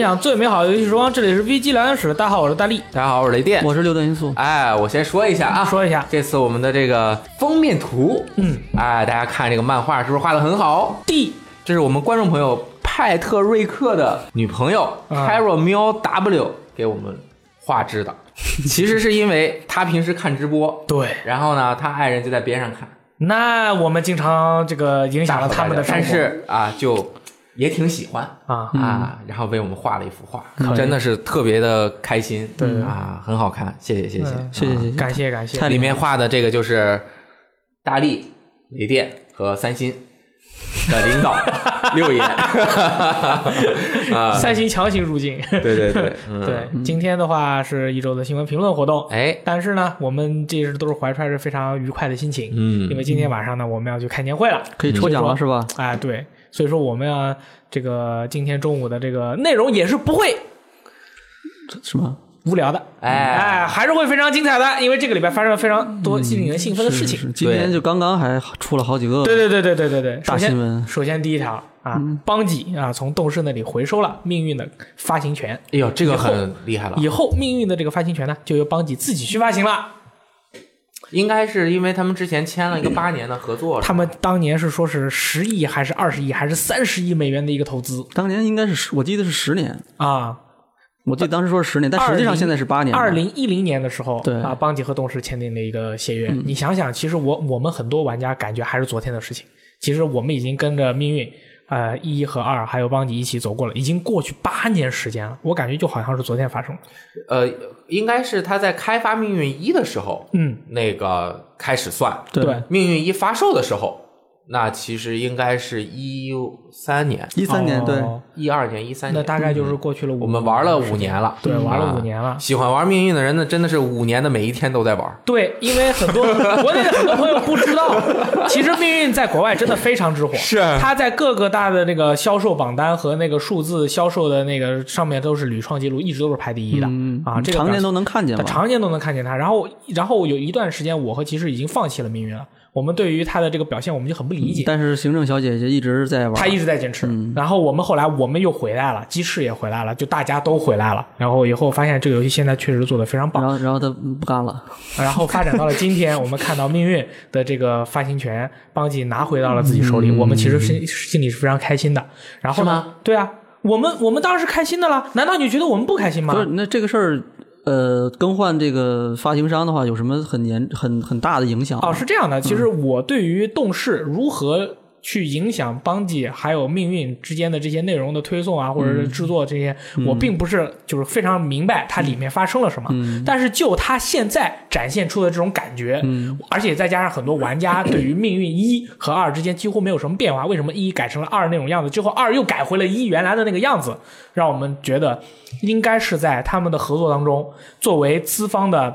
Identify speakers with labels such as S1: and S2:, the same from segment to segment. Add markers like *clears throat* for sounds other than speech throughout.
S1: 享最美好的游戏时光，这里是 VG 聊天室。大家好，我是大力。
S2: 大家好，我是雷电。
S3: *laughs* 我是六段音速，
S1: 啊
S2: 哎，我先说一下啊，
S1: 说一下
S2: 这次我们的这个封面图，
S1: 嗯，
S2: 哎，大家看这个漫画是不是画的很好？
S1: D
S2: 这是我们观众朋友派特瑞克的女朋友
S1: 啊
S2: Caro 喵 W 给我们画
S1: *laughs*
S2: 制的。其实是因为他平时看直播，
S1: 对，
S2: 然后呢，他爱人就在边上看，
S1: 那我们经常这个影响了他们的生活，
S2: 但是啊，就也挺喜欢。
S1: 啊，
S2: 啊，然后为我们画了一幅画
S1: 可，以
S2: 真的是特别的开心，
S1: 对
S2: 啊，很好看，谢谢谢谢，
S1: 嗯
S3: 谢谢谢谢。
S1: 感谢感谢
S2: 它。里面画的这个就是大力、雷电和三星的领导
S1: *laughs*
S2: 六爷啊，
S1: 三星强行入境。
S2: 对对对，嗯，
S1: *laughs* 对，今天的话是一周的新闻评论活动，
S2: 哎，
S1: 但是呢，我们这是都是怀揣着非常愉快的心情，
S2: 嗯
S1: 因为今天晚上呢，我们要去开年会了，
S3: 可以抽奖了
S1: 所
S3: 是吧？
S1: 以说？哎，对，所以说我们要这个今天中午的这个内容也是不会
S3: 什么？
S1: 无聊的，
S2: 哎，
S1: 哎，还是会非常精彩的，因为这个里边发生了非常多令人兴奋的事
S3: 是
S1: 情。
S3: 是今天
S2: 对
S3: 就刚刚还出了好几个。
S1: 对对对对对对对，首
S3: 大新
S1: 先
S3: 闻
S1: 首先第一条啊，邦吉啊从动视那里回收了命运的发行权，
S2: 哎呦，这个很厉
S3: 啊
S2: 害了，
S1: 以后命运的这个发行权呢就由邦吉自己去发行了。
S2: 应该是因为他们之前签了一个八年的合作，
S1: 他们当年是说是十亿还是二十亿还是三十亿美元的一个投资
S3: 当年应该是十，我记得是十年，
S1: 啊。
S3: 我记得当时说是十年，但实际上现在是八年。
S1: 二零一零年的时候，
S3: 对嗯
S1: 啊，邦吉和动视签订了一个协约。你想想，其实我我们很多玩家感觉还是昨天的事情，其实我们已经跟着命运。呃，一和二还有邦吉一起走过了，已经过去八年时间了，我感觉就好像是昨天发生的。
S2: 呃，应该是他在开发命运一的时候，
S1: 嗯，
S2: 那个开始算，
S1: 对
S3: 对，
S2: 命运一发售的时候，那其实应该是一三年、
S3: 一三年对，
S1: 哦
S2: 一二年、一三
S1: 那
S2: 年，
S1: 大概就是过去了五，
S2: 我们玩了五年了，
S1: 对，玩了
S2: 啊
S1: 五年了。
S2: 喜欢玩命运的人呢，真的是五年的每一天都在玩。
S1: 对，因为很多国内的很多朋友不知
S3: *laughs*
S1: 道，其实命运在国外真的非常之火，
S2: 是
S3: 啊
S1: 它在各个大的那个销售榜单和那个数字销售的那个上面都是屡创纪录，一直都是排第一的、
S3: 嗯
S1: 啊，这个
S3: 常
S1: 表
S3: 年
S1: 现
S3: 都能看见
S1: 他
S3: 吧？
S1: 常年都能看见他。然后，然后有一段时间，我和骑士已经放弃了命运了，我们对于他的这个表现，我们就很不理解。
S3: 嗯但嗯是行政小姐姐一直在玩。
S1: 他一直在坚持。然后我们后来我们又回来了，鸡翅也回来了，就大家都回来了。然后以后发现这个游戏现在确实做的非常棒
S3: 然。后然后她不干了，
S1: 然后发展到了今天，我们看到命运的这个发行权，邦吉拿回到了自己手里，我们其实
S3: 嗯
S1: 心心里是非常开心的。然后
S2: 是
S1: 呢？对啊，我们我们当然是开心的啦。难道你觉得我们不开心吗
S3: 不？是那这个事儿，呃，更换这个发行商的话，有什么很严很很大的影响？
S1: 哦，是这样的，其实我对于动视如何。去影响邦吉还有命运之间的这些内容的推送啊，或者是制作这些，我并不是就是非常明白它里面发生了什么。但是就它现在展现出的这种感觉，而且再加上很多玩家对于命运一和二之间几乎没有什么变化，为什么一改成了二那种样子，之后二又改回了一原来的那个样子，让我们觉得应该是在他们的合作当中，作为资方的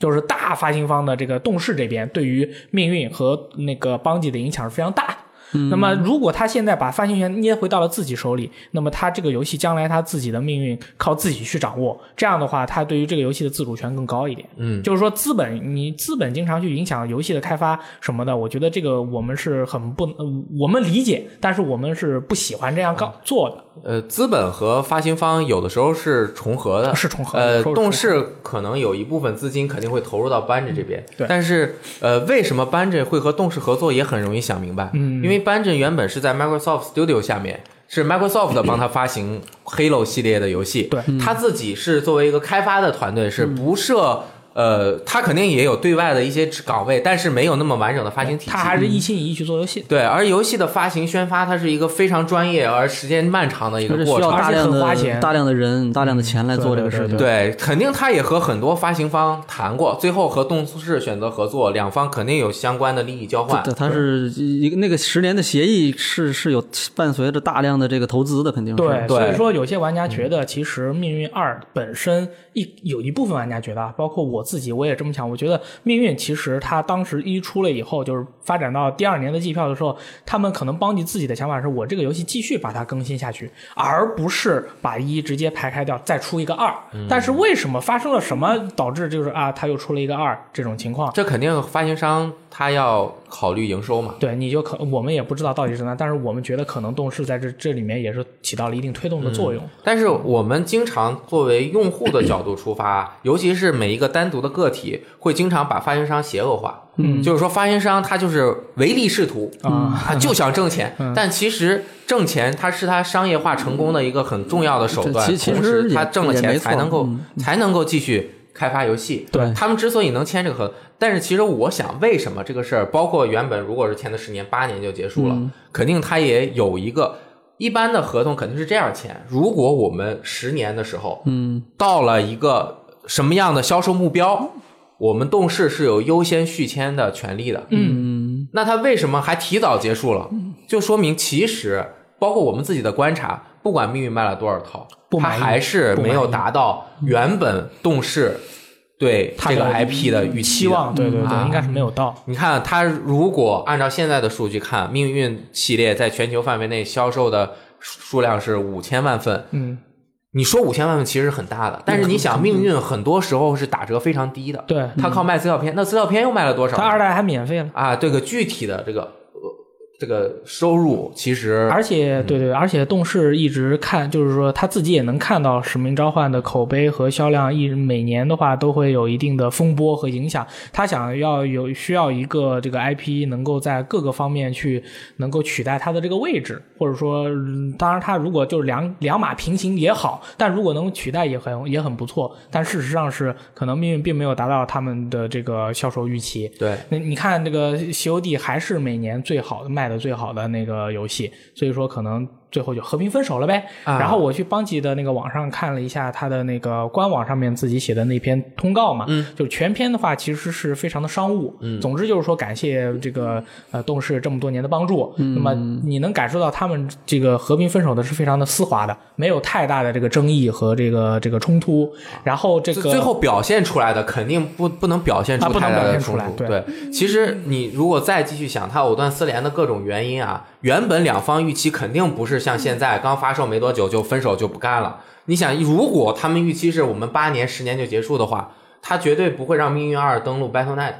S1: 就是大发行方的这个动视这边对于命运和那个邦吉的影响是非常大的。那
S2: 嗯
S1: 么，如果他现在把发行权捏回到了自己手里，那么他这个游戏将来他自己的命运靠自己去掌握，这样的话，他对于这个游戏的自主权更高一点。
S2: 嗯，
S1: 就是说资本，你资本经常去影响游戏的开发什么的，我觉得这个我们是很不，呃我们理解，但是我们是不喜欢这样告做的。
S2: 呃，资本和发行方有的时候是重合的，
S1: 啊是重合的说是
S2: 呃，
S1: 重合
S2: 动视可能有一部分资金肯定会投入到班智这边，
S1: 对
S2: 但是呃，为什么班智会和动视合作也很容易想明白，嗯，因为班智原本是在 Microsoft Studio 下面。是 Microsoft 帮他发行 Halo 系列的游戏，
S1: 对
S2: 他
S3: 嗯
S2: 自己是作为一个开发的团队，是不设呃，他肯定也有对外的一些岗位，但是没有那么完整的发行体系。嗯
S1: 他还是一心一意去做游戏的，
S2: 对，而游戏的发行宣发，它是一个非常专业而时间漫长的一
S3: 而
S2: 个
S3: 且
S2: 过
S3: 需要
S2: 程。
S3: 大量
S1: 而且很花钱嗯
S3: 的大量的人、大量的钱来做这个事
S1: 对
S3: 情。
S2: 对，肯定他也和很多发行方谈过，最后和动视选择合作，两方肯定有相关的利益交换。
S3: 对，它是一个那个十年的协议是是有伴随着大量的这个投资的，肯定是。
S1: 对，所以
S2: 对
S1: 说有些玩家觉得，其实《命运二》本身一有一部分玩家觉得，啊，包括我自己，我也这么想。我觉得《命运》其实它当时一出了以后，就是发展到第二年的季票的时候，他们可能邦吉自己的想法是我这个游戏继续把它更新下去，而不是把一直接排开掉，再出一个二。但是为什么发生了什么导致就是啊，他又出了一个二这种情况？
S2: 这肯定发行商它要考虑营收嘛。
S1: 对，你就可我们也不知道到底是哪，但是我们觉得可能动视在这这里面也是起到了一定推动的作用。
S2: 但是我们经常作为用户的角度出发，尤其是每一个单独的个体，会经常把发行商邪恶化。嗯，就是说发行商他就是唯利是图
S1: 啊，
S2: 他就想挣
S3: *laughs*
S2: 钱。
S3: 嗯
S2: 但其实挣钱，它是他商业化成功的一个很重要的手段。
S3: 这其其
S2: 同
S3: 实
S2: 时，
S3: 也
S2: 他挣了
S3: 也没
S2: 钱
S3: 错
S2: 才能够
S3: 嗯
S2: 才能够继续开发游戏。
S3: 对
S2: 他们之所以能签这个合同，但是其实我想，为什么这个事儿，包括原本如果是签的十年、八年就结束了，
S3: 嗯
S2: 肯定他也有一个一般的合同肯定是这样签。如果我们十年的时候，
S3: 嗯，
S2: 到了一个什么样的销售目标，我们动视是有优先续签的权利的。
S3: 嗯，
S2: 那他为什么还提早结束了？就说明其实包括我们自己的观察，不管命运卖了多少套，
S1: 不
S2: 他
S1: 满意
S2: 还是没有达到原本动视对
S1: 它
S2: 这个
S1: 的
S2: IP 的预期的
S1: 期望，对对对，
S2: 啊
S1: 应该是没有到。
S2: 你看，它如果按照现在的数据看，命运系列在全球范围内销售的数数量是五千万份。
S1: 嗯，
S2: 你说五千万份其实很大的，但是你想，命运很多时候是打折非常低的。
S1: 对
S2: 它靠卖资料片，那资料片又卖了多少
S1: 它？二代还免费了。
S2: 啊，这个具体的这个呃这个收入其实
S1: 而且，对对，而且动视一直看，就是说他自己也能看到《使命召唤》的口碑和销量，一每年的话都会有一定的风波和影响。他想要有需要一个这个 IP 能够在各个方面去能够取代它的这个位置，或者说，嗯当然他如果就是两两马平行也好，但如果能取代也很也很不错。但事实上是，可能命运并没有达到他们的这个销售预期。
S2: 对
S1: 那你看这个《西游记》还是每年最好的卖的最好的那个游戏，所以说可能最后就和平分手了呗。
S2: 啊
S1: 然后我去邦吉的那个网上看了一下他的那个官网上面自己写的那篇通告嘛，嗯，就全篇的话其实是非常的商务，嗯，总之就是说感谢这个呃动视这么多年的帮助，嗯，那么你能感受到他们这个和平分手的是非常的丝滑的，没有太大的这个争议和这个这个冲突，然后这
S2: 最
S1: 个
S2: 最后表现出来的肯定不不能表现
S1: 啊
S2: 出
S1: 不能
S2: 太大
S1: 表
S2: 的
S1: 现
S2: 冲
S1: 出来
S2: 突。
S1: 对
S2: 对，其实你如果再继续想它藕断丝连的各种原因啊，原本两方预期肯定不是像现在刚发售没多久就分手就不干了。你想，如果他们预期是我们八年十年就结束的话，他绝对不会让《命运二》登陆 BattleNet。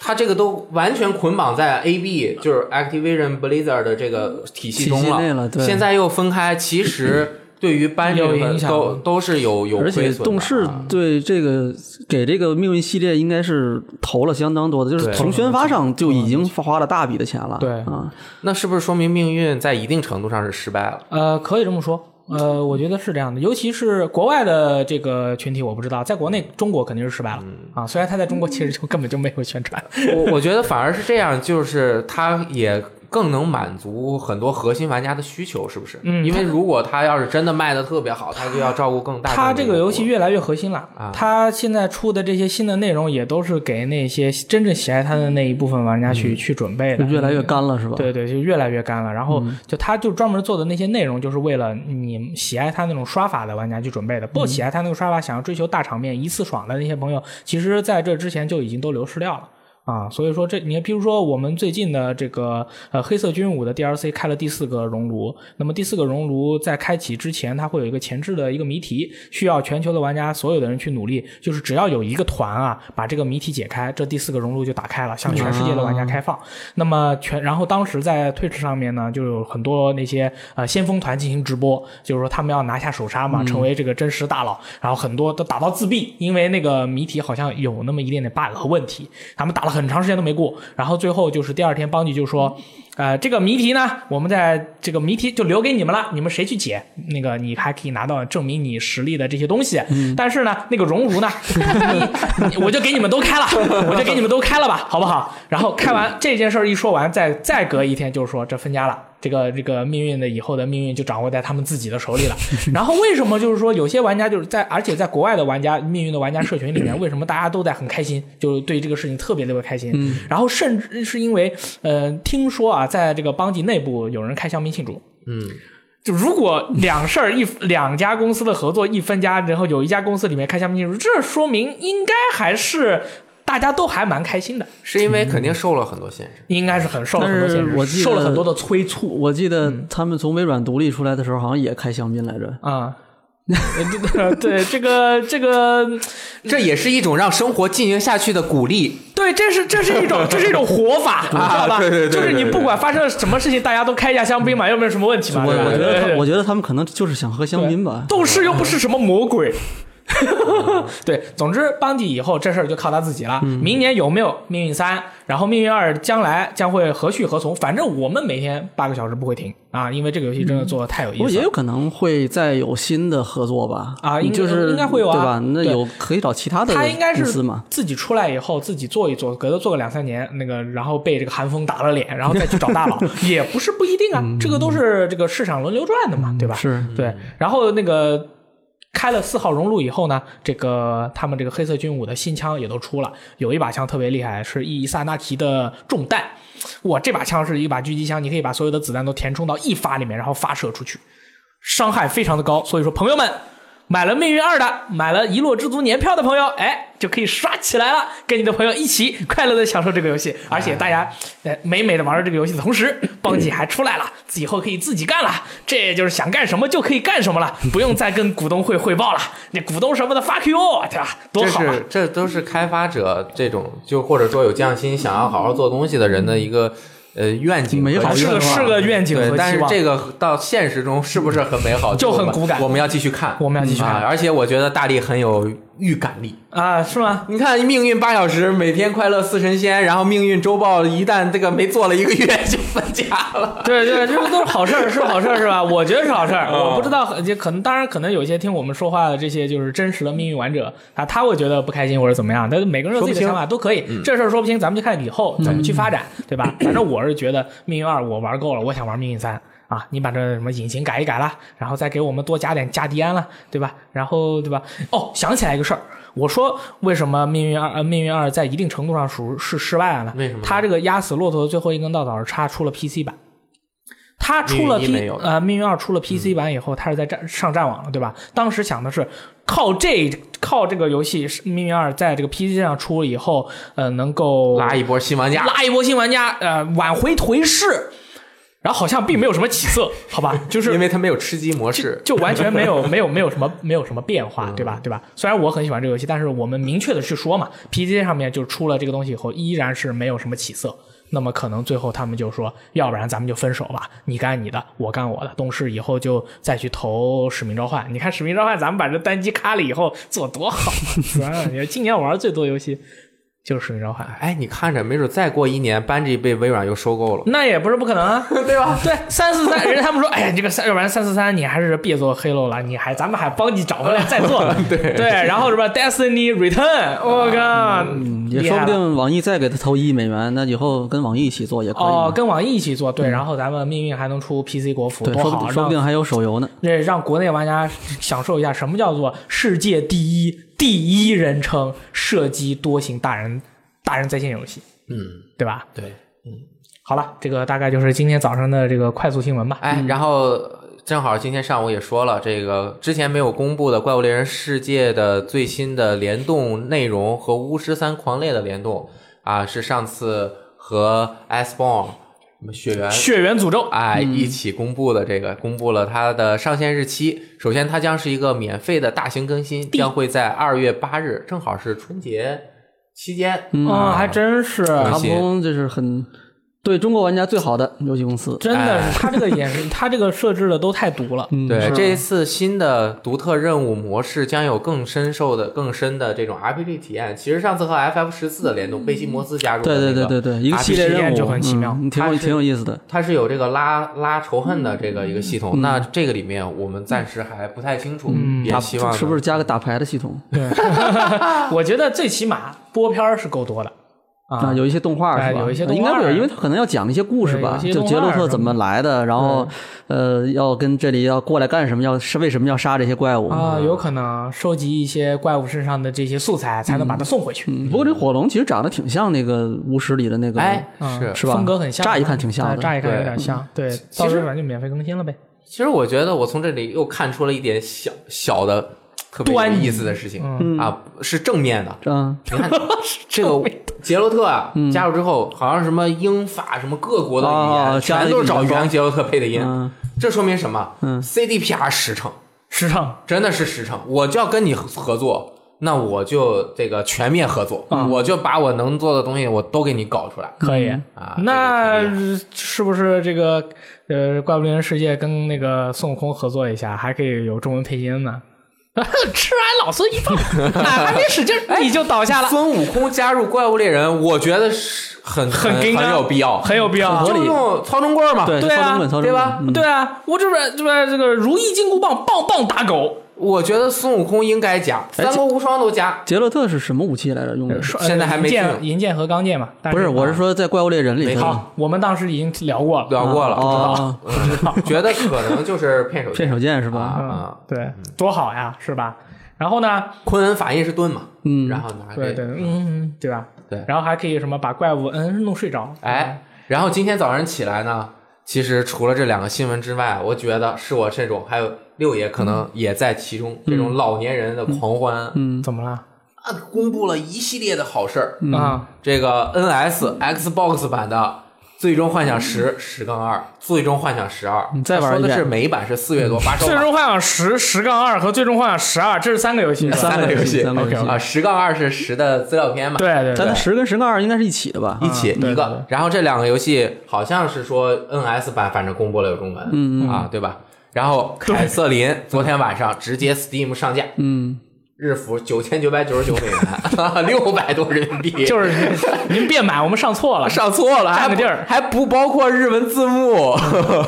S2: 他这个都完全捆绑在 A B 就是 Activision Blizzard 的这个体系中
S3: 体系内
S2: 了
S3: 了，对
S2: 现在又分开，其实对于班这
S1: 有
S2: 个
S1: 影响
S2: 都都是有有
S3: 而且
S2: 亏损的
S3: 动视
S2: 啊
S3: 对这个给这个命运系列应该是投了相当多的，就是
S2: 对
S3: 从宣发上就已经花了大笔的钱了。
S1: 对
S3: 啊，
S2: 那是不是说明命运在一定程度上是失败了？
S1: 呃，可以这么说。呃，我觉得是这样的，尤其是国外的这个群体，我不知道，在国内中国肯定是失败了、
S3: 嗯
S1: 啊。虽然他在中国其实就根本就没有宣传，
S2: 我我觉得反而是这样，就是它也更能满足很多核心玩家的需求，是不是？
S1: 嗯
S2: 因为如果它要是真的卖的特别好，它就要照顾更大众的
S1: 它这个
S2: 用户
S1: 游戏越来越核心了
S3: 嗯
S2: 啊。
S1: 它现在出的这些新的内容也都是给那些真正喜爱它的那一部分玩家去去准备
S3: 嗯就
S1: 的，
S3: 越来越干了，是嗯吧？
S1: 对对，就越来越干了。然后就他就专门做的那些内容，就是为了你喜爱他那种刷法的玩家去准备的。
S3: 嗯
S1: 不喜爱他那个刷法，想要追求大场面一次爽的那些朋友，其实在这之前就已经都流失掉了。啊，所以说这你看，比如说我们最近的这个呃黑色军武的 DLC 开了第四个熔炉，那么第四个熔炉在开启之前，它会有一个前置的一个谜题，需要全球的玩家所有的人去努力，就是只要有一个团啊把这个谜题解开，这第四个熔炉就打开了，向全世界的玩家开放。那么全，然后当时在 Twitch 上面呢，就有很多那些呃先锋团进行直播，就是说他们要拿下首杀嘛，成为这个真实大佬。然后很多都打到自闭，因为那个谜题好像有那么一点点 bug 和问题，他们打了很长时间都没过。然后最后就是第二天，邦尼就说。呃，这个谜题呢，我们在这个谜题就留给你们了，你们谁去解？那个你还可以拿到证明你实力的这些东西。但是呢，那个熔炉呢，你你我就给你们都开了，我就给你们都开了吧，好不好？然后开完这件事儿一说完，再再隔一天就是说这分家了。这个这个命运的以后的命运就掌握在他们自己的手里了。然后为什么就是说有些玩家就是在，而且在国外的玩家命运的玩家社群里面，为什么大家都在很开心，就对这个事情特别特别开心？然后甚至是因为呃，听说啊，在这个邦吉内部有人开香槟庆祝，
S2: 嗯，
S1: 就如果两事儿一两家公司的合作一分家，然后有一家公司里面开香槟庆祝，这说明应该还是大家都还蛮开心的，
S2: 是因为肯定受了很多限制。
S1: 应该是很受了很多
S3: 但是
S1: 限制，
S3: 我记得
S1: 受了很多的催促嗯
S3: 我记得他们从微软独立出来的时候，好像也开香槟来着。
S1: 啊、呃对这个这个，
S2: 这也是一种让生活进行下去的鼓励。
S1: 对，这是这是一种这是一种活法，你知道吧？
S2: 对对对对
S1: 就是你
S2: 对
S1: 不管发生了什么事情，大家都开一下香槟嘛，又没有什么问题嘛。
S3: 我
S1: 对吧
S3: 我觉
S1: 对
S3: 得
S1: 对
S3: 他，
S1: 对
S3: 我觉得他们可能就是想喝香槟吧。
S1: 斗士又不是什么魔鬼。 *laughs* 对，总之邦迪以后这事儿就靠他自己了。明年有没有命运三？然后命运二将来将会何去何从？反正我们每天八个小时不会停啊，因为这个游戏真的做的太有
S3: 不
S1: 意
S3: 过
S1: 思
S3: 也
S1: 了。
S3: 有可能会再有新的合作吧？嗯
S1: 啊应该
S3: 就是
S1: 应该会有啊
S3: 对吧？那
S1: 对
S3: 有可以找其他的
S1: 他应该
S3: 公
S1: 是
S3: 司嘛？
S1: 自己出来以后自己做一做，隔着做个两三年，那个然后被这个寒风打了脸，然后再去找
S3: *laughs*
S1: 大佬，也不是不一定啊。这个都是这个市场轮流转的嘛，对吧？
S3: 嗯是，
S1: 对，然后那个开了四号熔炉以后呢，这个他们这个黑色军武的新枪也都出了，有一把枪特别厉害，是伊萨纳奇的重弹。哇，这把枪是一把狙击枪，你可以把所有的子弹都填充到一发里面，然后发射出去，伤害非常的高。所以说，朋友们。买了《命运二》的，买了《遗落之族》年票的朋友，哎，就可以刷起来了，跟你的朋友一起 *laughs* 快乐的享受这个游戏。而且大家，呃，美美的玩着这个游戏的同时，邦姐还出来了，以后可以自己干了，这就是想干什么就可以干什么了，不用再跟股东会汇报了。那股东什么的，fuck you，对吧？多
S2: 这
S1: 好啊！
S2: 是这都是开发者这种就或者说有匠心想要好好做东西的人的一个呃愿景和
S3: 美
S2: 期
S3: 好
S2: 望，
S3: 是个
S1: 是个愿景和
S2: 对但
S1: 期
S2: 是
S1: 望
S2: 这个到现实中是不是很美好，
S1: 就很
S2: 我们
S1: 骨感
S2: 我们要继续看，
S1: 我们要继续看
S2: 啊而且我觉得大力很有预感力。
S1: 啊，是吗？
S2: 你看，命运八小时，每天快乐似神仙，然后命运周报一旦这个没做了一个月就分家了。
S1: 对对，这都是好事儿，是好事儿，是
S2: *laughs*
S1: 吧？我觉得是好事
S2: 嗯
S1: 儿。我不知道，就可能当然可能有些听我们说话的这些就是真实的命运玩者啊，他会觉得不开心或者怎么样，但是每个人有自己的想法都可以，这事儿说不清，咱们就看以后怎么去发展，
S2: 嗯
S1: 对吧？反正我是觉得命运二我玩够了，我想玩命运三。啊，你把这什么引擎改一改啦，然后再给我们多加点加迪安啦，对吧？然后对吧？哦，想起来一个事儿，我说为什么命运二呃命运二在一定程度上属是失败了呢？
S2: 为什么呢
S1: 他这个压死骆驼的最后一根稻草是插出了 PC 版。他出了 P
S2: 命运一没有的嗯
S1: 呃命运二出了 PC 版以后，他是在战上战网了，对吧？当时想的是靠这靠这个游戏《命运二》在这个 PC 上出了以后，呃，能够
S2: 拉一波新玩家，
S1: 拉一波新玩家，呃，挽回颓势。然后好像并没有什么起色，好吧？就是
S2: 因为他没有吃鸡模
S1: 就
S2: 式。
S1: 就完全没有没有没有什么没有什么变化，对吧？对吧？虽然我很喜欢这个游戏，但是我们明确的去说嘛，PC 上面就出了这个东西以后，依然是没有什么起色。那么可能最后他们就说，要不然咱们就分手吧，你干你的，我干我的。动视以后就再去投《使命召唤》，你看《使命召唤》，咱们把这单机卡了以后做多好嘛！是吧今年玩最多游戏就是《使命召唤》，
S2: 哎，你看着，没准再过一年，班级被微软又收购了。
S1: 那也不是不可能
S3: *laughs*
S1: 啊，对吧？对，三四三，人家他们说，哎呀，你这个三，要不然三四三，你还是别做黑喽了，你还咱们还帮你找回来再做，
S3: *laughs*
S1: 对对，然后什么 Destiny Return，我靠，
S3: 啊嗯也
S1: 厉
S3: 说
S1: 害
S3: 不
S1: 了
S3: 定网易再给他投一亿美元，那以后跟网易一起做也可以嘛。嗯
S1: 哦，跟网易一起做，对，然后咱们命运还能出 PC 国服，
S3: 对，
S1: 多
S3: 说不
S1: 好，
S3: 定说不定还有手游呢。
S1: 让让国内玩家享受一下什么叫做世界第一第一人称射击多型大人大人在线游戏，
S2: 嗯，
S1: 对吧？
S2: 对。
S1: 好了，这个大概就是今天早上的这个快速新闻吧。
S2: 哎，然后正好今天上午也说了，这个之前没有公布的《怪物猎人世界》的最新的联动内容和《巫师三狂猎》的联动啊，是上次和 Iceborne 什么血缘
S1: 血嗯缘诅咒，
S2: 哎，一起公布的这个，公布了它的上线日期。首先，它将是一个免费的大型更新，将会在二月八日，正好是春节期间。啊
S1: 哦，还真是，
S2: 而
S3: 卡普
S2: 且
S3: 空这是很对中国玩家最好的游戏公司。
S1: 真的
S2: 哎
S1: 是他这个演示，他这个设置的都太毒了。
S2: 对
S3: 嗯是，
S2: 这一次新的独特任务模式将有更深受的、更深的这种 RPG 体验。其实上次和 FF 十四的联动，贝西摩斯加入的
S3: 对嗯对
S2: 那
S3: 对
S2: 个
S3: 对对，一个
S2: RPG
S3: 系列任务
S1: 就很奇妙
S3: 嗯挺
S2: 它
S3: 有
S2: 是
S3: 挺有意思的。
S2: 它是有这个拉拉仇恨的这个一个系
S3: 嗯
S2: 统。那这个里面我们暂时还不太清楚，也
S3: 打
S2: 希望
S3: 是不是加个打牌的系统？
S1: 我觉得最起码播片儿是够多的啊
S3: 啊，，有一些动画
S1: 哎
S3: 是吧？呃
S1: 有一些动画
S3: 应该会有，因为他可能要讲一些故事吧，
S1: 对有一些
S3: 就
S1: 动画
S3: 杰洛特怎么来的，然后呃，要跟这里要过来干什么，要是为什么要杀这些怪物。
S1: 啊，有可能收集一些怪物身上的这些素材，才能把它送回去。
S3: 嗯不过这火龙其实长得挺像那个巫师里的那个，
S2: 哎
S1: 嗯
S2: 是。
S3: 是吧
S1: 风格很像，
S3: 乍一看挺像的
S1: 啊乍一看有
S2: 对
S1: 点像。对，
S2: 其
S1: 到时
S2: 实
S1: 候反正就免费更新了呗。
S2: 其实我觉得我从这里又看出了一点小小的特别有意思的事情、啊，是正面的。
S3: 嗯，
S2: 你
S3: *laughs*
S2: 看这个杰洛特啊，加入之后，好像什么英法什么各国的语
S3: 哦
S2: 言，
S3: 加了
S2: 全
S3: 一
S2: 都是
S3: 个
S2: 找
S3: 语言
S2: 原杰洛特配的音
S3: 嗯，
S2: 这说明什么？
S3: 嗯
S2: ，CDPR 实诚，
S1: 驰骋
S2: 真的是实诚。我就要跟你合作，那我就这个全面合作，
S3: 嗯
S2: 我就把我能做的东西我都给你搞出来
S1: 可以。
S2: 啊。
S1: 那
S2: 这个挺厉害
S1: 是不是这个呃，怪物猎人世界跟那个孙悟空合作一下，还可以有中文配音呢？ *laughs* 吃完老孙一棒，还没使劲儿你就倒下了，
S2: 孙悟空加入怪物猎人，我觉得是很
S1: 很
S2: 很
S1: 跟啊
S2: 很有必要，
S1: 很有必要啊。
S2: 就用曹中棍嘛。
S3: 对
S1: 对啊
S3: 操成本，操成本，
S2: 对吧
S3: 嗯
S1: 对啊，我这边这边这个如意金箍棒，棒棒打狗，
S2: 我觉得孙悟空应该加，
S3: 哎
S2: 三国无双都加。
S3: 杰洛特是什么武器来着？用的
S1: 刷
S2: 现在还没
S1: 银
S2: 定
S1: 剑银剑和钢剑嘛？但
S3: 不是，我是说在怪物猎人里
S2: 没
S3: 头
S1: 好，我们当时已经聊过了，
S2: 聊过了，
S3: 哦，
S2: *laughs* 觉得可能就是骗手
S3: 骗手剑是吧？
S2: 啊
S1: 嗯
S2: 啊，，
S1: 对，多好呀，是吧？然后呢，
S2: 昆恩法印是盾嘛，
S3: 嗯
S2: 然后拿
S1: 对
S2: 这
S1: 对，
S2: 个，
S1: 嗯嗯，嗯对吧？
S2: 对
S1: 然后还可以什么把怪物嗯弄睡着，
S2: 哎，然后今天早上起来呢，其实除了这两个新闻之外，我觉得是我这种还有六爷可能也在其中，这种老年人的狂欢、
S3: 嗯
S1: 怎么了？
S2: 啊，公布了一系列的好事儿，
S1: 啊，
S2: 这个 NS Xbox 版的。最终幻想十十杠二，最终幻想十二，
S3: 你再玩一
S2: 说的
S3: 遍嗯
S2: 是美版是四月多发售
S1: 最
S2: 吧，
S1: 终幻想十十杠二和最终幻想十二，这是三个游戏是吧，
S2: 三个游戏
S3: 三个游戏
S1: OK，OK
S2: 啊，十杠二是十的资料片嘛，
S1: 对对
S3: 咱
S1: 对
S3: 的十跟十杠二应该是一起的吧？
S2: 一起
S1: 嗯对对对
S2: 一个。然后这两个游戏好像是说 NS 版，反正公布了有中文，
S3: 嗯
S2: 啊，对吧？然后凯瑟琳昨天晚上直接 Steam 上架，
S3: 嗯，
S2: 日服九千九百九十九美
S1: *laughs*
S2: 元，六百多人民币，
S1: 就是 *laughs* 您您别买，我们上错
S2: *laughs*
S1: 了，
S2: 上错
S1: 占
S2: 了，还
S1: 个
S2: 不
S1: 地儿
S2: 还不包括日文字幕。 *laughs*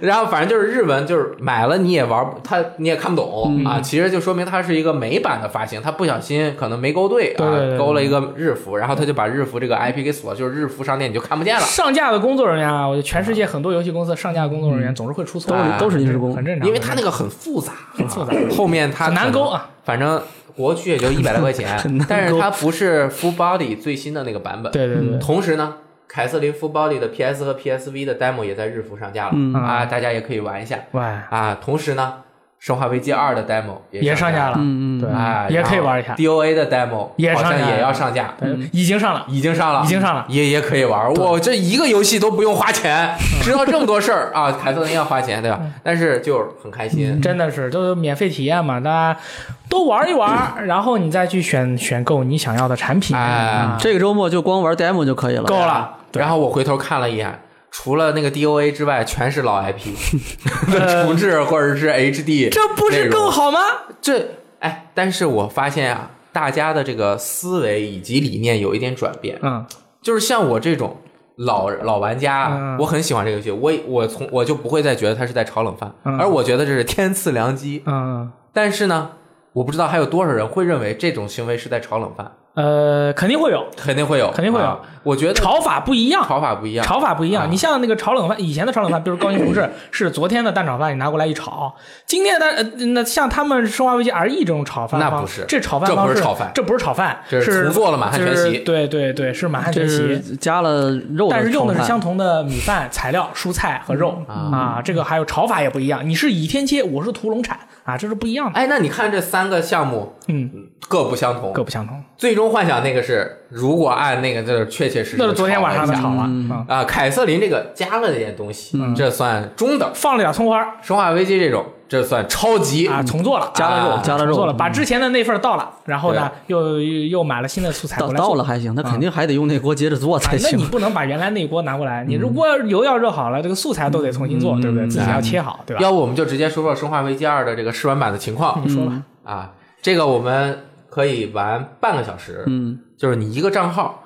S2: 然后反正就是日文，就是买了你也玩不，它你也看不懂、
S1: 嗯
S2: 啊。其实就说明它是一个美版的发行，它不小心可能没勾对啊，
S1: 对对对
S2: 勾了一个日服，然后它就把日服这个 IP 给锁，就是日服商店你就看不见了。
S1: 上架的工作人员啊，我觉得嗯全世界很多游戏公司上架的工作人员总是会出错
S3: 都
S1: 的，
S3: 是都是临时工
S1: 很，正常，
S2: 因为它
S1: 很
S2: 那
S1: 正
S2: 个很复杂，很
S1: 复杂，
S2: 后面它
S1: 很难
S2: 可能
S1: 勾啊。
S2: 反正国区也就一百来块钱
S3: *laughs* 很难，
S2: 但
S3: 勾
S2: 是它不是 Full Body 最新的那个版本。
S1: 常对对对，
S2: 同时呢，凯瑟琳 Full Body 的 PS 和 PSV 的 demo 也在日服上架了、
S3: 嗯
S2: 啊，大家也可以玩一下
S1: 喂，
S2: 啊。同时呢，生化危机二的 demo
S1: 也上
S2: 上
S1: 架
S2: 了，
S1: 了，
S3: 嗯嗯
S1: 对，
S2: 啊，
S1: 也可以玩一下，
S2: DOA 的 demo
S1: 也
S2: 好
S1: 上架
S2: 像
S1: 了
S2: 也要上架。
S1: 对已经上了，
S2: 已经上了，
S1: 已经上了
S2: 也也可以玩。我这一个游戏都不用花钱，
S1: 嗯
S2: 知道这么多事儿啊！凯瑟琳要花钱，对吧？但是就是很开心，
S1: 嗯真的是都是免费体验嘛，大家都玩一玩，然后你再去选选购你想要的产品，
S2: 哎
S1: 啊，
S3: 嗯这个周末就光玩 demo 就可以了。
S1: 够了。
S2: 然后我回头看了一眼，除了那个 DOA 之外，全是老 IP
S1: *laughs*
S2: 的重置或者是 HD，
S1: 这不是更？好吗？
S2: 这哎，但是我发现啊，大家的这个思维以及理念有一点转变，
S1: 嗯，
S2: 就是像我这种老老玩家啊
S1: 嗯，
S2: 我很喜欢这个游戏，我我从我就不会再觉得它是在炒冷饭，
S1: 嗯
S2: 而我觉得这是天赐良机。
S1: 嗯，
S2: 但是呢，我不知道还有多少人会认为这种行为是在炒冷饭，
S1: 呃，肯定会有
S2: 肯定会有，
S1: 肯定会有
S2: 啊我觉得
S1: 炒法不一样，
S2: 炒法不一样，
S1: 炒法不一
S2: 啊
S1: 样。你像那个炒冷饭，以前的炒
S2: *laughs*
S1: 冷饭，比如高清重置，是昨天的蛋炒饭，你拿过来一炒。今天的呃那像他们《生化危机 RE》这种炒饭
S2: 那
S1: 方
S2: 不是
S1: 这炒饭
S2: 这不
S1: 方
S2: 是
S1: 式，
S2: 炒饭
S1: 这不是炒饭，
S2: 这是重做了满汉全
S1: 就是
S2: 席
S1: 对对对，是满汉
S3: 这
S1: 全席
S3: 是。加了肉，
S1: 但是用的是相，同的米饭、材料、蔬菜和肉、
S2: 嗯
S1: 啊，这个还有炒法也不一样。你是倚天切，我是屠龙铲啊，这是不一样的。
S2: *laughs* 哎，那你看这三个项目
S1: 嗯，
S2: 各不相同，
S1: 各不相同。
S2: 最终幻想那个是，如果按那个就是确确实实，
S1: 那是昨天晚上的炒嗯了，
S3: 嗯
S1: 嗯，
S2: 啊。凯瑟琳这个加了点东西，这算中等；
S1: 放了点葱花
S2: 生化危机这种，这算超级。
S1: 啊，重做了，
S3: 嗯加了
S2: 啊
S3: 肉，嗯加了
S1: 重做了，
S3: 肉，
S1: 把之前的那份倒了，然后呢，又又又买了新的素材
S3: 到
S1: 回来
S3: 到
S1: 做。
S3: 了还行，他
S2: 嗯
S3: 肯定还得用那锅接着做
S1: 啊
S3: 才，
S1: 那你
S3: 行。嗯
S1: 不能把原来那锅拿过来，你如果油要热好了，这个素材都得重新做，对不对？自己还要切好，对吧？
S2: 要不我们就直接说说《生化危机二》的这个试玩版的情况、
S1: 啊你说
S3: 嗯
S1: 吧，
S2: 啊。这个我们可以玩半个小时，
S3: 嗯，
S2: 就是你一个账号，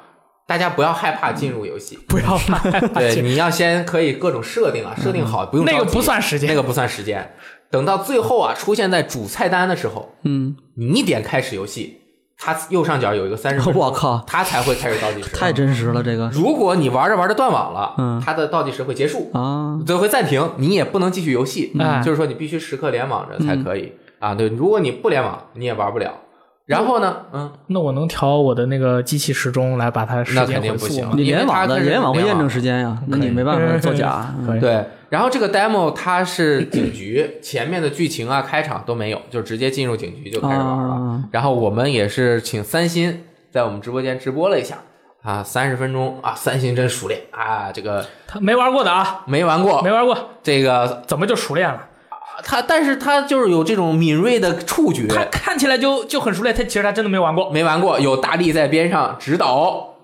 S2: 大家不要害怕进入游戏。
S1: *laughs* 不要怕，
S2: *laughs* 对，你要先可以各种设定啊，设定好不用着
S1: 嗯那
S2: 急
S1: 个不算时
S2: 那
S1: 间，
S2: 个不算时间。等到最后啊，出现在主菜单的时候，
S3: 嗯，
S2: 你一点开始游戏，它右上角有一个三十分钟，
S3: *laughs* 我靠，
S2: 它才会开始倒
S1: *laughs*
S2: 计时。啊
S3: 太真实了这个
S2: 如果你玩着玩着断网了，
S3: 嗯
S2: 它的倒计时会结束，
S3: 啊，
S2: 就会暂停，你也不能继续游戏，
S1: 嗯
S2: 就是说你必须时刻联网着才可以、啊。对，如果你不联网，你也玩不了。然后呢，嗯，
S1: *laughs* 那我能调我的那个机器时钟来把它时
S2: 那
S1: 间
S2: 肯定
S1: 回
S2: 不
S1: 溯
S2: 行
S1: 吗？
S3: 你联网
S2: 因为它
S3: 的
S2: 是
S3: 联网会
S2: 联网
S3: 验证时间呀，那你没办法作假。嗯
S1: 可以。
S2: 对。然后这个 demo 它是警局，前面的剧情啊、开场都没有，就直接进入警局就开始玩了。
S1: 哦
S3: 啊
S2: 然后我们也是请三星在我们直播间直播了一下啊，三十分钟啊，三星真熟练啊，这个
S1: 他没玩过的啊，
S2: 没玩过
S1: 没玩过，
S2: 这个
S1: 怎么就熟练了？
S2: 他但是他就是有这种敏锐的触觉，
S1: 他看起来就就很熟练，他其实他真的没玩
S3: 嗯
S1: 过。
S2: 没玩过，有大力在边上指导。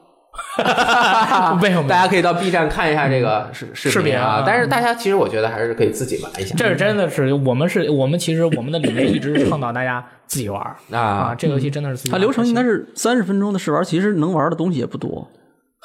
S1: *laughs* 没有没有
S2: 大家可以到 B 站看一下这个视视
S1: 视频
S2: 啊
S1: 啊。
S2: 但是大家其实我觉得还是可以自己玩一下。
S1: 这是真的是我们是我们其实我们的理念一直是倡导大家自己玩儿啊，
S2: 啊，
S1: 这个游戏真的是自己
S3: 它
S1: 玩儿。
S3: 流程应该是三十分钟的试玩，其实能玩的东西也不多。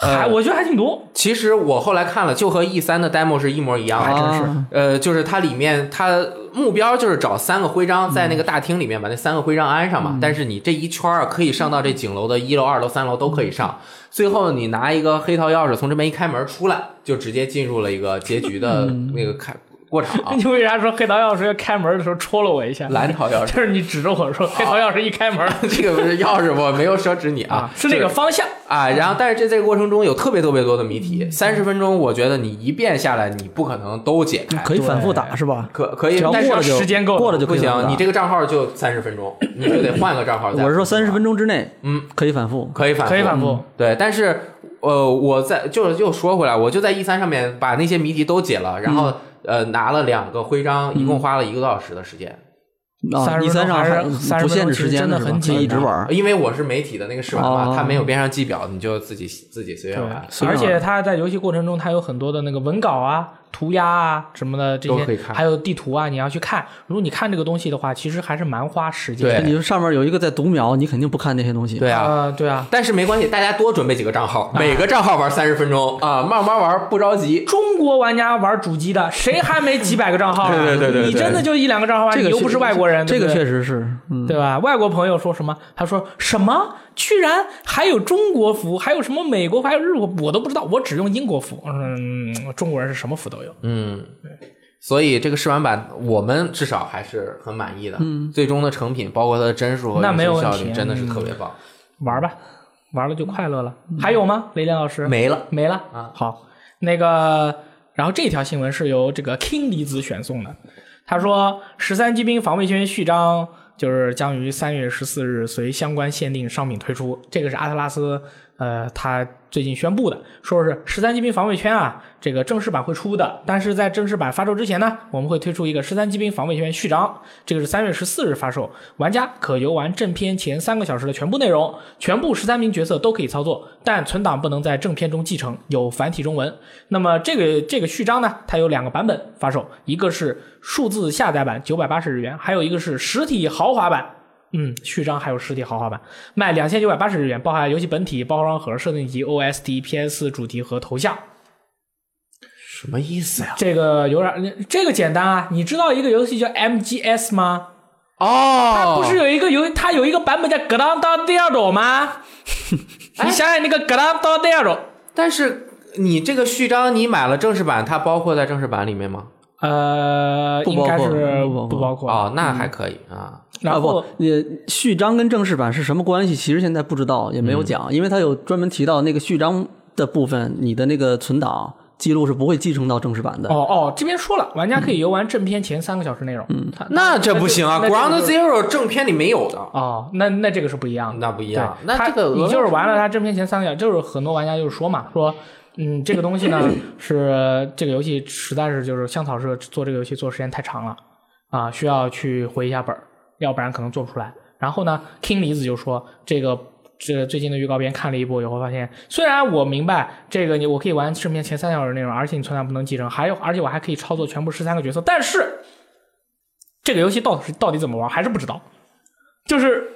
S2: 呃
S1: 还我觉得还挺多，
S2: 其实我后来看了，就和 E 三的 demo 是一模一样的。
S1: 真是
S3: 啊
S2: 呃，就是它里面它目标就是找三个徽章，在那个大厅里面把那三个徽章安上嘛。但是你这一圈儿啊可以上到这景楼的一楼、二楼、三楼都可以上。最后你拿一个黑桃钥匙从这边一开门出来，就直接进入了一个结局的那个开过场。
S1: *laughs*
S2: 啊
S1: 你为啥说黑桃钥匙要开门的时候戳了我一下？
S2: 蓝桃钥匙， *laughs*
S1: 就是你指着我
S2: 啊
S1: 说黑桃钥匙一开门
S2: 这个不是钥匙，我没有奢侈你啊，
S1: 是这个方向，
S2: 啊。然后，但是这这个过程中有特别特别多的谜题，三十分钟，我觉得你一遍下来，你不可能都解开，
S3: 可以反复打是吧？
S2: 可可以
S3: 只要，
S2: 但是
S3: 过了
S1: 要
S3: 就
S1: 时间够了
S3: 过了就
S2: 不
S3: 可以反复
S2: 行，
S3: 打
S2: 你这个账号就三十分钟，你就得换个账号再。
S3: 我是说三
S1: 啊
S3: 十分钟之内，
S2: 嗯，
S3: 可以反复。
S2: 可以反复
S1: 可以反复。
S2: 对，嗯但是呃，我在就是又说回来，我就在 E 三上面把那些谜题都解了，然后、
S3: 嗯
S2: 呃拿了两个徽章，一共花了一个多小时的时间，
S3: 啊，
S1: 30
S3: E
S1: 分钟
S3: 三上
S1: 还是
S3: 还不限制时
S1: 30分钟
S3: 间是吧
S1: 真的很
S3: 可以一直
S1: 紧
S3: 玩。
S2: 因为我是媒体的那个试玩嘛，
S3: 哦
S2: 它没有边上记表，你就自己自己随便玩。
S1: 对，而且它在游戏过程中，它有很多的那个文稿啊、涂鸦啊什么的这
S2: 都可以
S1: 些，
S2: 看
S1: 还有地图啊，你要去看。如果你看这个东西的话，其实还是蛮花时间
S2: 对
S1: 的。
S3: 你说上面有一个在读秒，你肯定不看那些东西。
S2: 对啊，
S1: 啊，对啊，
S2: 但是没关系，大家多准备几个账号，每个账号玩三十分钟啊，慢慢玩，不着急。
S1: 中国玩家玩主机的，谁还没几百个账号啊？
S2: 对对对对对
S1: 你真的就一两个账号啊？
S3: 这个
S1: 你又不是外国人，
S3: 这个
S1: 对不对
S3: 确实是，嗯，
S1: 对吧？外国朋友说什么？他说什么？居然还有中国服，还有什么美国服，还有日国服，我都不知道。我只用英国服。嗯，中国人是什么服都有。
S2: 嗯，所以这个试玩版我们至少还是很满意的，嗯，最终的成品包括它的帧数和
S1: 那
S2: 游
S1: 没有
S2: 戏
S1: 问
S2: 效
S1: 题嗯
S2: 率真的是特别棒。
S1: 玩吧，玩了就快乐了。还有吗？雷电老师
S2: 没了，
S1: 没了
S2: 啊
S1: 好，那个，然后这条新闻是由这个 King 离子选送的，他说《十三机兵防卫军序章》就是将于三月十四日随相关限定商品推出，这个是阿特拉斯呃他最近宣布的，说是《十三机兵防卫圈》啊，这个正式版会出的，但是在正式版发售之前呢，我们会推出一个《十三机兵防卫圈序章》，这个是三月十四日发售，玩家可游玩正片前三个小时的全部内容，全部十三名角色都可以操作，但存档不能在正片中继承，有繁体中文。那么这个这个序章呢，它有两个版本发售，一个是数字下载版九百八十日元，还有一个是实体豪华版。嗯，序章还有实体豪华版，卖两千九百八十日元，包含游戏本体、包装盒、设定集、OST、PS 主题和头像。
S2: 什么意思呀？
S1: 这个有点，这个简单啊！你知道一个游戏叫 MGS 吗？
S2: 哦，
S1: 它不是有一个游，它有一个版本叫《格朗当第二种》 *laughs* 吗？你想想那个《格朗当第二种》，
S2: 但是你这个序章你买了正式版，它包括在正式版里面吗？
S1: 呃，
S3: 不
S1: 应
S3: 包括
S1: 该是
S3: 不包括
S1: 不包括。
S2: 哦，那还可以
S1: 嗯
S2: 啊。
S1: 然后
S3: 啊、不，你序章跟正式版是什么关系？其实现在不知道，也没
S1: 嗯
S3: 有讲，因为它有专门提到那个序章的部分，你的那个存档记录是不会继承到正式版的。
S1: 哦哦，这边说了，玩家可以游玩正片前三个小时内容。嗯，
S2: 那这不行啊
S1: 那就
S2: ，Ground Zero 正片里没有的，
S1: 哦，那那这个是不一样的。
S2: 啊那不一
S1: 对
S2: 样。
S1: 它
S2: 那这个
S1: 你
S2: 额外
S1: 就是玩了它正片前三个小时，就是很多玩家就是说嘛，说嗯，这个东西
S2: *laughs*
S1: 呢是这个游戏实在是就是香草社做这个游戏做时间太长了啊，需要去回一下本儿，要不然可能做不出来。然后呢，King 离子就说这个。这最近的预告片看了一部以后，发现虽然我明白这个你我可以玩正片前三小时内容，而且你存档不能继承，还有而且我还可以操作全部十三个角色，但是这个游戏到底是到底怎么玩还是不知道，就是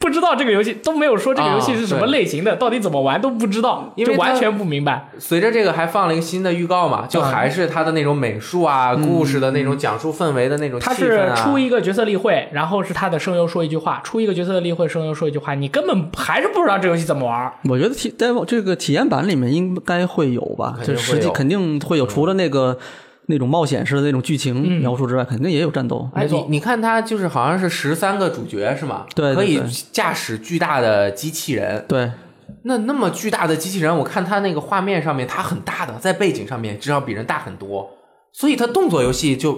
S1: 不知道这个游戏都没有说这个游戏是什么类型的，到底怎么玩都不知道，
S2: 因为
S1: 就
S2: 它
S1: 完全不明白。
S2: 随着这个还放了一个新的预告嘛，就还是它的那种美术啊、故事的那种讲述氛围的那种气
S1: 他
S2: 氛
S1: 嗯是
S2: 啊。
S1: 出一个角色例会，然后是他的声优说一句话，出一个角色的例会，声优说一句话，你根本还是不知道这游戏怎么玩。
S3: 我觉得体 demo 这个体验版里面应该会有吧，
S2: 肯定
S3: 就实
S2: 会
S3: 际
S2: 有嗯
S3: 肯定会有，除了那个那种冒险式的那种剧情
S1: 嗯
S3: 描述之外，肯定也有战斗。
S2: 哎，
S1: 没错
S2: 你你看它就是好像是十三个主角是吗？
S3: 对对
S2: 可以
S3: 对
S2: 驾驶巨大的机器人。
S3: 对，
S2: 那那么巨大的机器人，我看它那个画面上面它很大的，在背景上面至少比人大很多，所以它动作游戏就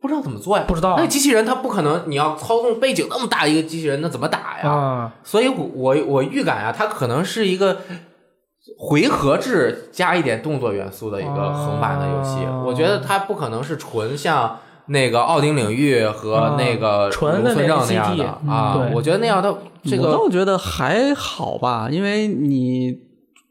S2: 不知道怎么做呀。
S1: 不知道啊
S2: 那机器人它不可能，你要操纵背景那么大一个机器人，那怎么打呀？
S1: 啊、
S2: 所以我我我预感啊，它可能是一个回合制加一点动作元素的一个横版的游戏。
S1: 哦
S2: 我觉得它不可能是纯像那个奥丁领域和那个
S1: 啊纯的
S2: 卢村
S1: 那个
S2: 正那样
S1: CT
S2: 的啊
S1: 嗯，对
S2: 我觉得那样它这
S3: 我
S2: 个
S3: 倒觉得还好吧，因为你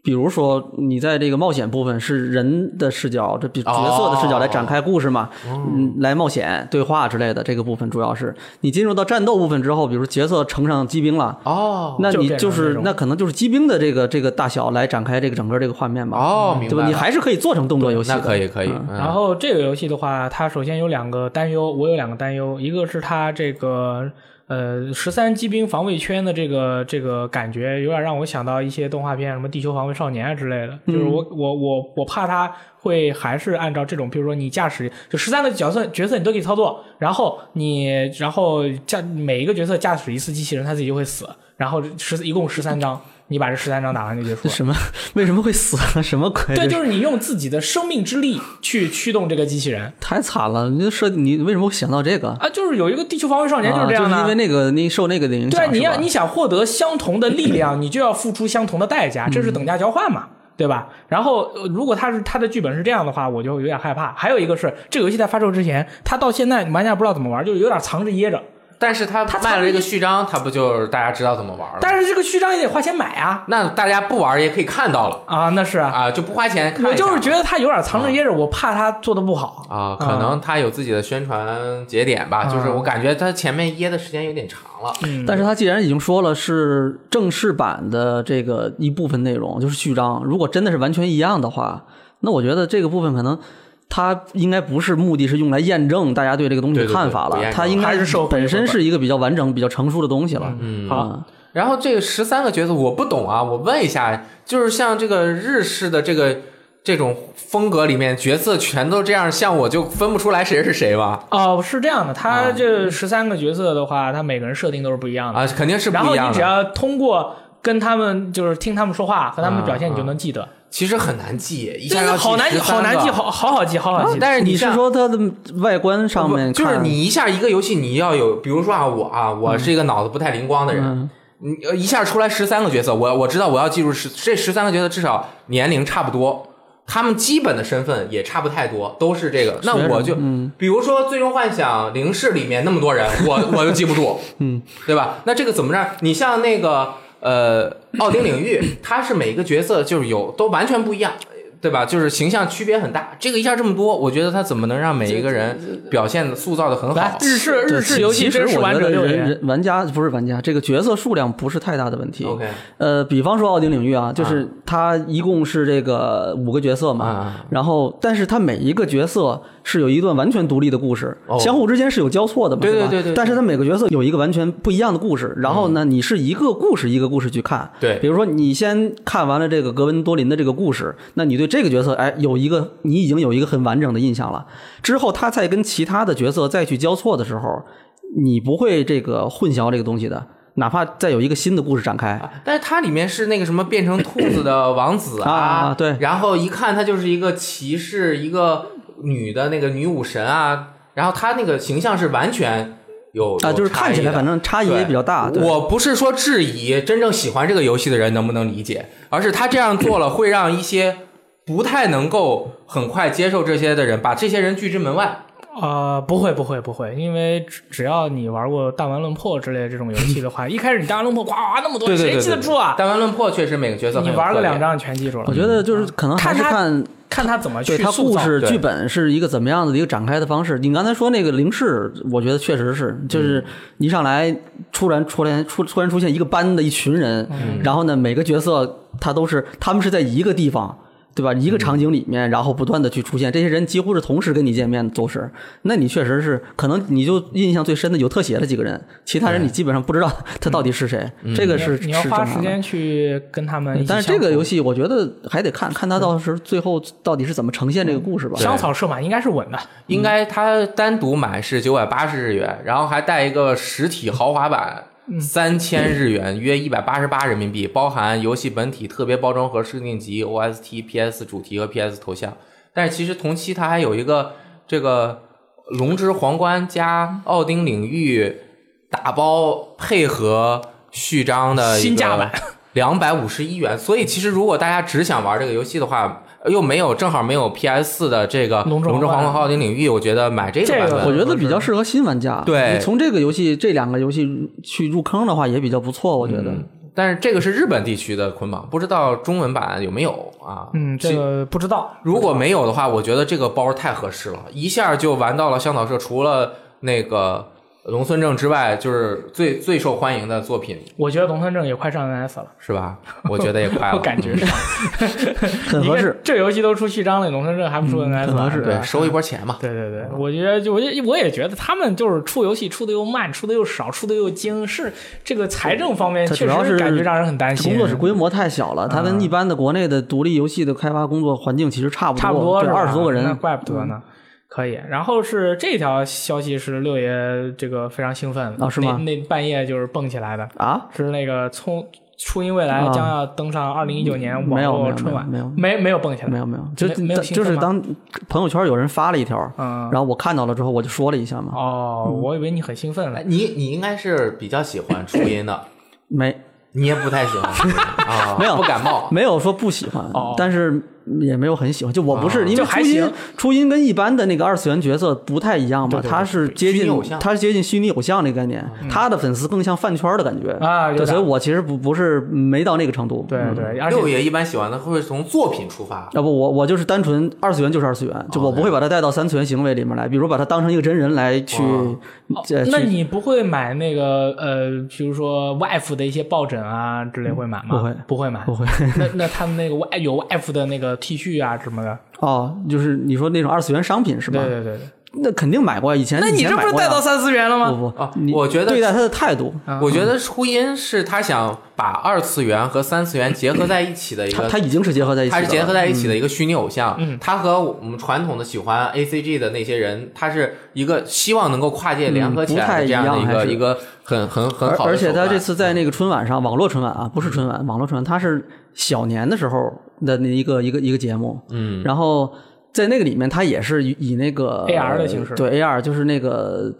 S3: 比如说你在这个冒险部分是人的视角，这比角色的视角来展开故事嘛，
S2: 哦
S3: 嗯，来冒险、对话之类的这个部分主要是你进入到战斗部分之后，比如角色乘上机兵了。
S2: 哦
S3: 那你
S1: 就变成
S3: 就是
S1: 这种
S3: 那可能就是机兵的这个这个大小来展开这个整个这个画面吧，
S1: 嗯
S2: 哦，明
S3: 对
S2: 白
S3: 吧？
S2: 了，
S3: 你还是可以做成动作游戏的，
S2: 那可以可以，
S3: 嗯
S2: 嗯
S1: 然后这个游戏的话，它首先有两个担忧，我有两个担忧，一个是它这个呃十三机兵防卫圈的这个这个感觉，有点让我想到一些动画片，什么《地球防卫少年》啊之类的，
S3: 嗯
S1: 就是我我我我怕它会还是按照这种，比如说你驾驶就十三个角色角色你都可以操作，然后你然后呃驾每一个角色驾驶一次机器人，他自己就会死，然后十一共十三张，你把这十三张打完就结束
S3: 哎这
S1: 了。
S3: 什么为什么会死啊？什么鬼？
S1: 对，
S3: 这
S1: 就是你用自己的生命之力去驱动这个机器人，
S3: 太惨了！你设你为什么会想到这个？
S1: 啊，就是有一个地球防卫少年就是
S3: 啊
S1: 这样的。
S3: 因为那个你受那个的影响。
S1: 对啊，你
S3: 是吧
S1: 要你想获得相同的力量，你就要付出相同的代价，这是等价交换嘛，对吧？然后呃如果他是他的剧本是这样的话，我就有点害怕。还有一个是这个游戏在发售之前，他到现在玩家不知道怎么玩，就是有点藏着掖着。
S2: 但是他
S1: 他
S2: 卖了
S1: 藏
S2: 这个
S1: 一
S2: 序章，他不就是大家知道怎么玩了？
S1: 但是这个序章也得花钱买啊
S2: 那大家不玩也可以看到了
S1: 啊，那是啊，
S2: 啊，就不花钱看一下。
S1: 我就是觉得他有点藏着掖着，我怕他做的不好
S2: 啊，可能他有自己的宣传节点吧，
S1: 啊
S2: 就是我感觉他前面噎的时间有点长了。
S3: 嗯
S1: 嗯
S3: 但是他既然已经说了是正式版的这个一部分内容，就是序章，如果真的是完全一样的话，那我觉得这个部分可能。它应该不是目的是用来验证大家对这个东西
S2: 对
S3: 的
S2: 对
S3: 看法
S2: 对不
S3: 了
S2: 验，证
S3: 它应
S1: 还
S3: 该
S1: 是受
S3: 本身
S1: 回馈
S3: 是一个比较完整、比较成熟的东西了。啊
S2: 嗯，
S3: 好，
S2: 然后这个十三个角色我不懂啊，我问一下，就是像这个日式的这个这种风格里面，角色全都这样，像我就分不出来谁是谁吧？
S1: 哦，是这样的，他这十三个角色的话，他每个人设定都是不一样的。
S2: 啊，肯定是不
S1: 嗯然
S2: 一
S1: 后
S2: 样
S1: 你只
S2: 的。
S1: 要通过跟他们就是听他们说话和他们的表现，你就能记
S3: 嗯
S1: 得。
S2: 其实很难记，一下
S1: 真
S2: 要
S1: 的好难
S2: 记
S1: 记，
S2: 13
S1: 好难记，
S2: 个
S1: 好好好记，好好记。
S2: 但是
S3: 你
S2: 像
S3: 是说它的外观上面看，
S2: 就是你一下一个游戏，你要有，比如说啊，我啊，
S1: 嗯
S2: 我是一个脑子不太灵光的人，
S3: 嗯
S2: 你呃一下出来十三个角色，我我知道我要记住十这十三个角色至少年龄差不多，他们基本的身份也差不太多，都是这个。那我就、比如说《最终幻想零式》里面那么多人，我我就记不住，嗯， *laughs* 对吧？那这个怎么着？你像那个呃，奥丁领域，它是每一个角色就是有都完全不一样。对吧？就是形象区别很大，这个一下这么多，我觉得他怎么能让每一个人表现的塑造的很
S1: 来
S2: 好，？
S1: 日式
S3: 对
S1: 日式游戏
S3: 其实
S1: 真是
S3: 我
S1: 完
S3: 觉
S1: 整
S3: 得
S1: 六
S3: 人
S1: 人。
S3: 人玩家不是玩家，这个角色数量不是太大的问题。
S2: OK
S3: 呃，比方说奥丁领域啊，就是它一共是这个五个角色嘛，
S2: 啊
S3: 然后但是它每一个角色是有一段完全独立的故事，
S2: 哦
S3: 相互之间是有交错的嘛，
S2: 对
S3: 吧
S2: 对对对对嗯
S3: 但是它每个角色有一个完全不一样的故事，然后呢，你是一个故事一个故事去看，
S2: 对
S3: 比如说你先看完了这个格温多林的这个故事，那你对这个角色哎有一个你已经有一个很完整的印象了，之后他再跟其他的角色再去交错的时候，你不会这个混淆这个东西的。哪怕再有一个新的故事展开，
S2: 但是它里面是那个什么变成兔子的王子
S3: 啊对
S2: 然后一看他就是一个骑士，一个女的那个女武神啊，然后他那个形象是完全有
S3: 啊，就是看起来反。
S2: 有差异的
S3: 正差异也比较大。对
S2: 我不是说质疑真正喜欢这个游戏的人能不能理解，而是他这样做了会让一些不太能够很快接受这些的人，把这些人拒之门外。
S1: 呃，不会不会不会，因为只只要你玩过《弹丸论破》之类的这种游戏的话，一开始你《弹丸论破》呱呱那么多，
S2: 对对对
S1: 谁记得住啊？
S2: 弹丸论破确实每个角色很
S1: 你
S2: 有
S1: 玩
S2: 特
S1: 个
S2: 点啊
S1: 两，张你全记住了
S3: 我。觉得就是可能还是
S1: 看他
S3: 看
S1: 看他怎么
S3: 对
S1: 去
S3: 它
S1: 塑
S3: 故
S1: 造。
S3: 事
S2: 对
S3: 剧本是一个怎么样的一个展开的方式。你刚才说那个零式，我觉得确实是，就是一上来突然出来出突然出现一个班的一群人，
S1: 嗯
S3: 然后呢每个角色他都是他们是在一个地方。对吧？一个场景里面，然后不断的去出现，这些人几乎是同时跟你见面的，都是。那你确实是，可能你就印象最深的有特写的几个人，其他人你基本上不知道他到底是谁。这个是
S1: 你要
S3: 是
S1: 花
S3: 正
S1: 时
S3: 常的
S1: 间去跟他们一起
S3: 但
S1: 相处。
S3: 是这个游戏，我觉得还得看看他到时候最后到底是怎么呈现这个故事吧。
S1: 香草射马应该是稳的，
S2: 应该它单独买是九百八十日元，然后还带一个实体豪华版，
S1: 嗯
S2: 三千日元，约一百八十八人民币，包含游戏本体、特别包装盒、设定集、OST、PS 主题和 PS 头像。但是其实同期它还有一个这个龙之皇冠加奥丁领域打包配合序章的一个
S1: 新价版，
S2: *laughs* 两百五十一元。所以其实如果大家只想玩这个游戏的话，又没有正好没有 PS 4的这个《龙
S1: 龙之
S2: 之
S1: 皇冠
S2: 皇冠浩鼎领域》，我觉得买这个版
S1: 这
S2: 本
S1: 个
S3: 我觉得比较适合新玩家。
S2: 对
S3: 你从这个游戏这两个游戏去入坑的话，也比较不错，我觉得。
S2: 但是这个是日本地区的捆绑，不知道中文版有没有啊？
S1: 嗯，这个不知道，
S2: 如果没有的话，我觉得这个包太合适了，一下就玩到了香草社除了那个龙村正之外，就是最最受欢迎的作品，
S1: 我觉得龙村正也快上 NS
S3: *laughs*
S1: 了，*laughs*
S2: 是吧？我觉得也
S3: 哦
S2: 快了，
S1: 我感觉是
S3: 很合适嗯
S1: 你看这游戏都出序章了，龙村正还不出 NS，
S3: 很合适啊
S2: 对，
S1: 吧
S2: 收一波钱嘛。
S1: 对对对，我觉得就我也我也觉得他们就是出游戏出的又慢，出的又少，出的又精，是这个财政方面
S3: 它
S1: 确
S3: 主要
S1: 实
S3: 是
S1: 感觉让人很担心。
S3: 工作室规模太小了，它
S1: 嗯
S3: 跟一般的国内的独立游戏的开发工作环境其实差不多，
S1: 差不多是吧
S3: 二十多个
S1: 那
S3: 人。嗯
S1: 怪不得呢。可以，然后是这条消息是六爷这个非常兴奋
S3: 啊是吗
S1: 那那半夜就是蹦起来的，
S3: 啊，
S1: 是那个从初音未来
S3: 啊
S1: 将要登上二零一九年
S3: 没
S1: 网
S3: 有没
S1: 络
S3: 有
S1: 春晚，
S3: 没有
S1: 没没有蹦起来，
S3: 没有没有，就
S1: 没有兴奋
S3: 就是
S1: 吗
S3: 当朋友圈有人发了一条，
S1: 嗯
S3: 然后我看到了之后我就说了一下嘛，
S1: 哦，我以为你很兴奋了
S2: 哎，你你应该是比较喜欢初音的，
S3: 没
S2: 你也不太喜欢初音
S1: *laughs*
S2: 啊，
S3: 没有
S2: 不感冒。
S3: 没有说不喜欢
S1: 哦，
S3: 但是也没有很喜欢。就我不
S2: 哦
S3: 是因
S1: 就
S3: 为
S1: 还
S3: 初音
S1: 行，
S3: 初音跟一般的那个二次元角色不太一样
S1: 对
S3: 嘛，
S1: 对对
S3: 它是接
S2: 虚拟
S3: 近
S2: 偶像
S3: 它是接近虚拟偶像那个概念，他的粉丝更像饭圈的感觉
S1: 嗯啊有
S3: 对，
S1: 点
S3: 所以我其实不不是没到那个程度。
S1: 对
S3: 嗯
S1: 对，而且
S2: 六爷一般喜欢的会从作品出发，
S3: 要不我我就是单纯二次元就是二次元，就我不会把它带到三次元行为里面来，比如把它当成一个真人来去
S2: 哦，
S3: 呃
S1: 那
S3: 去
S1: 你不会买那个呃，比如说 wife 的一些抱枕啊之类会买吗？
S3: 不会
S1: 不会买，
S3: 不会。
S1: 那那他们那个 wife 有 wife 的那个 T 恤啊什么的，
S3: 哦，就是你说那种二次元商品是吧
S1: 对？对对对。
S3: 那肯定买过啊呀，以前
S1: 那
S3: 以
S1: 你
S3: 前
S1: 这不
S3: 买
S1: 是
S3: 过
S1: 带
S3: 呀
S1: 到三次元了吗？
S3: 不
S2: 啊
S3: 不，你
S2: 我觉得
S3: 对待他的态度，
S2: 我觉得初音是他想把二次元和三次元结合在一起的一
S3: 他
S2: 个
S3: 他已经是结合在一起
S2: 它
S3: 了，
S2: 是结合在一起的一个虚拟偶像，
S1: 嗯
S2: 它和我们传统的喜欢 A C G 的那些人，它是一个希望能够跨界联合起来的这样的一
S3: 嗯不太一样还
S2: 个
S3: 是
S2: 一个很很很
S3: 而
S2: 好的
S3: 而且
S2: 手段
S3: 他这次在那个春晚上，网络春晚啊，不是春晚，网络春晚，他是小年的时候的那一个一个一个节目，
S2: 嗯，
S3: 然后在那个里面，他也是以以那个
S1: AR 的形式
S3: 对 AR 就是那个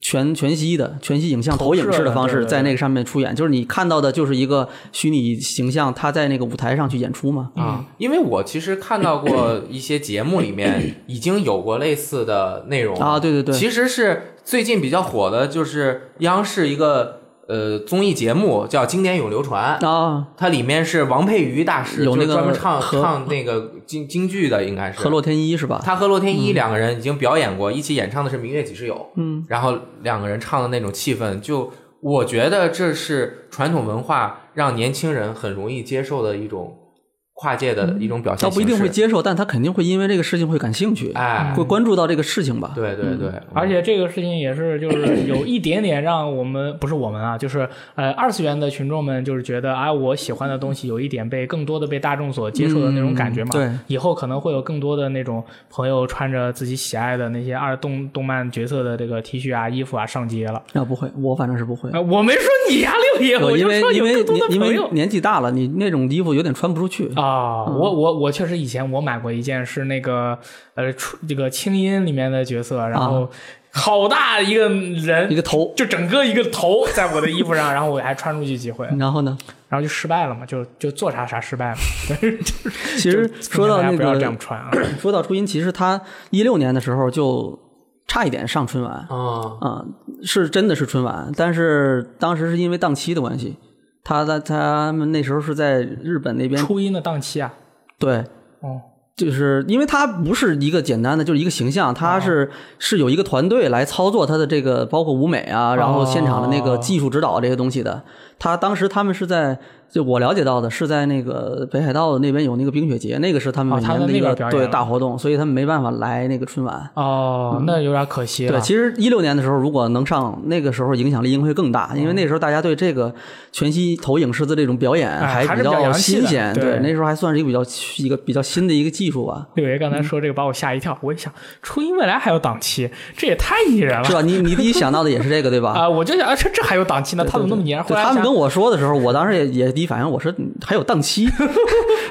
S3: 全全息的全息影像投影式的方
S1: 投射的对
S3: 式，
S1: 对
S3: 在那个上面出演，就是你看到的就是一个虚拟形象，他在那个舞台上去演出嘛。
S2: 啊，因为我其实看到过一些节目里面已经有过类似的内容
S3: 啊，对对对，
S2: 其实是最近比较火的就是央视一个呃综艺节目叫《经典永流传》，
S3: 啊，
S2: 它里面是王佩瑜大师，
S3: 有那个
S2: 就是专门唱
S3: 和
S2: 唱那个京京剧的，应该是
S3: 和洛嗯天依是吧？
S2: 他和洛天依两个人已经表演过，一起演唱的是《明月几时有》，嗯，然后两个人唱的那种气氛，就我觉得这是传统文化让年轻人很容易接受的一种跨界的一种表现形式，
S3: 他嗯不一定会接受，但他肯定会因为这个事情会感兴趣，
S2: 哎，
S3: 会关注到这个事情吧。
S2: 对对对，
S1: 而且这个事情也是，就是 *coughs* 有一点点让我们不是我们啊，就是呃二次元的群众们，就是觉得啊，我喜欢的东西有一点被更多的被大众所接受的那种感觉嘛。
S3: 嗯对，
S1: 以后可能会有更多的那种朋友穿着自己喜爱的那些二动动漫角色的这个 T 恤啊、衣服啊上街了。
S3: 啊，不会，我反正是不会。
S1: 啊，我没说你呀、六爷，
S3: 有
S1: 我
S3: 哦因
S1: 就
S3: 为
S1: 说
S3: 因
S1: 有
S3: 为
S1: 更多的
S3: 年因
S1: 朋
S3: 为嗯
S1: 友。
S3: 年纪大了，你那种衣服有点穿不出去。
S1: 啊、我我我确实以前我买过一件是那个呃，出这个清音里面的角色，然
S3: 啊
S1: 后好大一个人，
S3: 一个头
S1: 就整个一个头在我的衣服上，然后我还穿出去几回，
S3: 然后呢，
S1: 然后就失败了嘛，就就做啥啥失败嘛。 *laughs*
S3: 其实说到
S1: 大
S3: 那
S1: 家不要这
S3: 个
S1: 样，穿啊，
S3: 说到初音，其实他一六年的时候就差一点上春晚啊、
S2: 啊，
S3: 是真的是春晚，但是当时是因为档期的关系，他他他们那时候是在日本那边
S1: 初音的档期啊，
S3: 对嗯
S1: 哦，
S3: 就是因为它不是一个简单的，就是一个形象，
S1: 哦
S3: 它是、是有一个团队来操作它的这个，包括舞美啊，然后现场的那个
S1: 哦
S3: 技术指导这些东西的。他当时他们是在，就我了解到的是在那个北海道那边有那个冰雪节，那个是他们
S1: 哦
S3: 每
S1: 他在
S3: 年的
S1: 那
S3: 一个、
S1: 边表演
S3: 对
S1: 了
S3: 大活动，所以他们没办法来那个春晚。
S1: 哦，那有点可惜了。
S3: 对，其实一六年的时候，如果能上，那个时候影响力应该会更大，因
S1: 哦
S3: 为那时候大家对这个全息投影式的这种表演
S1: 哎还是
S3: 比
S1: 比较
S3: 较
S1: 洋气的
S3: 新鲜，
S1: 对
S3: 那时候还算是一个比较一个比较新的一个技术吧。
S1: 六爷刚才说这个把我吓一跳，我一想，初音未来还有档期，这也太拟 *laughs* 人
S3: 是啊
S1: 了
S3: 吧？你你第一想到的也是这个，对吧？
S1: 啊、我就想，啊，这这还有档期呢，他怎么那么拟人？后
S3: 对
S1: 来
S3: 他
S1: 啊想
S3: 们跟我说的时候，我当时也也第一反应，我说嗯还有档期，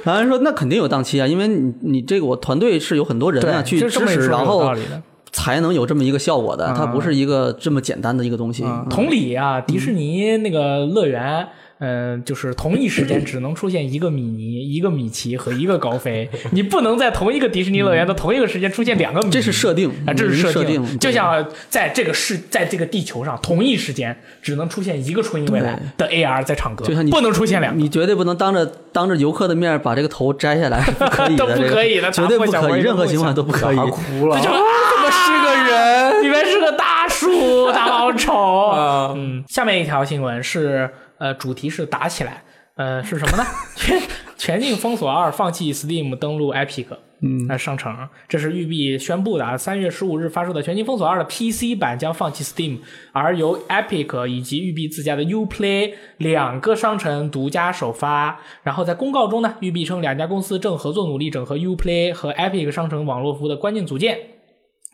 S3: 然后人说那肯定有档期啊，因为你你这个我团队是有很多人啊
S1: 对，
S3: 去
S1: 就这
S3: 支
S1: 么一
S3: 持，
S1: 说
S3: 然
S1: 有道
S3: 后
S1: 理的
S3: 才能有这么一个效果的，
S1: 嗯啊
S3: 它不是一个这么简单的一个东西。
S1: 嗯同理啊，迪士尼那个乐园嗯，就是同一时间只能出现一个米妮、一个米奇和一个高飞，你不能在同一个迪士尼乐园的同一个时间出现两个米妮。
S3: 这是设定
S1: 啊，这是
S3: 设
S1: 定。
S3: 定
S1: 就
S3: 对
S1: 像在这个世，在这个地球上，同一时间只能出现一个初音未来的 AR 在唱歌，
S3: 就像你
S1: 不能出现两个。
S3: 你绝对不能当着当着游客的面把这个头摘下来， *laughs* 不可以的，
S1: 都不可以的
S3: 这个绝对不
S1: 打破小
S3: 可
S1: 孩
S3: 以，任何
S1: 的
S3: 情况都不可以
S2: 小孩。哭了
S1: 这，就
S3: 啊
S1: 怎么是个人？里面是个大叔，他好
S3: *laughs*
S1: 丑。
S2: 啊
S1: 嗯，下面一条新闻是呃，主题是打起来，呃，是什么呢？全全境封锁二放弃 Steam 登录 Epic。嗯，来上城，这是育碧宣布的啊。三月十五日发售的《全境封锁二》的 PC 版将放弃 Steam，而由 Epic 以及育碧自家的 UPlay 两个商城独家首发。然后在公告中呢，育碧称两家公司正合作努力整合 UPlay 和 Epic 商城网络服务的关键组件，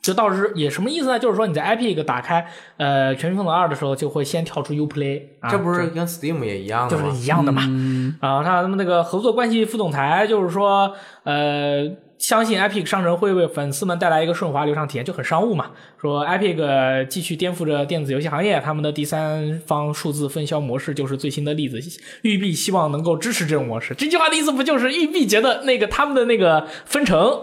S1: 这倒是也什么意思呢？就是说你在 Epic 打开呃《全民风的二》的时候，就会先跳出 UPlay，、啊、
S2: 这不是跟 Steam 也一样
S1: 就
S2: 的
S1: 是
S2: 吗？
S1: 一样的嘛。
S3: 嗯
S1: 啊，他们那个合作关系副总裁就是说，呃，相信 Epic 商城会为粉丝们带来一个顺滑流畅体验，就很商务嘛。说 Epic 继续颠覆着电子游戏行业，他们的第三方数字分销模式就是最新的例子。育碧希望能够支持这种模式。这句话的意思不就是育碧觉得那个他们的那个分成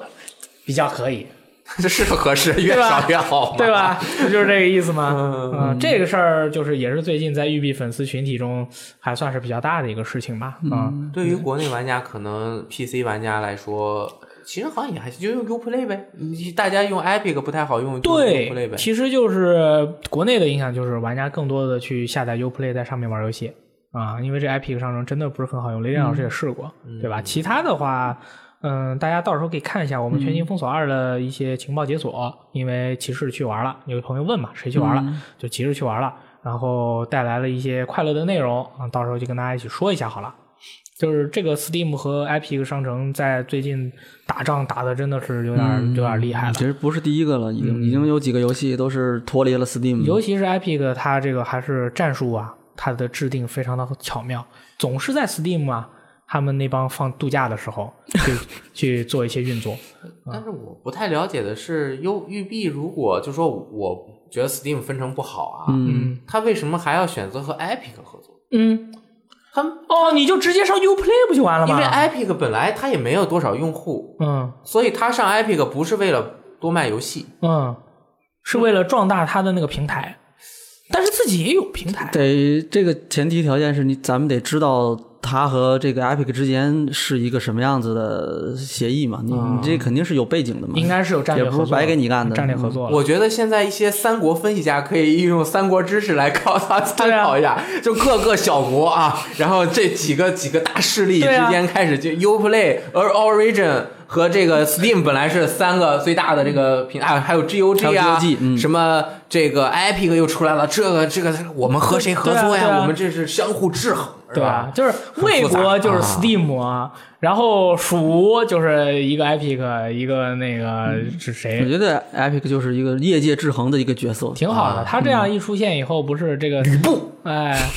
S1: 比较可以，
S2: *laughs* 这是合适，越
S1: 对吧
S2: 少越好嘛，
S1: 对？ *laughs* 吧？不就是这个意思吗？嗯、这个事儿就是也是最近在育碧粉丝群体中还算是比较大的一个事情吧。嗯，
S2: 对于国内玩家，可能 PC 玩家来说，其实好像也还行，就用 Uplay 呗。你大家用 Epic 不太好用，就用 Uplay
S1: 对，
S2: 呗。
S1: 其实就是国内的影响就是玩家更多的去下载 Uplay 在上面玩游戏啊、因为这 Epic 商城真的不是很好用，雷电老
S2: 嗯
S1: 师也试过，对吧？其他的话。嗯，大家到时候可以看一下我们《
S2: 嗯
S1: 全新封锁二》的一些情报解锁，因为骑士去玩了，有朋友问嘛，谁去玩了？
S2: 嗯
S1: 就骑士去玩了，然后带来了一些快乐的内容啊，到时候就跟大家一起说一下好了。就是这个 Steam 和 Epic 商城在最近打仗打的真的是有点、
S2: 嗯
S1: 有点厉害了嗯
S3: 其，实不是第一个了，已经已经有几个游戏都是脱离了
S2: 嗯
S3: Steam。
S1: 尤其是 Epic，它这个还是战术啊，它的制定非常的巧妙，总是在 Steam 啊，他们那帮放度假的时
S2: *laughs*
S1: 候去去做一些运作。
S2: 但是我不太了解的是，优育碧如果就说我觉得 Steam 分成不好啊，
S3: 嗯，
S2: 他为什么还要选择和 Epic 合作？
S1: 嗯，
S2: 他们
S1: 哦，你就直接上 Uplay 不就完了吗？
S2: 因为哎 Epic 本来它也没有多少用户，
S1: 嗯
S2: 所以它上 Epic 不是为了多卖游戏，
S1: 嗯，是为了壮大它的那个平台，但是自己也有平台。
S3: 得这个前提条件是你咱们得知道它和这个 Epic 之间是一个什么样子的协议嘛？你你这肯定是有背景的嘛？
S1: 嗯应该是有战略合
S3: 也
S1: 作
S3: 不是白给你干的嗯
S1: 战略合作了。
S2: 我觉得现在一些三国分析家可以运用三国知识来告诉他参考一下，
S1: 啊
S2: 就各个小国啊，然后这几个几个大势力之
S1: 对啊
S2: 间开始就 Uplay、而 Origin 和这个 Steam 本来是三个最大的这个平台，还有 GOG 啊，
S3: 还有 GOG 嗯
S2: 什么这个 Epic 又出来了，这个这个我们和谁合
S1: 对
S2: 作
S1: 啊
S2: 呀？
S1: 对啊
S2: 我们这是相互制衡，是
S1: 对
S2: 吧
S1: 吧？？就是魏国就是 Steam，、啊、然后蜀就是一个 Epic，一个那个
S2: 嗯
S1: 是谁？
S3: 嗯我觉得 Epic 就是一个业界制衡的一个角色。
S1: 挺好
S2: 啊
S1: 的。他这样一出现以后，不是这个吕布，
S2: 嗯
S1: 哎，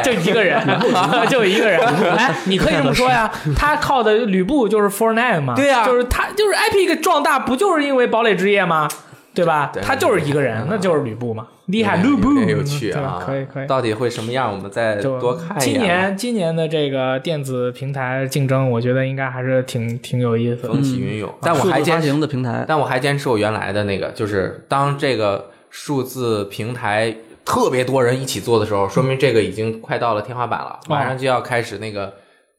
S1: *laughs*
S2: *laughs* 哎
S1: 就一个人， *laughs* 就一个人。哎，你可以这么说呀，他靠的吕布就是 For Nine 嘛，
S2: 对呀
S1: 就是他就是 Epic 壮大，不就是因为堡垒之夜吗？对吧？
S2: 对
S1: 他就是一个人，那就是吕布嘛，厉害，吕
S2: 有
S1: 布
S2: 点哎有趣
S1: 对吧
S2: 啊！
S1: 可以可以。
S2: 到底会什么样？我们再
S1: 就
S2: 多看一眼。
S1: 今年今年的这个电子平台竞争，我觉得应该还是挺挺有意思的。
S2: 风起云
S1: 嗯
S2: 涌，但我
S3: 数字
S2: 还
S3: 发
S2: 坚持
S3: 行的平台，
S2: 但我还坚持我原来的那个，就是当这个数字平台特别多人一起做的时候，说明这个已经快到了天花板了，马上就要开始那个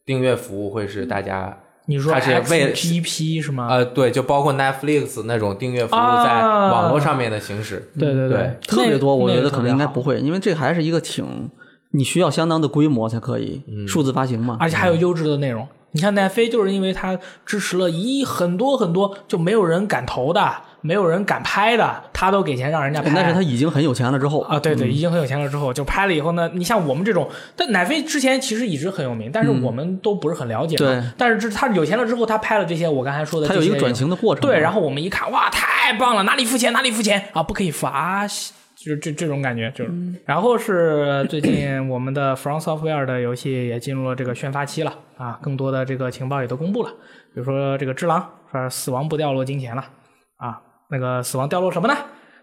S2: 订阅服务会是大家
S1: 你说
S2: 它是为
S1: XPP 是吗？
S2: 呃对，就包括 Netflix 那种订阅服务在
S1: 啊
S2: 网络上面的形式。
S1: 对对
S2: 对
S3: 特别多，
S1: 那
S3: 我觉
S1: 那
S3: 得
S1: 个
S3: 可
S1: 特
S3: 能
S1: 别
S3: 应该
S1: 好
S3: 不会，因为这还是一个挺你需要相当的规模才可以数字发行嘛。
S1: 嗯而且还有优质的内容。你像奈飞，就是因为它支持了一很多很多就没有人敢投的、没有人敢拍的，他都给钱让人家拍。
S3: 哎但是他嗯已经很有钱了之后
S1: 啊，对对，已经很有钱了之后，就拍了以后呢，你像我们这种，但奶飞之前其实一直很有名，但是我们都不是很了解嘛。
S3: 嗯对
S1: 但是这他有钱了之后，他拍了这些我刚才说的，
S3: 它有一个转型的过程
S1: 对，
S3: 嘛
S1: 然后我们一看，哇，太棒了，哪里付钱哪里付钱啊，不可以罚。就是这这种感觉，就是，然后是最近我们的 From Software 的游戏也进入了这个宣发期了啊，更多的这个情报也都公布了，比如说这个《只狼》说死亡不掉落金钱了，啊，那个死亡掉落什么呢？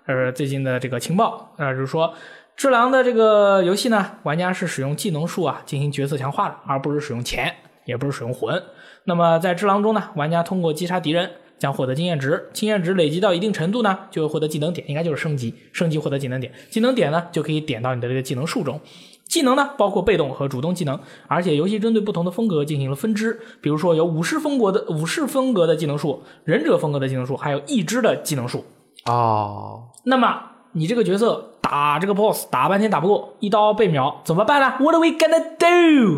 S1: 呃，最近的这个情报，呃，就是说《智狼的这个游戏呢，玩家是使用技能树啊进行角色强化的，而不是使用钱，也不是使用魂。那么在智狼中呢，玩家通过击杀敌人将获得经验值，经验值累积到一定程度呢，就会获得技能点，应该就是升级，升级获得技能点，技能点呢就可以点到你的这个技能树中。技能呢，包括被动和主动技能，而且游戏针对不同的风格进行了分支，比如说有武士风格的武士风格的技能树、忍者风格的技能树，还有一支的技能树。
S2: 哦，
S1: 那么你这个角色打这个 BOSS 打半天打不过，一刀被秒，怎么办呢？What are we gonna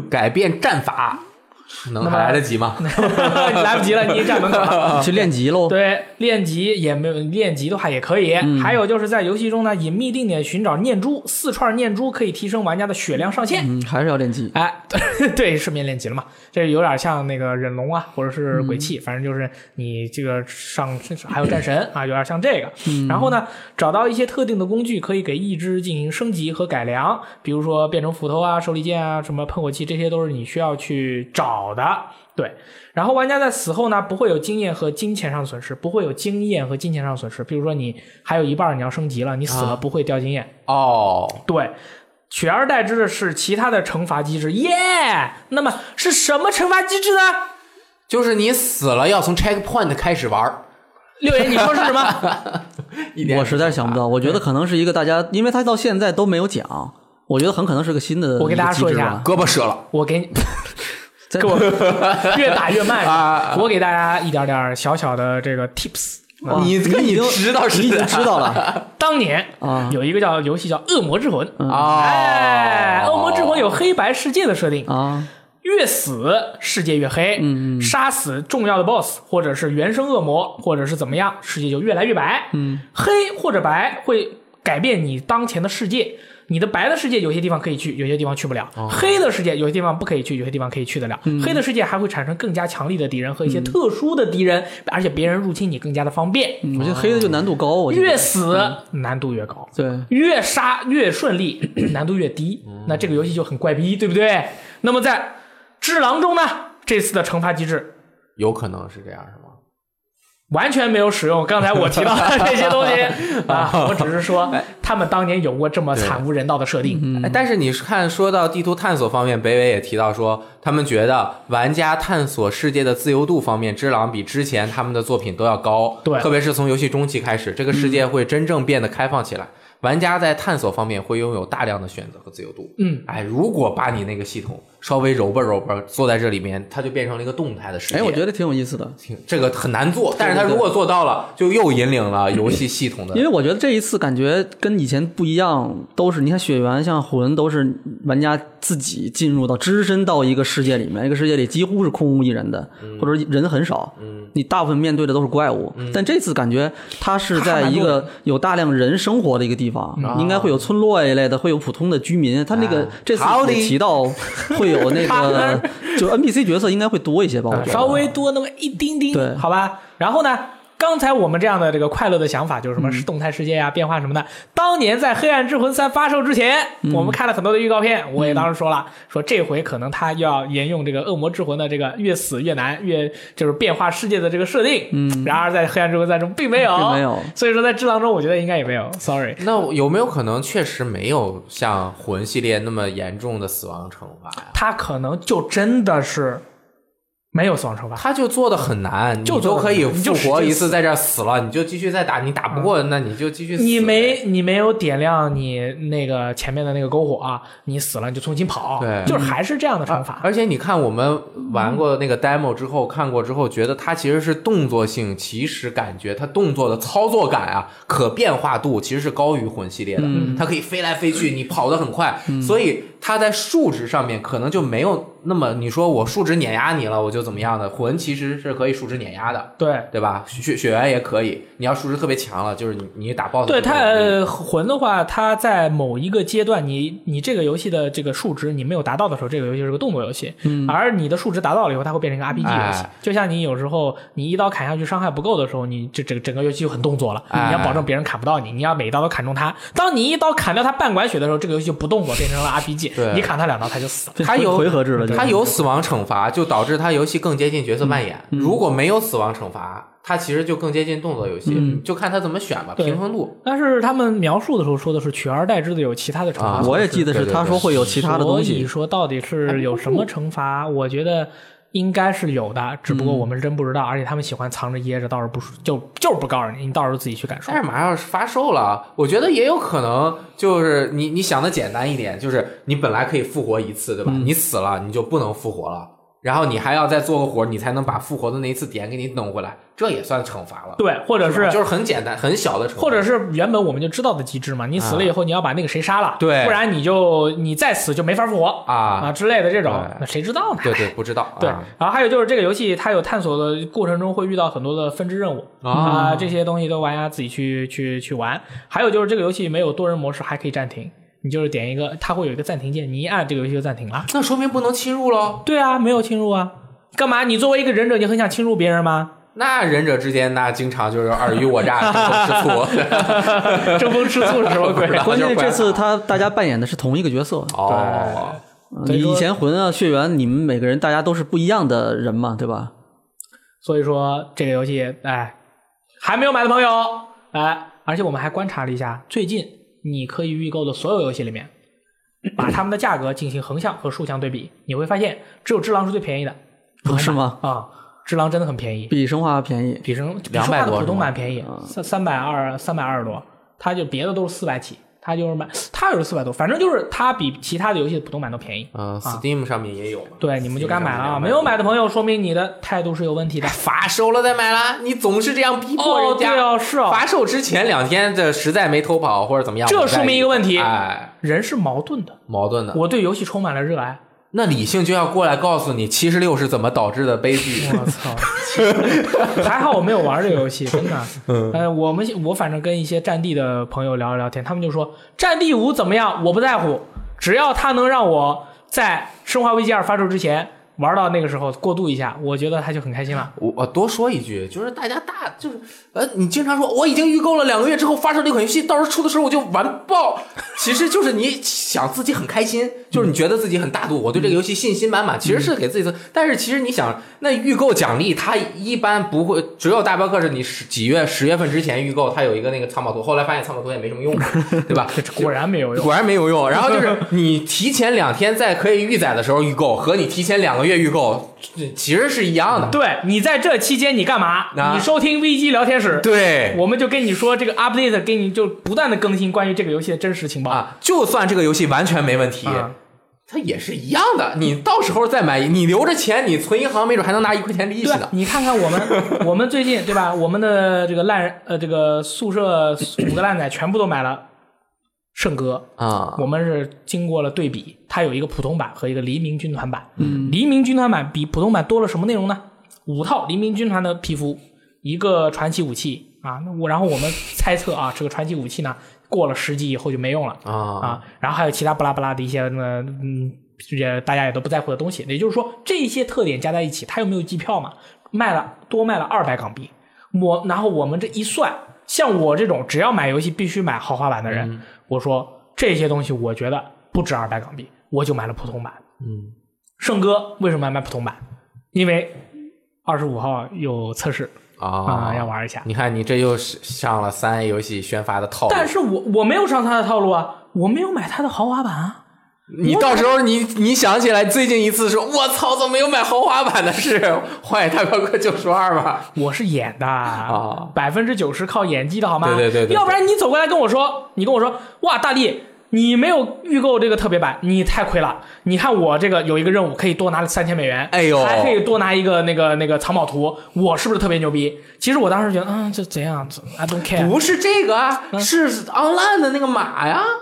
S1: do？ *laughs*
S2: 改变战法能还来得及吗？
S1: 来不及了，你已经站门口了。
S3: 去练级喽。
S1: 对，练级也没有练级的话也可以。还有就是在游戏中呢，隐秘定点寻找念珠，四串念珠可以提升玩家的血量上限。
S3: 嗯，还是要练级。
S1: 哎， *laughs* 对，顺便练级了嘛，这有点像那个忍龙啊，或者是鬼泣，反正就是你这个上还有战神啊，有点像这个。然后呢，找到一些特定的工具，可以给意志进行升级和改良，比如说变成斧头啊、手里剑啊、什么喷火器，这些都是你需要去找的。对，然后玩家在死后呢，不会有经验和金钱上损失，不会有经验和金钱上损失。比如说你还有一半儿你要升级了，你死了不会掉经验，
S2: 哦，
S1: 对，取而代之的是其他的惩罚机制，耶、那么是什么惩罚机制呢？
S2: 就是你死了要从 checkpoint 开始玩儿，
S1: 六爷，你说是什么？
S2: 一点
S3: 我实在是想不到，我觉得可能是一个大家，因为他到现在都没有讲，我觉得很可能是个新的。
S1: 我给大家说一下啊，
S2: 胳膊折了。
S1: 我给你，
S3: 在
S1: 给我越打越慢是吧
S2: 啊
S1: 我给大家一点点小小的这个 tips。
S3: *laughs*
S1: *laughs*
S3: 哇
S2: 你跟
S3: 已经
S2: 知道是
S3: 你已经知道了
S1: 当年
S3: 啊
S1: 有一个叫游戏叫《恶魔之魂》，
S2: 哦，
S1: 哎，《恶魔之魂》有黑白世界的设定，
S3: 啊，
S1: 越死世界越黑，嗯杀死重要的 BOSS 或者是原生恶魔，或者是怎么样，世界就越来越白，嗯，黑或者白会改变你当前的世界。你的白的世界有些地方可以去，有些地方去不了；黑的世界有些地方不可以去，有些地方可以去得了。黑的世界还会产生更加强力的敌人和一些特殊的敌人，而且别人入侵你更加的方便。
S3: 嗯我觉得黑的就难度高，我觉得
S1: 越死难度越高，
S3: 对
S1: 越杀越顺利， *clears throat* 难度越低，那这个游戏就很怪逼，对不对？那么在《只狼》中呢，这次的惩罚机制
S2: 有可能是这样，是吗？
S1: 完全没有使用刚才我提到的这些东西啊，我只是说他们当年有过这么惨无人道的设定，
S3: 嗯
S2: 哎，但是你是看说到地图探索方面，北纬也提到说，他们觉得玩家探索世界的自由度方面，《只狼》比之前他们的作品都要高。
S1: 对
S2: 特别是从游戏中期开始，这个世
S3: 嗯
S2: 界会真正变得开放起来，玩家在探索方面会拥有大量的选择和自由度。
S1: 嗯，
S2: 哎，如果把你那个系统稍微揉吧揉吧，坐在这里面，它就变成了一个动态的世界。
S3: 哎，我觉得挺有意思的，
S2: 挺这个很难做，但是它如果做到了，就又引领了游戏系统的
S3: 因为我觉得这一次感觉跟以前不一样，都是你看血缘像魂都是玩家自己进入到只身到一个世界里面，一个世界里几乎是空无一人的，
S2: 嗯
S3: 或者人很少，你大部分面对的都是怪物。但这次感觉它是在一
S2: 嗯
S3: 个有大量人生活的一个地方，应该会有村落一类的，会有普通的居民。它那个
S2: 啊
S3: 这次也
S2: Howdy
S3: 提到会有那个 *laughs* 就 NPC 角色应该会多一些吧，我觉得
S1: 稍微多那么一丁
S3: 对
S1: 丁，好吧？然后呢？刚才我们这样的这个快乐的想法，就是
S3: 嗯
S1: 什么动态世界呀、变化什么的。当年在《黑暗之魂三》发售之前，
S3: 嗯
S1: 我们看了很多的预告片，我也当时说了，说这回可能他要沿用这个《恶魔之魂》的这个越死越难、越就是变化世界的这个设定。嗯，然而在《黑暗之魂三》中并没有，
S3: 并没有
S1: 所以说在《智狼》中，我觉得应该也没有。Sorry，
S2: 那有没有可能确实没有像魂系列那么严重的死亡惩罚呀？
S1: 他可能就真的是没有死亡惩罚。
S2: 他就做的很难，
S1: 就
S2: 你
S1: 做
S2: 都
S1: 得
S2: 可以
S1: 很难你就
S2: 复活
S1: 使
S2: 一
S1: 劲
S2: 次，在这儿死了，你就继续再打，你打不过，那你就继续死呗。
S1: 嗯你没你没有点亮你那个前面的那个篝火、啊，你死了你就重新跑，
S2: 对
S1: 就是还是这样的惩罚。
S2: 啊而且你看，我们玩过那个 demo 之后，看过之后，觉得它其实是动作性，其实感觉它动作的操作感啊，可变化度其实是高于魂系列的。
S1: 嗯
S2: 它可以飞来飞去，你跑得很快，所以它在数值上面可能就没有那么你说我数值碾压你了，我就怎么样的。魂其实是可以数值碾压的，
S1: 对
S2: 对吧？血血缘也可以，你要数值特别强了，就是你你打 boss
S1: 对，
S2: 就
S1: 它
S2: 很容易
S1: 呃魂的话，它在某一个阶段，你你这个游戏的这个数值你没有达到的时候，这个游戏是个动作游戏，而你的数值达到了以后，它会变成一个 RPG 游戏
S2: 嗯哎。
S1: 就像你有时候你一刀砍下去伤害不够的时候，你这整整个游戏就很动作了，
S2: 哎
S1: 你要保证别人砍不到你，你要每一刀都砍中他。当你一刀砍掉他半管血的时候，这个游戏就不动了，变成了 RPG。力
S2: 对，
S1: 你砍他两刀他就死了。
S3: 这
S2: 它有
S3: 回合制了，就
S2: 它有死亡惩罚，就导致它游戏更接近角色扮演。
S1: 嗯
S2: 如果没有死亡惩罚，它其实就更接近动作游戏，
S3: 嗯
S2: 就看它怎么选吧，
S1: 对
S2: 平衡度。
S1: 但是他们描述的时候说的是取而代之的有其他的惩罚
S2: 啊
S1: 方式，
S3: 我也记得
S2: 对
S3: 是
S2: 对
S3: 他
S2: 对
S3: 说会有其他的东
S1: 所以
S3: 西，
S1: 说到底是有什么惩罚？我觉得应该是有的，只不过我们真不知道，而且他们喜欢藏着掖着，到时候不说就就是不告诉你，你到时候自己去感受
S2: 但。是马上要是发售了，我觉得也有可能就是你你想的简单一点，就是你本来可以复活一次，对
S1: 嗯
S2: 吧？你死了你就不能复活了，然后你还要再做个活，你才能把复活的那一次点给你弄回来，这也算惩罚了。
S1: 对，或者
S2: 是吧
S1: 是
S2: 就是很简单很小的惩罚，
S1: 或者是原本我们就知道的机制嘛，你死了以后你要把那个谁杀了，
S2: 对
S1: 不然你就你再死就没法复活
S2: 啊，
S1: 之类的这种
S2: 对，
S1: 那谁知道呢？
S2: 对对，不知道
S1: 对
S2: 啊，
S1: 然后还有就是这个游戏，它有探索的过程中会遇到很多的分支任务
S2: 啊
S1: 啊、这些东西都玩家自己去去去玩。还有就是这个游戏没有多人模式，还可以暂停，你就是点一个，它会有一个暂停键，你一按这个游戏就暂停了。
S2: 那说明不能侵入喽。
S1: 对啊，没有侵入啊，干嘛？你作为一个忍者，你很想侵入别人吗？ *laughs*
S2: 那忍者之间，那经常就是尔虞我诈、争风吃
S1: *laughs*
S2: 醋。
S1: 争风吃醋是什么鬼啊
S2: 不知？道
S3: 关键是
S2: 就是
S3: 这次
S2: 管
S3: 他大家扮演的是同一个角色，
S2: 哦，
S3: 嗯
S1: 所以说
S3: 以前魂啊、血缘，你们每个人大家都是不一样的人嘛，对吧？
S1: 所以说这个游戏，哎，还没有买的朋友，哎，而且我们还观察了一下，最近你可以预购的所有游戏里面，把它们的价格进行横向和竖向对比，你会发现只有《只狼》是最便宜的
S3: 不是吗？
S1: 啊，只狼》真的很便宜，
S3: 比生化便宜，
S1: 比生比
S2: 200
S1: 生化
S2: 多
S1: 的普通
S2: 是吗
S1: 版便宜，三三百二三百二十多，它就别的都是四百起。它就是买，它也是四百多，反正就是它比其他的游戏的普通版都便宜。
S2: 嗯，Steam 上面也有嘛。
S1: 啊对，你们就该买了啊！
S2: 200
S1: 没有买的朋友，说明你的态度是有问题的。
S2: 发售了再买啦，你总是这样逼迫
S1: 哦，
S2: 人
S1: 对
S2: 家。
S1: 哦，是哦，
S2: 发售之前两天，这实在没偷跑或者怎么样，
S1: 这
S2: 我再
S1: 说明一个问题
S2: 哎，
S1: 人是矛盾的。
S2: 矛盾的。
S1: 我对游戏充满了热爱。
S2: 那理性就要过来告诉你，七十六是怎么导致的悲剧。
S1: 我操！ *laughs* 还好我没有玩这个游
S2: *laughs*
S1: 戏，真的。
S2: 嗯
S1: 呃，我们我反正跟一些战地的朋友聊了聊天，他们就说《战地五》怎么样，我不在乎，只要它能让我在《生化危机二》发售之前玩到那个时候过渡一下，我觉得他就很开心了。
S2: 我我多说一句，就是大家大就是呃，你经常说我已经预购了两个月之后发售这款游戏，到时候出的时候我就完爆。其实就是你想自己很开心，就是你觉得自己很大度，我对这个游戏信心满满，其实是给自己的。但是其实你想，那预购奖励它一般不会，只有大镖客是你十几月十月份之前预购，它有一个那个藏宝图，后来发现藏宝图也没什么用，对吧？
S1: 这果然没有用。
S2: *laughs* 果然没有用。然后就是你提前两天在可以预载的时候预购，和你提前两个月预购，其实是一样的。
S1: 对你在这期间你干
S2: 啊
S1: 嘛？你收听 VG 聊天室，
S2: 对，
S1: 我们就跟你说这个 update 给你就不断的更新关于这个游戏的真实情报。
S2: 啊，就算这个游戏完全没问题，
S1: 啊
S2: 它也是一样的。你到时候再买，你留着钱，你存银行，没准还能拿一块钱利息
S1: 对啊
S2: 呢，。
S1: 你看看我
S2: *laughs*
S1: 们，我们最近对吧？我们的这个烂人，呃，这个宿舍五个烂仔全部都买了圣歌。
S2: 啊，
S1: 我们是经过了对比，它有一个普通版和一个黎明军团版。嗯，黎明军团版比普通版多了什么内容呢？五套黎明军团的皮肤，一个传奇武器啊。那我然后我们猜测啊，这个传奇武器呢，过了十级以后就没用了。
S2: 啊，
S1: 啊，然后还有其他不拉不拉的一些呃嗯，也大家也都不在乎的东西。也就是说，这些特点加在一起，它又没有机票嘛，卖了多卖了二百港币。我然后我们这一算，像我这种只要买游戏必须买豪华版的人，
S2: 嗯
S1: 我说这些东西我觉得不值二百港币，我就买了普通版。
S2: 嗯，
S1: 圣哥为什么要买普通版？因为二十五号有测试啊、
S2: 啊，
S1: 要。玩一下。
S2: 你看，你这又是上了三 A 游戏宣发的套路。
S1: 但是我我没有上他的套路啊，我没有买他的豪华版啊。
S2: 你到时候你你想起来最近一次说“我操，怎么没有买豪华版的
S1: *laughs*
S2: 是《荒野大镖客：救赎二》吧？
S1: 我是演的
S2: 啊
S1: 啊，百分之九十靠演技的好吗？
S2: 对对对对对
S1: 要不然你走过来跟我说，你跟我说，哇，大力，你没有预购这个特别版，你太亏了。你看我这个有一个任务可以多拿三千美元，
S2: 哎呦
S1: 还可以多拿一个那个那个藏宝图，我是不是特别牛逼？其实我当时觉得，嗯，这怎样这？I don't care。
S2: 不是这个啊，
S1: 嗯
S2: 是 online 的那个马呀。 *laughs*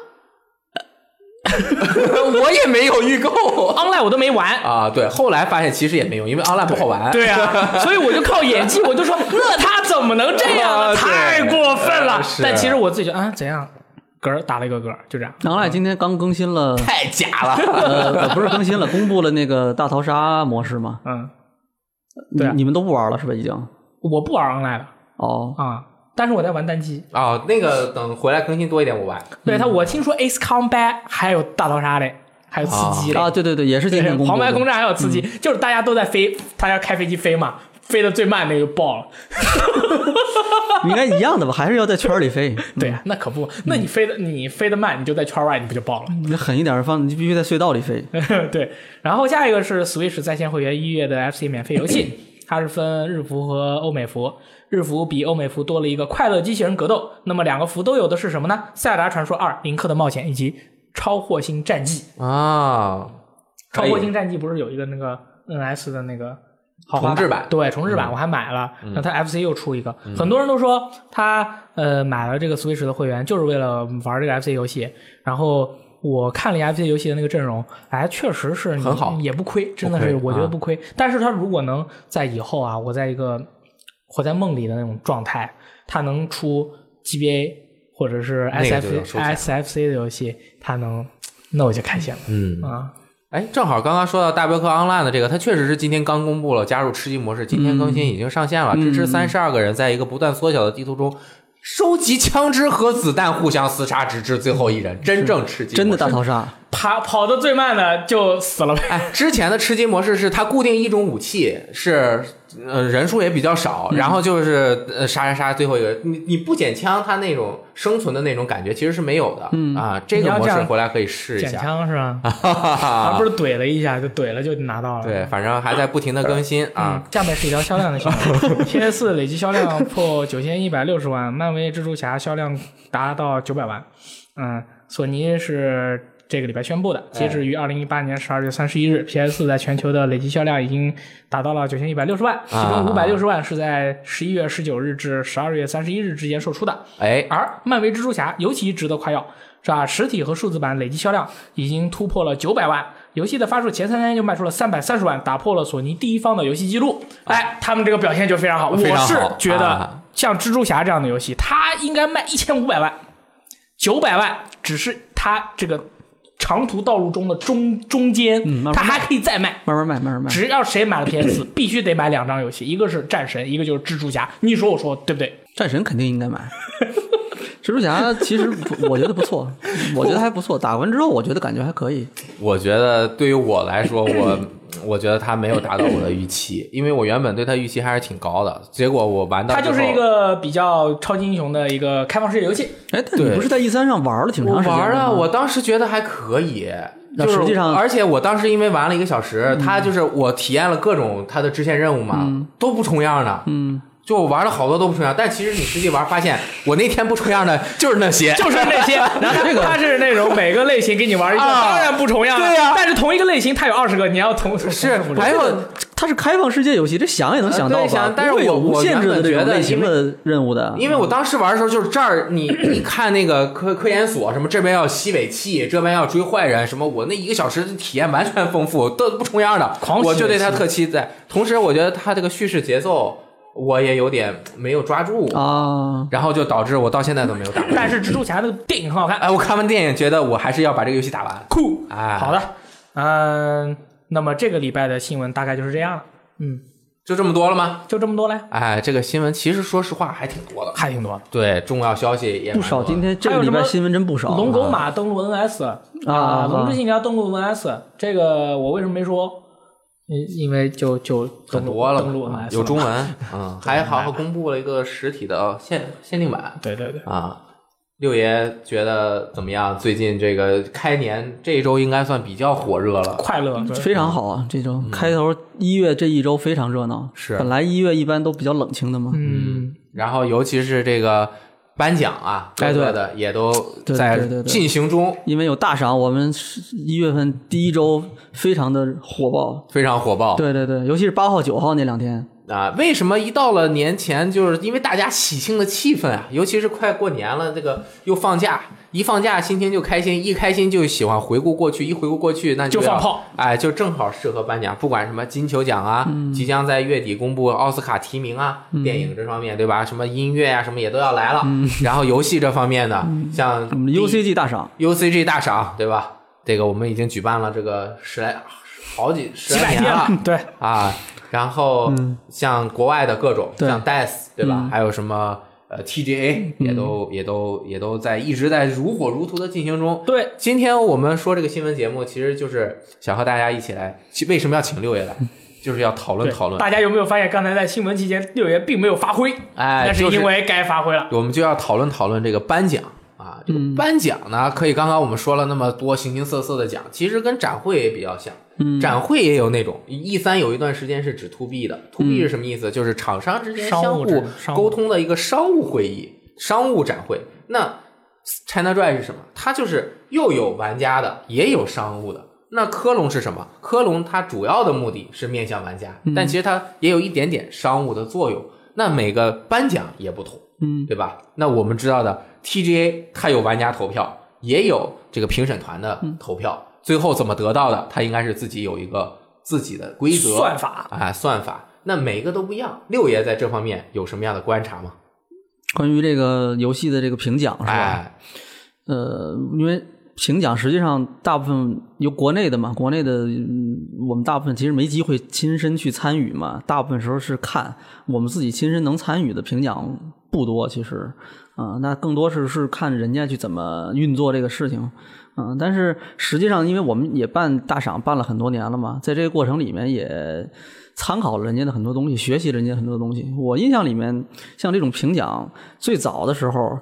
S2: 我也没有预购
S1: online 我都没玩，
S2: 啊，对，后来发现其实也没用，因为 online 不好玩。
S1: 对啊，所以我就靠演技，我就说那他怎么能这样
S2: 啊
S1: 呢？
S2: 对
S1: 太过分了
S2: 呃是！
S1: 但其实我自己觉得，啊，怎样，嗝儿打了一个嗝儿，就这样。
S3: 狼来今天刚更新
S1: *laughs*
S3: 了，
S2: 太假了。
S3: 呃，呃不是更新了，公布了那个大逃杀模式嘛？
S1: 嗯，
S3: 你
S1: 对啊
S3: 你们都不玩了是吧？已经
S1: 我不玩 online 了。
S3: 哦，
S1: 啊、但是我在玩单机。
S2: 啊哦，那个等回来更新多一点我玩。
S1: 对他，我听说 Ace Combat 还有大逃杀嘞，还有刺激类
S3: 啊，对对对，也是经典
S1: 对
S3: 公布
S1: 黄
S3: 的
S1: 牌空战还有刺激，就是大家都在飞，大家开飞机飞嘛，飞的最慢那个就爆了。
S3: 应该一样的吧？还是要在圈儿里飞，
S1: 对啊，那可不，那你飞的你飞的慢，你就在圈外，你不就爆了？ *laughs*
S3: 你狠一点儿放，你必须在隧道里飞。
S1: 对，然后下一个是 Switch 在线会员一月的 FC 免费游戏，它是分日服和欧美服，日服比欧美服多了一个快乐机器人格斗，那么两个服都有的是什么呢？塞尔达传说二、林克的冒险以及超惑星战记。
S2: 啊，
S1: 超
S2: 可以
S1: 惑星战记不是有一个那个 NS 的那个豪华
S2: 重置版嗯
S1: 对，重置版我还买了。那它 FC 又出一个，很多人都说他呃买了这个 Switch 的会员就是为了玩这个 FC 游戏。然后我看了一下 FC 游戏的那个阵容，哎，确实是你
S2: 很好
S1: 也不亏，真的是
S2: 不亏
S1: 我觉得
S2: 啊
S1: 不亏。但是他如果能在以后啊，我在一个活在梦里的那种状态，他能出 GBA 或者是
S2: 那个就
S1: SFC
S2: 有收钱
S1: SFC 的游戏，他能，那我就开心了
S2: 嗯，
S1: 啊。
S2: 哎，正好刚刚说到大镖客 Online 的这个，它确实是今天刚公布了加入吃鸡模式，今天更新已经上线了，支持三十二个人在一个不断缩小的地图中。收集枪支和子弹，互相厮杀，直至最后一人。真正吃鸡模式，
S3: 真的大逃杀，
S1: 爬跑得最慢的就死了呗。
S2: 哎，之前的吃鸡模式是它固定一种武器，是呃人数也比较
S1: 嗯
S2: 少，然后就是呃杀杀杀，最后一个你你不捡枪，它那种生存的那种感觉其实是没有的。嗯啊，这个模式回来可以试一
S1: 捡
S2: 下。
S1: 枪是吧？
S2: 哈哈
S1: 啊，
S2: 哈
S1: 不。是怼了一下就怼了就拿到了。
S2: *laughs* 对，反正还在不停的更新
S1: 嗯
S2: 啊。，
S1: 下面是一条销量的新
S2: *laughs*
S1: 闻。PS 四累计销量破九千一百六十万，漫威蜘蛛侠销量达到九百万。嗯，索尼是这个礼拜宣布的，
S2: 哎
S1: 截止于二零一八年十二月三十一日，PS 四在全球的累计销量已经达到了九千一百六十
S2: 啊
S1: 万，其中五百六十万是在十一月十九日至十二月三十一日之间售出的。
S2: 哎，
S1: 而漫威蜘蛛侠尤其值得夸耀，是吧？实体和数字版累计销量已经突破了九百万，游戏的发售前三天就卖出了三百三十万，打破了索尼第一方的游戏记录。哎，他们这个表现就非常好，
S2: 非常好
S1: 我是觉
S2: 啊
S1: 得像蜘蛛侠这样的游戏，它应该卖一千五百万，九百万只是它这个长途道路中的中中间，
S3: 嗯慢慢嗯
S1: 它还可以再卖。
S3: 慢慢卖，慢慢卖。
S1: 只要谁买了
S2: 嗯
S1: PS，必须得买两张游戏，一个是战神，一个就是蜘蛛侠。你说我说对不对？
S3: 战神肯定应该买。蜘蛛侠其实不我觉得不错，我觉得还不错。打完之后，我觉得感觉还可以。
S2: 我觉得对于我来说，我 *coughs* 我觉得它没有达到我的预期，因为我原本对它预期还是挺高的，结果我玩到
S1: 它
S2: 之
S1: 就是
S2: 后
S1: 一个比较超级英雄的一个开放式游
S2: *laughs*
S1: 戏，
S3: 哎，但你
S2: 对
S3: 不是在 E 三上玩了挺
S2: 我
S3: 长时间
S2: 玩
S3: 了
S2: 了，
S3: 吗
S2: 我当时觉得还可以。
S3: 那
S2: 就是，
S3: 实际上嗯
S2: 而且我当时因为玩了一个小时，它就是我体验了各种它的支线任务嘛，都不重样的。嗯，就我玩了好多都不重样，但其实你实际玩发现，我那天不重样的就是那些。
S1: 就是那些。然后
S3: 这个
S1: 它是那种每个类型给你玩一个，
S2: 啊
S1: 当然不重样了。
S2: 对呀
S1: 但是同一个类型它有二十个，你要同
S2: 是
S1: 同同
S2: 还有
S3: 它是开放世界游戏，这想也能想到
S2: 呃对
S3: 吧
S2: 想？但是
S3: 不会有
S2: 我
S3: 无限制的这
S2: 我原
S3: 种
S2: 本
S3: 类型
S2: 觉
S3: 的任务的。
S2: 因为我当时玩的时候，就是这儿你你看那个科科研所什么，这边要吸尾气，这边要追坏人什么，我那一个小时的体验完全丰富，都不重样的
S1: 狂，吸
S2: 我就对它
S1: 尾气
S2: 特期待。同时，我觉得它这个叙事节奏我也有点没有抓住，
S3: 啊，
S2: 然后就导致我到现在都没有打完。
S1: 但是蜘蛛侠那个电影很好看，
S2: 哎，我看完电影觉得我还是要把这个游戏打完。
S1: 酷。
S2: 哎，
S1: 好，的，嗯，那么这个礼拜的新闻大概就是这样了，嗯，
S2: 就这么多了吗？
S1: 就这么多嘞，
S2: 哎，这个新闻其实说实话还挺多的，
S1: 还挺多。
S2: 对，重要消息也蛮
S3: 不
S2: 多
S3: 少。今天这
S1: 还
S3: 个
S1: 有什
S3: 礼
S1: 么
S3: 拜新闻真不少。
S1: 龙狗马登陆 NS
S3: 啊
S1: 龙之信条登陆 NS，这个我为什么没说？因因为就就
S2: 很
S1: 登陆
S2: 多了
S1: 登陆
S2: 嘛，
S1: NS
S2: 有中
S3: *laughs*
S2: 文，嗯，还好好公布了一个实体的限限定版
S1: 对对对，
S2: 啊。六爷觉得怎么样？最近这个开年这一周应该算比较火热了，
S1: 快乐对
S3: 非常好啊，这周开头一月这一周非常热闹。
S2: 嗯是
S3: 本来一月一般都比较冷清的嘛。
S1: 嗯，
S2: 然后尤其是这个颁奖啊，
S3: 哎对
S2: 各个的也都
S3: 对
S2: 在
S3: 对对对
S2: 进行中，
S3: 因为有大赏，我们是一月份第一周非常的火爆。
S2: 非常火爆。
S3: 对对对，尤其是八号、九号那两天，
S2: 啊，为什么一到了年前，就是因为大家喜庆的气氛啊，尤其是快过年了，这个又放假，一放假心情就开心，一开心就喜欢回顾过去，一回顾过去那
S1: 就
S2: 要
S1: 放炮，
S2: 哎，就正好适合颁奖，不管什么金球奖啊，
S1: 嗯
S2: 即将在月底公布奥斯卡提名啊，电影这方面对吧？什么音乐啊呀、什么也都要来了，
S1: 嗯
S2: 然后游戏这方面呢，像
S3: 我们的 UCG 大赏
S2: UCG 大赏对吧？这个我们已经举办了这个十来好几十
S1: 几
S2: 来
S1: 百
S2: 年
S1: 天
S2: 了
S1: 了，，对，嗯
S2: 啊，然后像国外的各种，
S3: 对
S2: 像 DICE 对吧？还有什么呃 TGA
S1: 嗯
S2: 也都、也都也都在一直在如火如荼的进行中。
S1: 对，
S2: 今天我们说这个新闻节目，其实就是想和大家一起来，其为什么要请六爷来，就是要讨论
S1: 嗯对
S2: 讨论。
S1: 大家有没有发现，刚才在新闻期间，六爷并没有发挥，
S2: 哎，
S1: 那是
S2: 就
S1: 因为该发挥了。
S2: 我们就要讨论讨论这个颁奖啊。这个颁奖呢，可以刚刚我们说了那么多形形色色的奖，其实跟展会也比较像。展会也有那种 E 三有一段时间是指 to B 的，to B 是什么意思？就是厂商之间
S1: 商务
S2: 相互
S1: 展商务
S2: 沟通的一个商务会议、商务展会。那 China Joy 是什么？它就是又有玩家的，也有商务的。那科隆是什么？科隆它主要的目的是面向玩家，但其实它也有一点点商务的作用。那每个颁奖也不同，
S3: 嗯，
S2: 对吧？那我们知道的 TGA 它有玩家投票，也有这个评审团的
S3: 嗯
S2: 投票，最后怎么得到的？它应该是自己有一个自己的规则
S1: 算法，
S2: 啊，算法。那每个都不一样。六爷在这方面有什么样的观察吗？
S3: 关于这个游戏的这个评奖是吧？
S2: 哎，
S3: 呃，因为评奖实际上大部分有国内的嘛，国内的、嗯我们大部分其实没机会亲身去参与嘛，大部分时候是看我们自己亲身能参与的评奖不多，其实啊、那更多是是看人家去怎么运作这个事情。嗯，但是实际上，因为我们也办大赏办了很多年了嘛，在这个过程里面也参考了人家的很多东西，学习了人家很多东西。我印象里面，像这种评奖，最早的时候，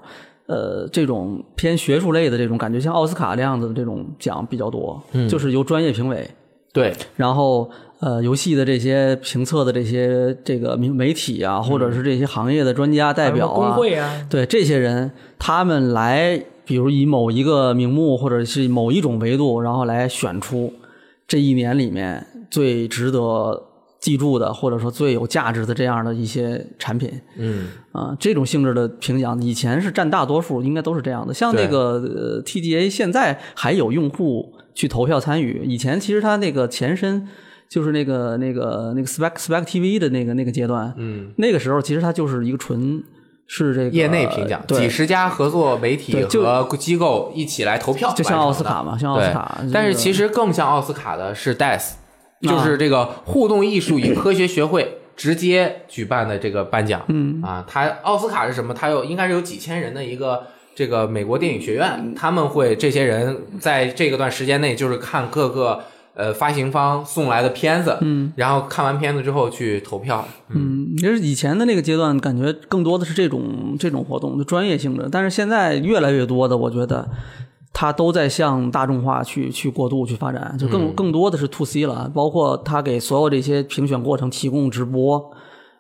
S3: 呃，这种偏学术类的这种感觉，像奥斯卡这样子的这种奖比较多，
S1: 嗯
S3: 就是由专业评委，
S2: 对，
S3: 然后呃，游戏的这些评测的这些这个媒媒体啊，或者是这些行业的专家代
S1: 嗯
S3: 表
S1: 什
S3: 啊，
S1: 么工会啊，
S3: 对这些人，他们来，比如以某一个名目或者是某一种维度，然后来选出这一年里面最值得记住的，或者说最有价值的这样的一些产品
S2: 嗯，
S3: 啊、这种性质的评奖以前是占大多数，应该都是这样的。像那
S2: 对
S3: 个呃 TGA 现在还有用户去投票参与，以前其实它那个前身。就是那个那个那个 spec spec TV 的那个那个阶段，
S2: 嗯，
S3: 那个时候其实它就是一个纯是这个
S2: 业内评奖，
S3: 对
S2: 几，十家合作媒体
S3: 对就
S2: 和机构一起来投票，
S3: 就像奥斯卡。嘛，像奥斯
S2: 对
S3: 卡。，
S2: 但是其
S3: 实
S2: 实更像奥斯卡的是 DICE，就是这个互动艺术与科学学会直接举办的这个颁奖。嗯啊，它奥斯卡是什么？它有应该是有几千人的一个。这个美国电影学院，他们会这些人在这个段时间内，就是看各个呃发行方送来的片子，嗯，然后看完片子之后去投票，
S3: 嗯，就是以前的那个阶段，感觉更多的是这种这种活动，就专业性质。但是现在越来越多的，我觉得它都在向大众化去去过渡去发展，就
S2: 嗯
S3: 更更多的是 to C 了，包括它给所有这些评选过程提供直播，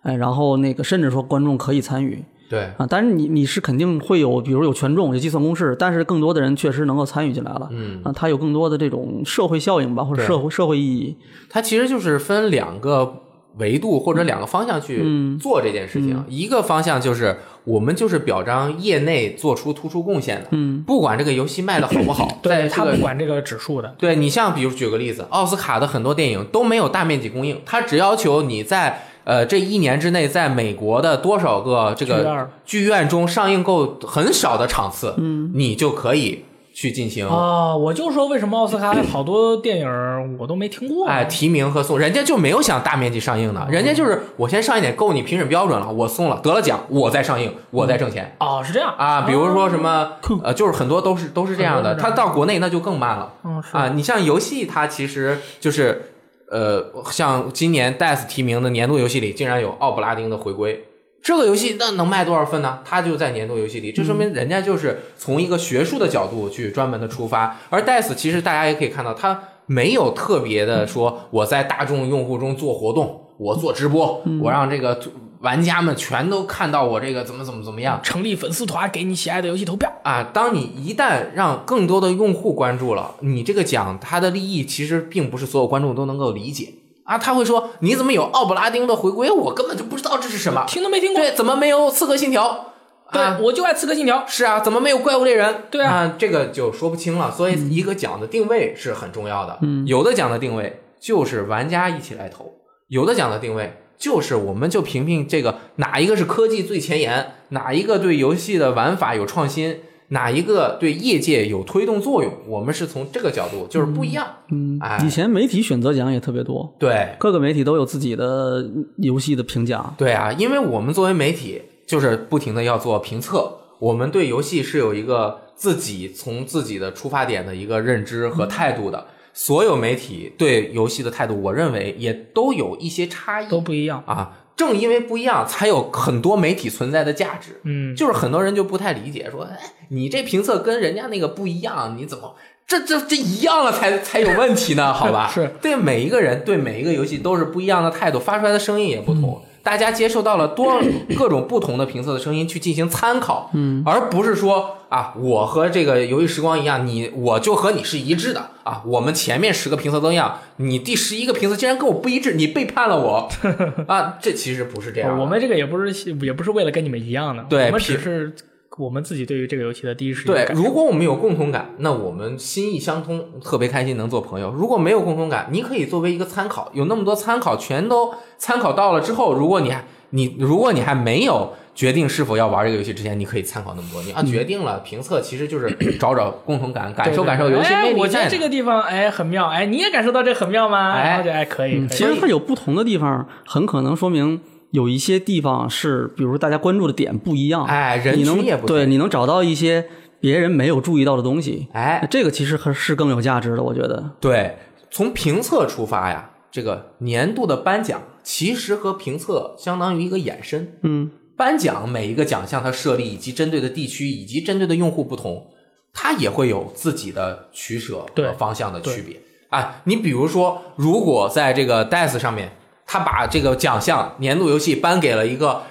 S3: 哎，然后那个甚至说观众可以参与。
S2: 对，
S3: 啊，但是你你是肯定会有，比如有权重、有计算公式，但是更多的人确实能够参与进来了，
S2: 嗯
S3: 啊，它有更多的这种社会效应吧，或者
S2: 对
S3: 社会社会意义，
S2: 它其实就是分两个维度或者两个方向
S1: 嗯
S2: 去做这件事情。一个方向就是我们就是表彰业内做出突出贡献的，嗯，不管这个游戏卖的好不好，在
S1: 对
S2: 这
S1: 他
S2: 个
S1: 不管这个指数的，
S2: 对你像比如举个例子，奥斯卡的很多电影都没有大面积公映，它只要求你在呃这一年之内，在美国的多少个这
S1: 剧
S2: 个
S1: 院
S2: 剧院中上映够很少的场次，嗯，你就可以去进行。
S1: 啊，我就说为什么奥斯卡好多电影儿我都没听过。
S2: 哎，，提名和送，人家就没有想大面积上映的，
S1: 嗯
S2: 人家就是我先上一点够你评审标准了，我送了，得了奖，我再上映，我再挣钱。
S1: 哦，是这样
S2: 啊，比如说什么，呃，就是很多都是都是这样的。
S1: 哦很多
S2: 它
S1: 是
S2: 到国内那就更慢了
S1: 嗯是
S2: 啊。你像游戏，它其实就是，呃，像今年 DICE 提名的年度游戏里，竟然有奥布拉丁的回归。这个游戏那能卖多少份呢？它就在年度游戏里，这说明人家就是从一个学术的角度去专门的出发。而 DICE 其实大家也可以看到，它没有特别的说我在大众用户中做活动，我做直播，我让这个玩家们全都看到我这个怎么怎么怎么样。
S1: 成立粉丝团，给你喜爱的游戏投票。
S2: 啊，当你一旦让更多的用户关注了，你这个奖它的利益其实并不是所有观众都能够理解啊。他会说：“你怎么有奥布拉丁的回归？我根本就不知道这是什么。
S1: 听都没听过。
S2: 对，怎么没有《刺客信条》？啊
S1: 对，，我就爱刺客信条。
S2: 是啊，怎么没有《怪物猎人》？
S1: 对啊
S2: 这个就说不清了。所以一个奖的定位是很重要的。嗯，有的奖的定位就是玩家一起来投，有的奖的定位就是我们就评评这个哪一个是科技最前沿，哪一个对游戏的玩法有创新，哪一个对业界有推动作用。我们是从这个角度，就是不一样。嗯，哎
S3: 以，前媒体选择奖也特别多，
S2: 对
S3: 各个媒体都有自己的游戏的评奖。嗯
S2: 对啊，因为我们作为媒体。就是不停的要做评测。我们对游戏是有一个自己从自己的出发点的一个认知和态度的。所有媒体对游戏的态度，我认为也都有一些差异
S1: 都不一样。
S2: 啊。正因为不一样，才有很多媒体存在的价值。
S1: 嗯，
S2: 就是很多人就不太理解，说，哎，你这评测跟人家那个不一样，你怎么这这这一样了才才有问题呢？好吧，
S1: 是
S2: 对每一个人对每一个游戏都是不一样的态度，发出来的声音也不同。
S1: 嗯
S2: 大家接受到了多 *clears throat* 各种不同的评测的声音去进行参考，嗯，而不是说啊，我和这个游戏时光一样，你我就和你是一致的啊。我们前面十个评测都一样，你第十一个评测竟然跟我不一致，你背叛了我 *laughs* 啊！这其实不是这样的，
S1: 哦我们这个也不是也不是为了跟你们一样的，
S2: 对
S1: 我们只
S2: 平
S1: 是我们自己对于这个游戏的第一时间
S2: 对，
S1: 感受
S2: 如果我们有共同感，那我们心意相通，特别开心能做朋友。如果没有共同感，你可以作为一个参考，有那么多参考，全都参考到了之后，如果你还你如果你还没有决定是否要玩这个游戏之前，你可以参考那么多。你
S1: 嗯
S2: 啊，决定了评测其实就是找找共同感，感受感受游戏
S1: 哎
S2: 魅，力
S1: 我觉
S2: 在
S1: 得
S2: 哪
S1: 这个地方哎很妙，哎你也感受到这很妙吗？
S2: 哎
S1: 然后就哎可以，可以
S3: 其实它有不同的地方，很可能说明有一些地方是，比如大家关注的点不一样，
S2: 哎人
S3: 你
S2: 群
S3: 能
S2: 也不
S3: 对，
S2: 同
S3: 你能找到一些别人没有注意到的东西，
S2: 哎，
S3: 这个其实还是更有价值的，我觉得。
S2: 对，从评测出发呀，这个年度的颁奖其实和评测相当于一个衍生。
S3: 嗯，
S2: 颁奖每一个奖项它设立以及针对的地区以及针对的用户不同，它也会有自己的取舍
S1: 对
S2: 和方向的区别。啊，你比如说，如果在这个 DICE 上面，他把这个奖项年度游戏颁给了一个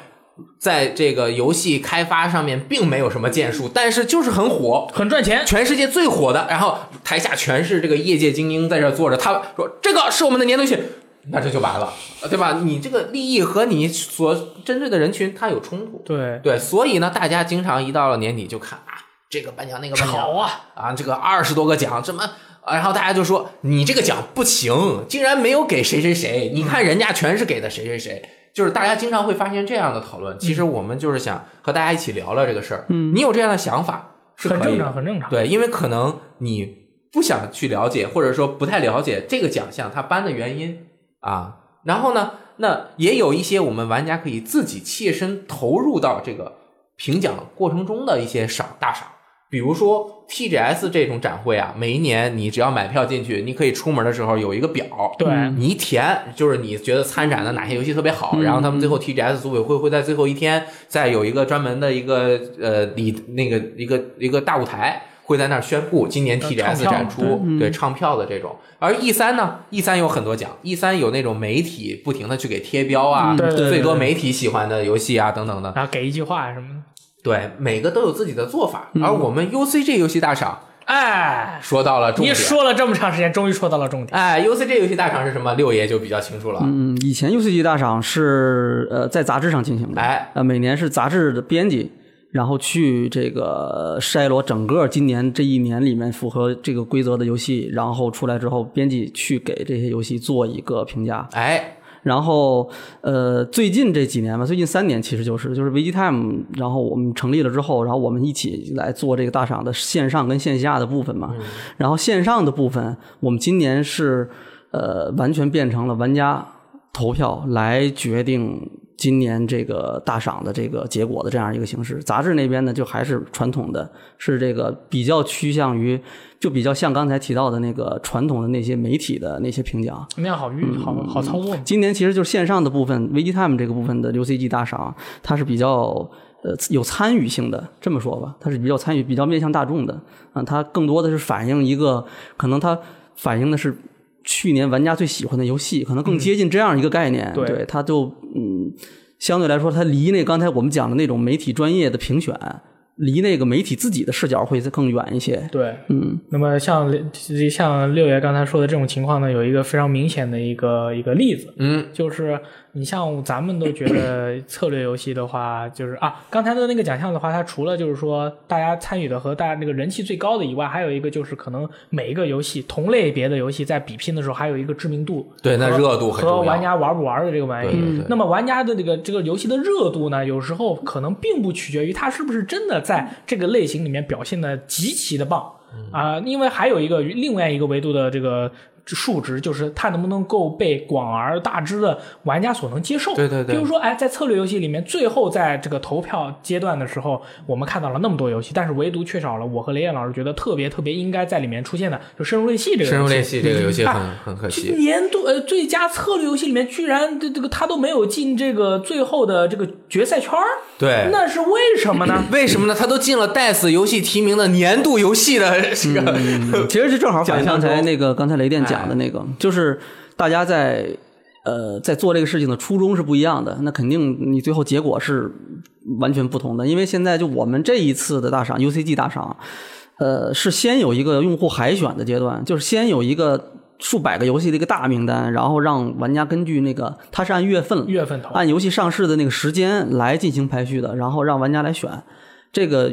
S2: 在这个游戏开发上面并没有什么建树，但是就是很火，
S1: 很赚钱，
S2: 全世界最火的，然后台下全是这个业界精英在这坐着，他说这个是我们的年度游戏，那这就完了，对吧？你这个利益和你所针对的人群它有冲突，
S1: 对，
S2: *laughs* 对，所以呢，大家经常一到了年底就看啊，这个颁奖那个颁奖
S1: 好啊，
S2: 啊，这个二十多个奖怎么？啊然后大家就说你这个奖不行，竟然没有给谁谁谁，你看人家全是给的谁谁谁，就是大家经常会发现这样的讨论。其
S1: 嗯
S2: 实我们就是想和大家一起聊聊这个事儿，嗯，你有这样的想法是
S1: 很
S2: 可以
S1: 正
S2: 的
S1: 常，，很正常，
S2: 对，因为可能你不想去了解，或者说不太了解这个奖项它颁的原因啊。然后呢，那也有一些我们玩家可以自己切身投入到这个评奖过程中的一些赏大赏，比如说 TGS 这种展会啊，每一年你只要买票进去，你可以出门的时候有一个表，
S1: 对嗯
S2: 你一填就是你觉得参展的哪些游戏特别好，然后他
S1: 嗯
S2: 们最后 TGS 组委会会在最后一天再有一个专门的一个呃里那个一个一个大舞台。会在那儿宣布今年
S1: 呃唱票嗯
S2: TGS 展出，对唱票的这种。而 E 三呢，E 三有很多奖，E 三有那种媒体不停的去给贴标啊，
S1: 嗯对对对
S2: 最多媒体喜欢的游戏啊等等的。
S1: 然后给一句话什么
S2: 对，每个都有自己的做法。而
S1: 嗯
S2: 我们 UCG 游戏大赏
S1: 的，哎，
S2: 说到了重
S1: 你
S2: 点，
S1: 说了这么长时间，终于说到了重点，
S2: 哎，UCG 游戏大赏是什么？六爷就比较清楚了。
S3: 嗯，以前 UCG 大赏是呃在杂志上进行的，
S2: 哎，
S3: 呃每年是杂志的编辑，然后去这个筛罗整个今年这一年里面符合这个规则的游戏，然后出来之后，编辑去给这些游戏做一个评价。
S2: 哎，
S3: 然后呃最近这几年吧，最近三年其实就是就是 VGTime，然后我们成立了之后，然后我们一起来做这个大赏的线上跟线下的部分嘛。然后线上的部分，我们今年是呃完全变成了玩家投票来决定。今年这个大赏的这个结果的这样一个形式，杂志那边呢就还是传统的，是这个比较趋向于，就比较像刚才提到的那个传统的那些媒体的那些评奖，
S1: 那样好运，好
S2: 嗯
S1: 好操作嘛，
S3: 今年其实就是线上的部分，VGTime 这个部分的 UCG 大赏，它是比较呃有参与性的，这么说吧，它是比较参与、比较面向大众的啊、它更多的是反映一个可能它反映的是。去年玩家最喜欢的游戏，可能更接近这样一个概念。
S1: 对
S3: 对，它就嗯，相对来说，它离那刚才我们讲的那种媒体专业的评选，离那个媒体自己的视角会更远一些。
S1: 对，
S3: 嗯，
S1: 那么像像六爷刚才说的这种情况呢，有一个非常明显的一个一个例子，
S2: 嗯，
S1: 就是你像咱们都觉
S2: *coughs*
S1: 得策略游戏的话，就是啊，刚才的那个奖项的话，它除了就是说大家参与的和大家那个人气最高的以外，还有一个就是可能每一个游戏同类别的游戏在比拼的时候，还有一个知名度
S2: 对，那热度很重要。
S1: 和玩家玩不玩的这个玩意。
S2: 对对对
S1: 嗯那么玩家的这个这个游戏的热度呢，有时候可能并不取决于他是不是真的在这个
S2: 嗯
S1: 类型里面表现的极其的棒啊、因为还有一个另外一个维度的这个数值，就是它能不能够被广而大之的玩家所能接受。
S2: 对对对
S1: 比如说，哎，在策略游戏里面，最后在这个投票阶段的时候，我们看到了那么多游戏，但是唯独缺少了我和雷燕老师觉得特别特别应该在里面出现的，就深入练习这个游戏
S2: 深入练习这个游戏
S1: 嗯
S2: 很
S1: 啊
S2: 很可惜
S1: 这。年度呃最佳策略游戏里面，居然这这个他都没有进这个最后的这个决赛圈儿
S2: 对
S1: 那是为什
S3: *laughs*
S1: 么呢？
S2: 为什么呢？他都进了 DICE 游戏提名的年度游戏的这个，
S1: 嗯
S3: *laughs* 其实这正好反映
S2: 想
S3: 哎
S2: 象
S3: 刚
S2: 中
S3: 才那个刚才雷电讲的那个，就是大家在呃在做这个事情的初衷是不一样的，那肯定你最后结果是完全不同的。因为现在就我们这一次的大赏 UCG 大赏，呃，是先有一个用户海选的阶段，就是先有一个。数百个游戏的一个大名单，然后让玩家根据那个，它是按月份
S1: 月份投
S3: 按游戏上市的那个时间来进行排序的，然后让玩家来选。这个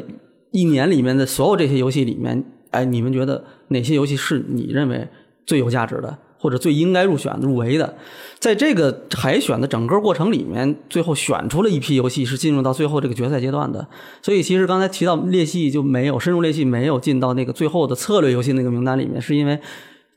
S3: 一年里面的所有这些游戏里面，哎，你们觉得哪些游戏是你认为最有价值的，或者最应该入选的、入围的？在这个海选的整个过程里面，最后选出了一批游戏是进入到最后这个决赛阶段的。所以其实刚才提到裂隙就没有深入裂隙没有进到那个最后的策略游戏那个名单里面，是因为。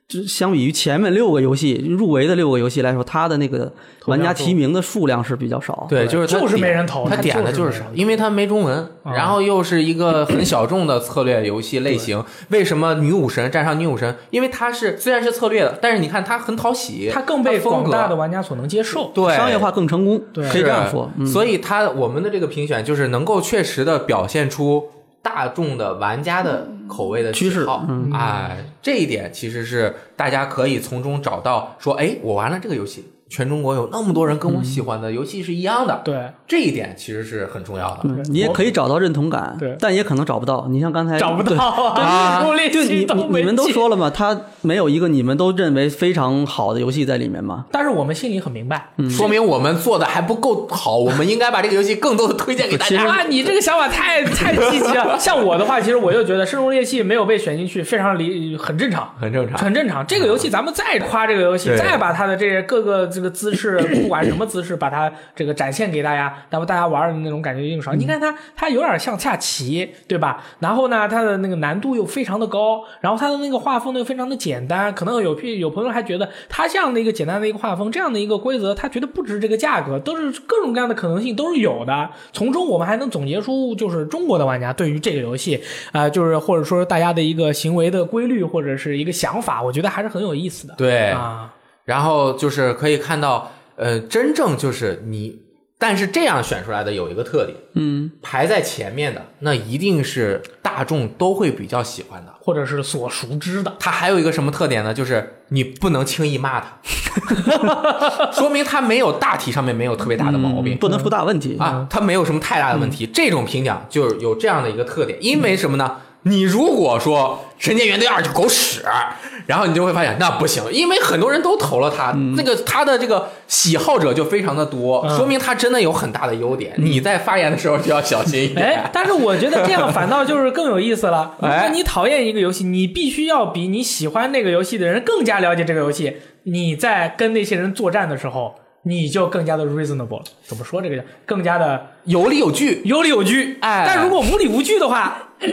S3: 这相比于前面六个游戏入围的六个游戏来说，它的那个玩家提名的数量是比较少。
S2: 对，就是他
S1: 就是
S2: 点
S1: 没人投
S2: 他
S1: 他
S2: 点的
S1: 就是
S2: 就
S1: 没
S2: 是
S1: 人啊
S2: 少
S1: 投，
S2: 因为他没中文，然后又是一个很小众的策略游戏类型。为什么女武神站上女武神？因为它是虽然是策略的，但是你看它很讨喜，
S1: 它更被
S2: 它风
S1: 广
S2: 格
S1: 大的玩家所能接受。
S2: 对
S3: 商业化更成功，
S1: 对
S3: 可以这样说。嗯
S1: 嗯
S2: 是所以它我们的这个评选就是能够确实的表现出大众的玩家的口味的
S3: 趋势
S2: 喜好，
S1: 嗯
S2: 哎，这一点其实是大家可以从中找到说，哎，我玩了这个游戏，全中国有那么多人跟我喜欢的游戏是一样的，
S1: 嗯对，
S2: 这一点其实是很重要的。
S3: 嗯你也可以找到认同感
S1: 对，
S3: 但也可能找不到。你像刚才
S1: 找不 *laughs* 到
S2: 啊
S1: 啊，入练
S3: 对，就
S1: 习 *laughs*
S3: 你
S1: 都
S3: 你
S1: 没
S3: 你们都
S1: 进
S3: 说了嘛，它没有一个你们都认为非常好的游戏在里面嘛。
S1: 但是我们心里很明白，
S3: 嗯
S2: 说明我们做的还不够好，我们应该把这个游戏更多的推荐给大家。
S1: 啊，你这个想法太太积极
S3: *laughs*
S1: 了。像我的话，其实我就觉得《深入裂隙》没有被选进去，非常理很正常。
S2: 很正常，
S1: 很正常，这个游
S3: 嗯
S1: 戏咱们再夸这个游戏，
S2: 对
S1: 再把它的这些各个这个姿势，不管什么姿势，把它这个展现给大家，那么大家玩的那种感觉一定爽。你看它，它有点像下棋，对吧？然后呢，它的那个难度又非常的高，然后它的那个画风呢又非常的简单。可能有批有朋友还觉得它这样的一个简单的一个画风，这样的一个规则，它觉得不值这个价格，都是各种各样的可能性都是有的。从中我们还能总结出，就是中国的玩家对于这个游戏啊、就是或者说大家的一个行为的规律或者是一个想法，我觉得还是很有意思的。
S2: 对。
S1: 啊，
S2: 然后就是可以看到，呃，真正就是你，但是这样选出来的有一个特点，嗯，排在前面的那一定是大众都会比较喜欢的。
S1: 或者是所熟知的，
S2: 它还有一个什么特点呢？就是你不能轻易骂它，说明它 *laughs* 没有大体上面没有特别大的毛病。
S3: 不能出大问
S1: 嗯
S3: 题。
S2: 啊，它没有什么太大的问题。这种评奖就是有这样的一个特点，因为什么
S1: 嗯
S2: 呢？你如果说《神剑元罪二》就狗屎，然后你就会发现那不行，因为很多人都投了它，那个它的这个喜好者就非常的多，
S1: 嗯
S2: 说明它真的有很大的优点。你在发言的时候就要小心一点。
S1: 哎，但是我觉得这样反倒就是更有意思 *laughs* 了。如
S2: 哎
S1: 果你讨厌一个游戏，你必须要比你喜欢那个游戏的人更加了解这个游戏。你在跟那些人作战的时候，你就更加的 reasonable，怎么说这个叫更加的
S2: 有理有据，
S1: 有理有据。
S2: 哎
S1: 但如果无理无据的话， *coughs*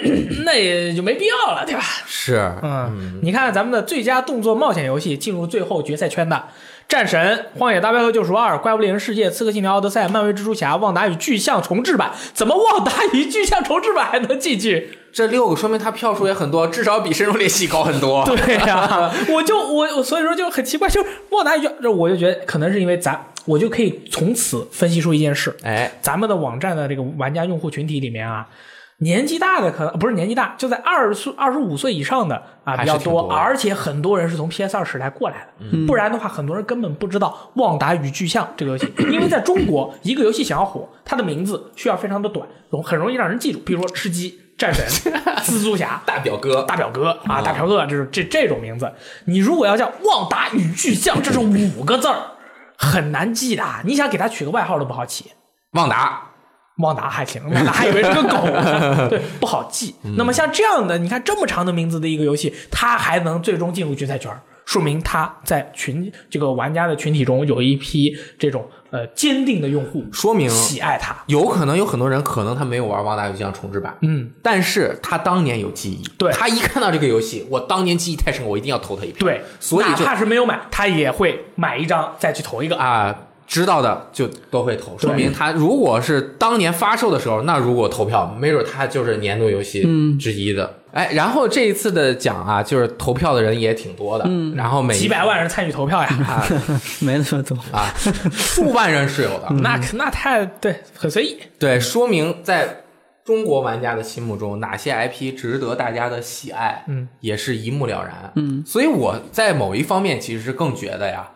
S1: 那也就没必要了，对吧？
S2: 是
S1: 嗯，你看咱们的最佳动作冒险游戏进入最后决赛圈的，《战神》《荒野大镖客：救赎二》《怪物猎人世界》《刺客信条：奥德赛》《漫威蜘蛛侠》《旺达与巨像重置版》，怎么《旺达与巨像重置版》还能进去？
S2: 这六个说明它票数也很多，至少比《深入裂隙》高很
S1: *laughs*
S2: 多。
S1: 对呀、 *laughs* 我就我我所以说就很奇怪，就是《旺达与巨像》，这我就觉得可能是因为咱，我就可以从此分析出一件事，
S2: 哎，
S1: 咱们的网站的这个玩家用户群体里面啊，年纪大的可能不是年纪大，就在二十岁、二十五岁以上的啊
S2: 还
S1: 比
S2: 是
S1: 较
S2: 挺
S1: 多，
S2: 多的嗯
S1: 而且很多人是从 PS 二时代过来的，不然的话，很多人根本不知道《旺达与巨像》这个游
S2: *coughs*
S1: 戏，因为在中国，一个游戏想要火，它的名字需要非常的短，容很容易让人记住，比如说吃鸡、战神、
S2: *laughs*
S1: 蜘蛛侠。
S2: 大表哥，哦
S1: 大表哥啊，大表哥，这是这这种名字，你如果要叫旺达与巨像，这是五个字儿，很难记的啊。你想给他取个外号都不好起，
S2: 旺达，
S1: 旺达还行，旺达还以为是个
S2: *laughs*
S1: 狗，对，不
S2: 嗯
S1: 好记。那么像这样的，你看这么长的名字的一个游戏，它还能最终进入决赛圈儿，说明他在群这个玩家的群体中有一批这种呃坚定的用户
S2: 说明
S1: 喜爱他。
S2: 有可能有很多人可能他没有玩《旺达游戏》上重置版，
S1: 嗯，
S2: 但是他当年有记忆，
S1: 对
S2: 他一看到这个游戏，我当年记忆太深，我一定要投他一票。
S1: 对，
S2: 所以
S1: 哪
S2: 就
S1: 怕是没有买，他也会买一张再去投一个。
S2: 啊、知道的就都会投，说
S1: 对
S2: 明他如果是当年发售的时候，那如果投票，没准他就是年度游戏
S1: 嗯
S2: 之一的。哎，然后这一次的奖啊，就是投票的人也挺多的，然后每
S1: 嗯几百万人参与投票
S2: *laughs*
S1: 呀，
S2: 啊
S3: 没那么多。
S2: 啊，数万人是有
S1: *laughs*
S2: 的。
S1: 那可那太对，很随意。
S2: 对，说明在中国玩家的心目中，哪些 IP 值得大家的喜爱，
S1: 嗯，
S2: 也是一目了然，嗯。所以我在某一方面其实是更觉得呀，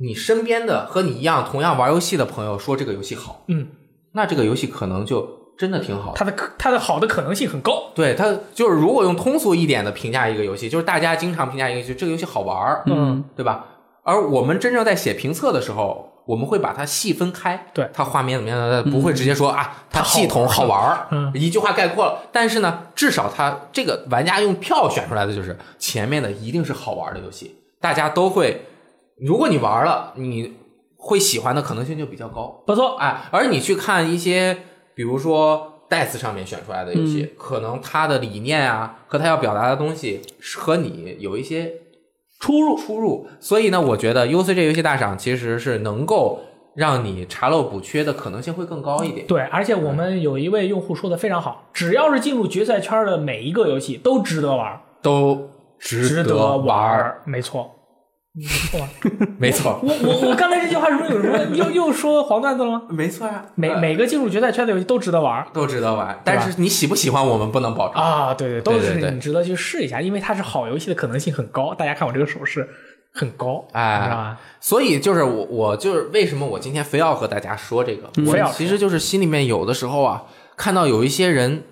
S2: 你身边的和你一样同样玩游戏的朋友说这个游戏好，
S1: 嗯，
S2: 那这个游戏可能就真的挺好的。
S1: 它的可它的好的可能性很高。
S2: 对它就是，如果用通俗一点的评价一个游戏，就是大家经常评价一个游戏，这个游戏好玩儿，
S1: 嗯，
S2: 对吧？而我们真正在写评测的时候，我们会把它细分开，
S1: 对
S2: 它画面怎么样的，不会直接说、啊，它系统好玩儿，
S1: 嗯
S2: 一句话概括了。但是呢，至少它这个玩家用票选出来的就是前面的一定是好玩的游戏，大家都会，如果你玩了，你会喜欢的可能性就比较高。
S1: 不错，
S2: 哎，而你去看一些，比如说 DICE 上面选出来的游戏，可能它的理念啊和它要表达的东西是和你有一些出入出入，所以呢，我觉得 UCG 游戏大赏其实是能够让你查漏补缺的可能性会更高一点。
S1: 对，而且我们有一位用户说的非常好，只要是进入决赛圈的每一个游戏都值得玩儿，
S2: 都值
S1: 得
S2: 玩儿，
S1: 儿，没错。你错吗？
S2: 没错，
S1: 我我我刚才这句话是不是有什么又又说黄段子了吗？
S2: 没错啊，
S1: 每
S2: 呃
S1: 每个进入决赛圈的游戏都值得玩儿
S2: 都值得玩，但是你喜不喜欢我们不能保证。
S1: 啊！对对，都
S2: 对
S1: 是
S2: 对对
S1: 你值得去试一下，因为它是好游戏的可能性很高。大家看我这个手势很高，
S2: 哎
S1: 知道吧？
S2: 所以就是我，我就是为什么我今天非要和大家嗯说这个，
S1: 非要
S2: 我
S1: 说
S2: 其实就是心里面有的时候啊，看到有一些人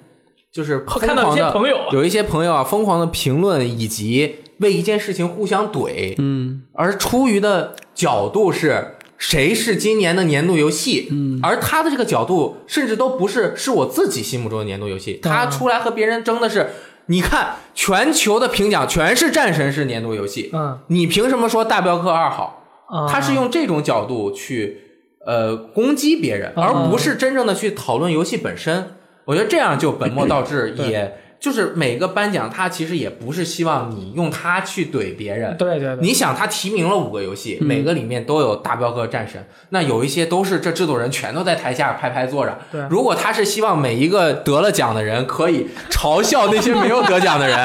S2: 就是疯
S1: 看到
S2: 狂
S1: 一些
S2: 的，
S1: 朋友啊
S2: 有一些朋友啊疯狂的评论以及为一件事情互相怼，
S3: 嗯，
S2: 而出于的角度是谁是今年的年度游戏，嗯，而他的这个角度甚至都不是是我自己心目中的年度游戏，
S1: 当然
S2: 他出来和别人争的是，你看全球的评奖全是战神是年度游戏，
S1: 嗯
S2: 你凭什么说大镖客二好？
S1: 啊，
S2: 他是用这种角度去呃攻击别人，
S1: 啊
S2: 而不是真正的去讨论游戏本身。我觉得这样就本末倒置，
S1: 对
S2: 也就是每个颁奖他其实也不是希望你用它去怼别人。
S1: 对对对，嗯
S2: 你想，他提名了五个游戏，每个里面都有大镖客、战神，那有一些都是这制作人全都在台下拍拍坐着。
S1: 对
S2: 如果他是希望每一个得了奖的人可以嘲笑那些没有得奖
S1: *laughs*
S2: 的人，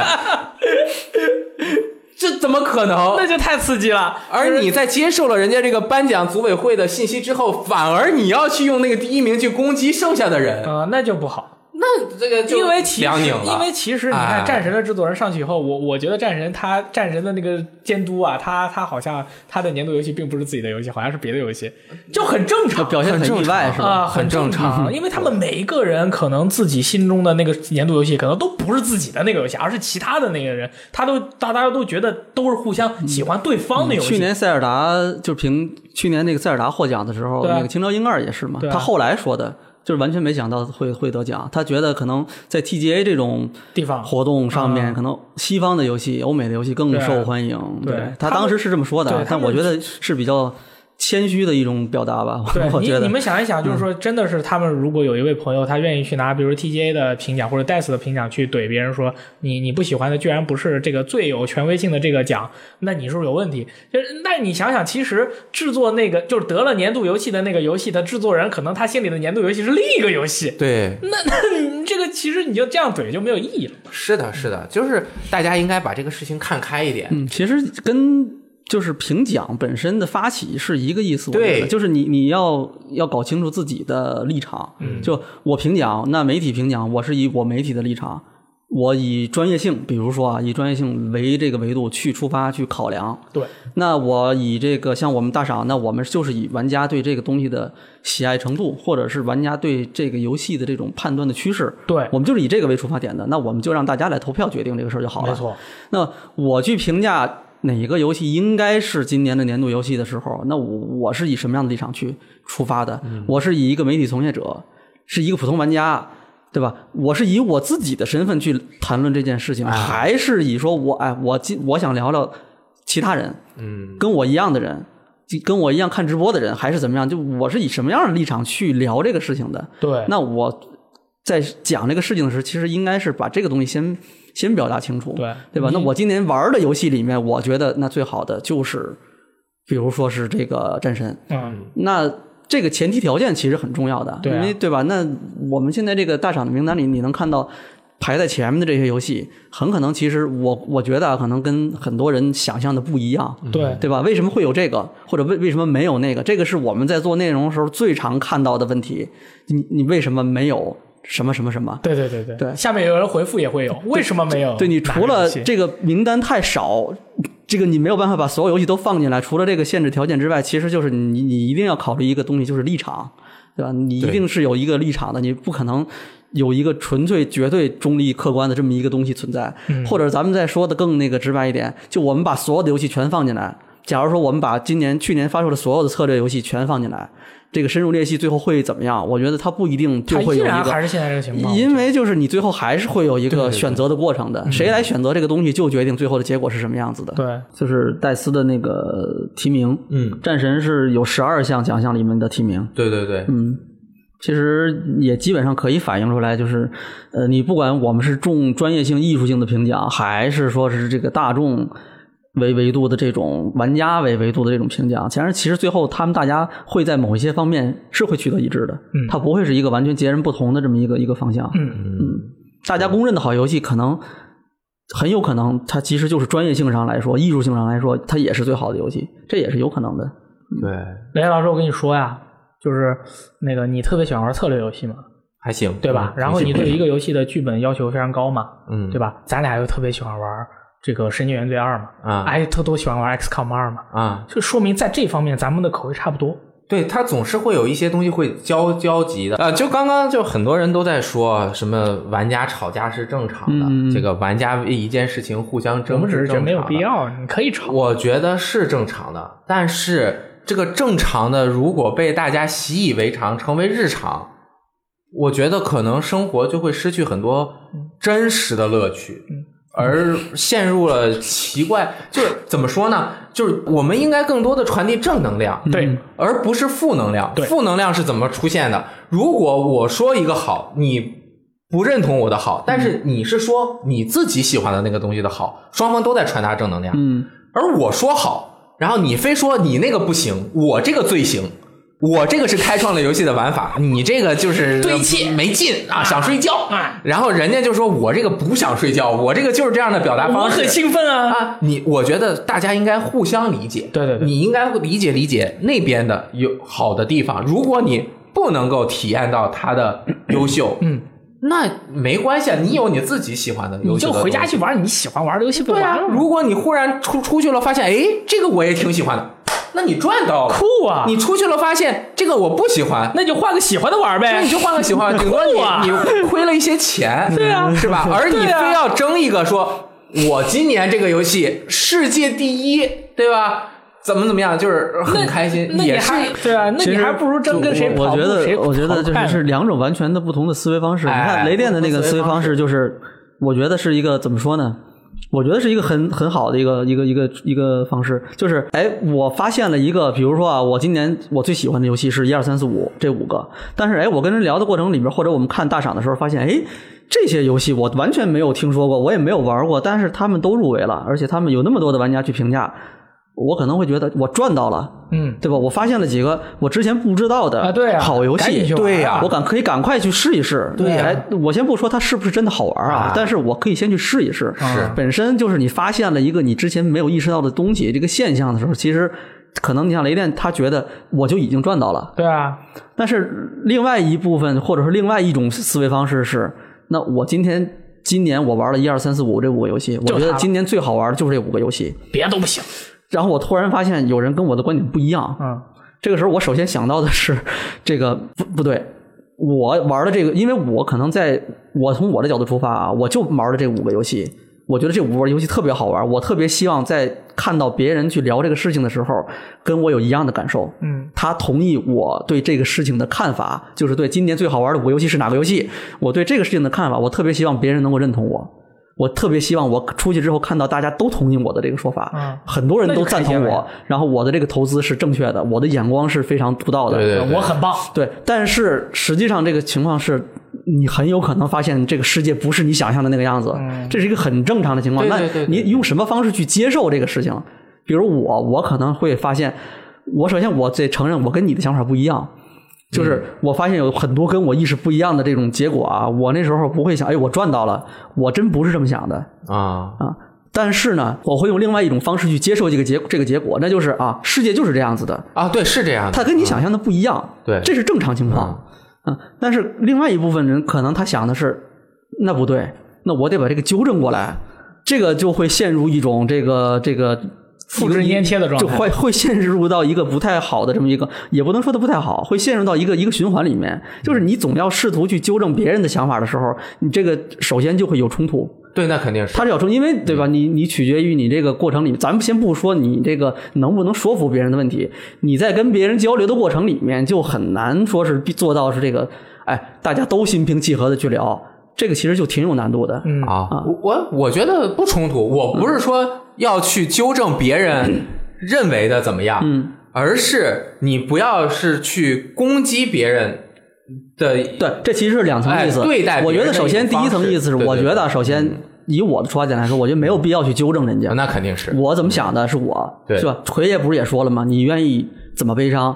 S2: 这怎么可能？
S1: 那就太刺激了。
S2: 而你在接受了人家这个颁奖组委会的信息之后，反而你要去用那个第一名去攻击剩下的人，
S1: 啊、那就不好，
S2: 那这个呃就
S1: 因为其实
S2: 两拧
S1: 因
S2: 了
S1: 为。其实你
S2: 哎
S1: 看战神的制作人上去以后，我我觉得战神他战神的那个监督啊，他他好像他的年度游戏并不是自己的游戏，好像是别的游戏，就很正常。
S3: 表现很意外是吧？
S1: 啊，
S2: 很正
S1: 正
S2: 常，嗯
S1: 因为他们每一个人可能自己心中的那个年度游戏，可能都不是自己的那个游戏，而是其他的那个人，他都大家都觉得都是互相喜欢对方的游戏。
S3: 嗯去年塞尔达就是凭去年那个塞尔达获奖的时候，
S1: 对啊
S3: 那个青沼英二也是嘛，
S1: 对啊
S3: 他后来说的，就是完全没想到会会得奖，他觉得可能在 TGA 这种
S1: 地方
S3: 活动上面，
S1: 嗯
S3: 可能西方的游戏、欧美的游戏更
S1: 对啊
S3: 受欢迎。
S1: 对
S3: 他
S1: 他
S3: 当
S1: 们
S3: 时是这么说的
S1: 对，
S3: 但
S1: 他们
S3: 我觉得是比较谦虚的一种表达吧。
S1: 对
S3: *laughs* 我
S1: 你
S3: 觉得嗯
S1: 你们想一想，就是说，真的是他们如果有一位朋友，他愿意去拿，比如 TGA 的评奖或者 DICE 的评奖去怼别人说，你你不喜欢的居然不是这个最有权威性的这个奖，那你是不是有问题？就是那你想想，其实制作那个就是得了年度游戏的那个游戏的制作人，可能他心里的年度游戏是另一个游戏，
S2: 对，
S1: 那那你这个其实你就这样怼就没有意义了。
S2: 是的，是的，就是大家应该把这个事情看开一点。
S3: 嗯，其实跟就是评奖本身的发起是一个意思，我
S2: 对
S3: 觉得就是你你要要搞清楚自己的立场。嗯，就我评奖，那媒体评奖，我是以我媒体的立场，我以专业性，比如说啊，以专业性为这个维度去出发去考量。
S1: 对，
S3: 那我以这个像我们大赏，那我们就是以玩家对这个东西的喜爱程度，或者是玩家对这个游戏的这种判断的趋势，
S1: 对
S3: 我们就是以这个为出发点的。那我们就让大家来投票决定这个事儿就好了。啊
S1: 没错。
S3: 那我去评价哪个游戏应该是今年的年度游戏的时候，那我我是以什么样的立场去出发的？我是以一个媒体从业者，是一个普通玩家。对吧？我是以我自己的身份去谈论这件事情，还是以说我哎，我今我想聊聊其他人，
S2: 嗯
S3: 跟我一样的人，就跟我一样看直播的人，还是怎么样？就我是以什么样的立场去聊这个事情的？
S1: 对，
S3: 那我在讲这个事情的时候，其实应该是把这个东西先先表达清楚，
S1: 对
S3: 对吧？
S1: 你
S3: 那我今年玩的游戏里面，我觉得那最好的就是，比如说是这个战神，
S1: 嗯，
S3: 那这个前提条件其实很重要的，
S1: 对啊
S3: 因为对吧？那我们现在这个大厂的名单里，你能看到排在前面的这些游戏，很可能其实我我觉得啊，可能跟很多人想象的不一样，
S1: 对，
S3: 对吧？为什么会有这个，或者为为什么没有那个？这个是我们在做内容的时候最常看到的问题。你你为什么没有什么什么什么？
S1: 对对对对
S3: 对
S1: 下面有人回复也会有，为什么没有？
S3: 对你除
S1: 哦哪个游
S3: 了
S1: 戏
S3: 这个名单太少，这个你没有办法把所有游戏都放进来。除了这个限制条件之外，其实就是你你一定要考虑一个东西，就是立场，对吧？你一
S2: 对
S3: 定是有一个立场的，你不可能。有一个纯粹、绝对中立、客观的这么一个东西存在，
S1: 嗯
S3: 或者咱们再说的更那个直白一点，就我们把所有的游戏全放进来。假如说我们把今年、去年发售的所有的策略游戏全放进来，这个深入裂隙最后会怎么样？我觉得它不一定就
S1: 它
S3: 会
S1: 依
S3: 有一
S1: 然
S3: 个
S1: 还是现在这个情况，
S3: 因为就是你最后还是会有一个选择的过程的，谁来选择这个东西，就决定最后的结果是什么样子的。
S1: 对
S3: 就是戴斯的那个提名，
S2: 嗯，
S3: 战神是有十二项奖项里面的提名，
S2: 对对对，
S3: 嗯，其实也基本上可以反映出来，就是呃，你不管我们是重专业性、艺术性的评奖，还是说是这个大众为维度的这种玩家为维度的这种评奖，其实其实最后他们大家会在某一些方面是会取得一致的，
S1: 嗯
S3: 它不会是一个完全截然不同的这么一个一个方向，
S1: 嗯
S3: 大家公认的好游戏，可能很有可能它其实就是专业性上来说、艺术性上来说，它也是最好的游戏，这也是有可能的。
S2: 对，
S1: 雷老师，我跟你说呀，就是那个你特别喜欢玩策略游戏嘛，
S2: 还行，
S1: 对吧？
S2: 嗯
S1: 然后你对一，
S2: 挺喜
S1: 个游戏的剧本要求非常高嘛，
S2: 嗯，
S1: 对？吧？咱俩又特别喜欢玩这个《神经元罪二》嘛，
S3: 嗯
S2: 啊
S1: 哎，特都喜欢玩 XCOM 二嘛，
S2: 啊，
S1: 就说明在这方面咱们的口味差不
S3: 嗯
S1: 多。
S2: 对，它总是会有一些东西会交交集的。呃，就刚刚就很多人都在说什么玩家吵架是正常的，
S3: 嗯
S2: 这个玩家为一件事情互相
S1: 我
S2: 争
S1: 们只是
S2: 是
S1: 觉得
S2: 正常
S1: 没
S2: 的，
S1: 有必要，你可以吵。
S2: 我觉得是正常的，但是这个正常的如果被大家习以为常，成为日常，我觉得可能生活就会失去很多真实的乐趣，
S1: 嗯
S2: 而陷入了奇怪。就是怎么说呢？就是我们应该更多的传递正能
S3: 嗯
S2: 量，
S1: 对，
S2: 而不是负能量
S1: 对。
S2: 负能量是怎么出现的？如果我说一个好，你不认同我的好，但
S1: 嗯
S2: 是你是说你自己喜欢的那个东西的好，双方都在传达正能量。
S3: 嗯，
S2: 而我说好，然后你非说你那个不行，我这个最行。我这个是开创了游戏的玩法，你这个就是
S1: 堆砌
S2: 没劲啊，想睡觉
S1: 啊。
S2: 然后人家就说我这个不想睡觉，我这个就是这样的表达
S1: 我
S2: 方式。
S1: 很兴奋啊！
S2: 啊，你我觉得大家应该互相理解，
S1: 对对对
S2: 你应该理解理解那边的有好的地方。如果你不能够体验到他的优秀，
S1: 嗯，
S2: *clears throat* 那没关系，啊，你有你自己喜欢的优
S1: 你就
S2: 秀的东西，
S1: 回家去玩你喜欢玩的游戏，不
S2: 对
S1: 玩
S2: 啊，
S3: 嗯
S1: 了吗
S2: 如果你忽然出出去了，发现哎，这个我也挺喜欢的，那你赚到了。
S1: 酷啊！
S2: 你出去了，发现这个我不喜欢，
S1: 那就换个喜欢的玩
S2: 那
S1: 呗
S2: 你。就换个喜欢，顶多你
S1: 酷啊
S2: 你亏了一些
S1: *laughs*
S2: 钱，
S1: 对啊
S2: 是吧？而你
S1: 对啊
S2: 非要争一个说，我今年这个游戏世界第一，对吧？怎么怎么样，就是很开心，
S1: *laughs* 那你
S2: 也是
S1: 还对啊，那
S3: 其
S1: 你
S3: 实
S1: 还不如争跟谁
S3: 我
S1: 跑
S3: 我
S1: 步
S3: 觉得
S1: 谁，跑
S3: 我觉得
S1: 得
S3: 就是
S1: 快
S3: 是两种完全的不同的思维方式。
S2: 哎
S3: 你看雷电的那个思维方式，就是我觉得是一个怎么说呢？我觉得是一个很很好的一个一个一个一个方式，就是哎，我发现了一个，比如说啊，我今年我最喜欢的游戏是一二三四五这五个，但是哎，我跟人聊的过程里面，或者我们看大赏的时候，发现哎，这些游戏我完全没有听说过，我也没有玩过，但是他们都入围了，而且他们有那么多的玩家去评价，我可能会觉得我赚到了，
S1: 嗯
S3: 对吧？我发现了几个我之前不知道的
S1: 啊对啊
S3: 好游
S1: 赶紧
S3: 戏
S1: 去，玩
S2: 对呀啊
S3: 我赶可以赶快去试一试。
S2: 对呀
S3: 哎，我先不说它是不是真的好玩啊
S2: 啊，
S3: 但是我可以先去试一试。
S1: 啊
S2: 是
S3: 本身就是你发现了一个你之前没有意识到的东西，这个现象的时候，其实可能你像雷电，他觉得我就已经赚到了，
S1: 对啊，
S3: 但是另外一部分，或者是另外一种思维方式是，那我今天今年我玩了一二三四五这五个游戏，我
S1: 就
S3: 觉
S1: 它
S3: 得
S1: 了
S3: 今年最好玩的就是这五个游戏。
S1: 别的都不行。
S3: 然后我突然发现有人跟我的观点不一样，
S1: 嗯，
S3: 这个时候我首先想到的是，这个不不对，我玩的这个，因为我可能在我从我的角度出发啊，我就玩了这五个游戏，我觉得这五个游戏特别好玩，我特别希望在看到别人去聊这个事情的时候，跟我有一样的感受。
S1: 嗯，
S3: 他同意我对这个事情的看法，就是对今年最好玩的五个游戏是哪个游戏，我对这个事情的看法，我特别希望别人能够认同我。我特别希望我出去之后看到大家都同意我的这个说法，
S1: 嗯
S3: 很多人都赞同
S1: 那就开心
S3: 我
S1: 了，
S3: 然后我的这个投资是正确的，我的眼光是非常独到的，
S2: 对对对
S1: 我很棒，
S3: 对，但是实际上这个情况是，你很有可能发现这个世界不是你想象的那个样子，这是一个很正常的情况。
S2: 嗯对对对对
S3: 那
S2: 对
S3: 你用什么方式去接受这个事情？比如我，我可能会发现，我首先我得承认，我跟你的想法不一样。就是
S2: 嗯
S3: 我发现有很多跟我意识不一样的这种结果啊，我那时候不会想，哎，我赚到了，我真不是这么想的。
S2: 啊，
S3: 啊。但是呢，我会用另外一种方式去接受这个结这个结果，那就是啊，世界就是这样子的，
S2: 啊，对，是这样的。嗯
S3: 它跟你想象的不一样，
S2: 对
S3: 这是正常情况。嗯，但是另外一部分人可能他想的是，那不对，那我得把这个纠正过来，这个就会陷入一种这个这个
S1: 复制粘贴的状
S3: 就
S1: 态。
S3: 会会陷入到一个不太好的这么一个，也不能说它不太好，会陷入到一个一个循环里面。就是你总要试图去纠正别人的想法的时候，你这个首先就会有冲突，
S2: 对，那肯定是。
S3: 它是有冲突，因为对吧？
S2: 嗯
S3: 你你取决于你这个过程里面，咱们先不说你这个能不能说服别人的问题，你在跟别人交流的过程里面，就很难说是必做到是这个，哎，大家都心平气和的去聊，这个其实就挺有难度的。嗯，
S2: 啊，我我我觉得不冲突，我不是说要去纠正别人认为的怎么样，嗯，而是你不要是去攻击别人的，
S3: 对，这其实是两层意思。
S2: 哎对待别人
S3: 我觉得首先
S2: 的一
S3: 第
S2: 种
S3: 一层意思是，
S2: 方式
S3: 我
S2: 对对
S3: 觉得首先以我的出发点来说，我觉得没有必要去纠正人家。
S2: 嗯那肯定是
S3: 我怎么想的是我，
S2: 对
S3: 是吧？奎爷不是也说了吗？你愿意怎么悲伤，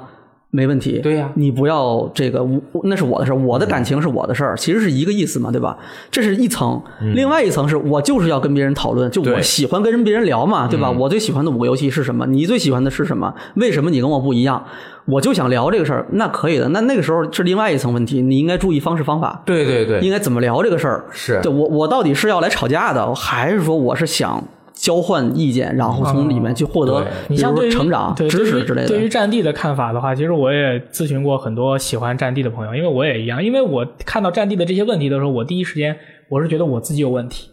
S3: 没问题。
S2: 对呀
S3: 你不要这个，我那是我的事儿，我的感情是我的事儿，其实是一个意思嘛，对吧？这是一层，另外一层是我就是要跟别人讨论，就我
S2: 嗯对嗯
S3: 喜欢跟别人聊嘛，对吧？我最喜欢的五个游戏是什么？你最喜欢的是什么？为什么你跟我不一样？我就想聊这个事儿，那可以的。那那个时候是另外一层问题，你应该注意方式方法，
S2: 对对对，
S3: 应该怎么聊这个事儿。
S2: 是
S3: 对我我到底是要来吵架的，还是说我是想交换意见，然后从里面去获得
S2: 对，
S1: 你
S3: 比如
S1: 像对
S3: 说
S1: 于
S3: 成长、
S1: 对
S3: 知识之类
S1: 对于。对于
S3: 的。
S1: 战地的看法的话，其实我也咨询过很多喜欢战地的朋友，因为我也一样，因为我看到战地的这些问题的时候，我第一时间我是觉得我自己有问题。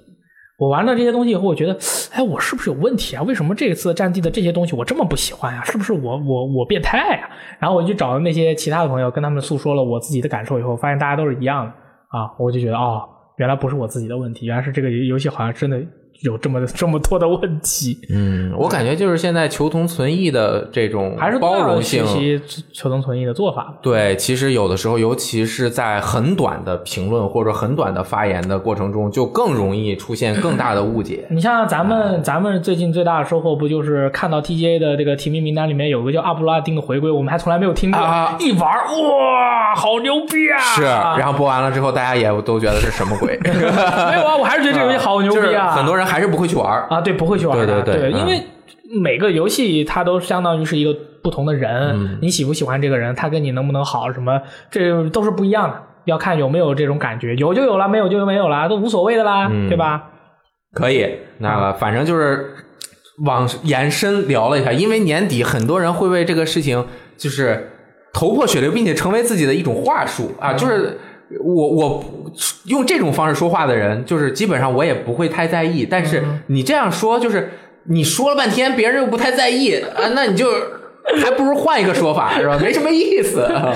S1: 我玩了这些东西以后，我觉得，哎，我是不是有问题啊？为什么这次战地的这些东西我这么不喜欢呀、啊是不是我我我变态呀、然后我就找那些其他的朋友，跟他们诉说了我自己的感受以后，发现大家都是一样的啊，我就觉得哦，原来不是我自己的问题，原来是这个游戏好像真的有这么这么多的问题。
S2: 嗯，我感觉就是现在求同存异的这种
S1: 还是
S2: 包容
S1: 学
S2: 性。
S1: 习求同存异的做法。
S2: 对，其实有的时候，尤其是在很短的评论或者很短的发言的过程中，就更容易出现更大的
S1: *laughs*
S2: 误解。
S1: 你像咱
S2: 啊
S1: 们，咱们最近最大的收获不就是看到 TGA 的这个提名名单里面有个叫阿布拉丁的回归，我们还从来没有听过。
S2: 啊
S1: 一玩儿，哇，好牛逼啊！
S2: 是，然后播完了之后，大家也都觉得是什么鬼。
S1: 没有啊，我还是 *laughs* 觉得这个游戏好牛
S2: 就
S1: 逼
S2: 是
S1: 啊！
S2: 很多人还是不会去玩儿。
S1: 啊，对，不会去玩的，
S2: 对嗯对对
S1: 因为每个游戏它都相当于是一个不同的人，
S2: 嗯
S1: 你喜不喜欢这个人，他跟你能不能好什么，这都是不一样的，要看有没有这种感觉，有就有了，没有就没有了，都无所谓的啦，
S2: 嗯
S1: 对吧？
S2: 可以，那个反正就是往延伸聊了一下，因为年底很多人会为这个事情就是头破血流，并且成为自己的一种话术啊，就是。我我用这种方式说话的人，就是基本上我也不会太在意。但是你这样说，就是你说了半天，别人又不太在意啊，那你就还不如换一个说法，是吧？没什么意思。啊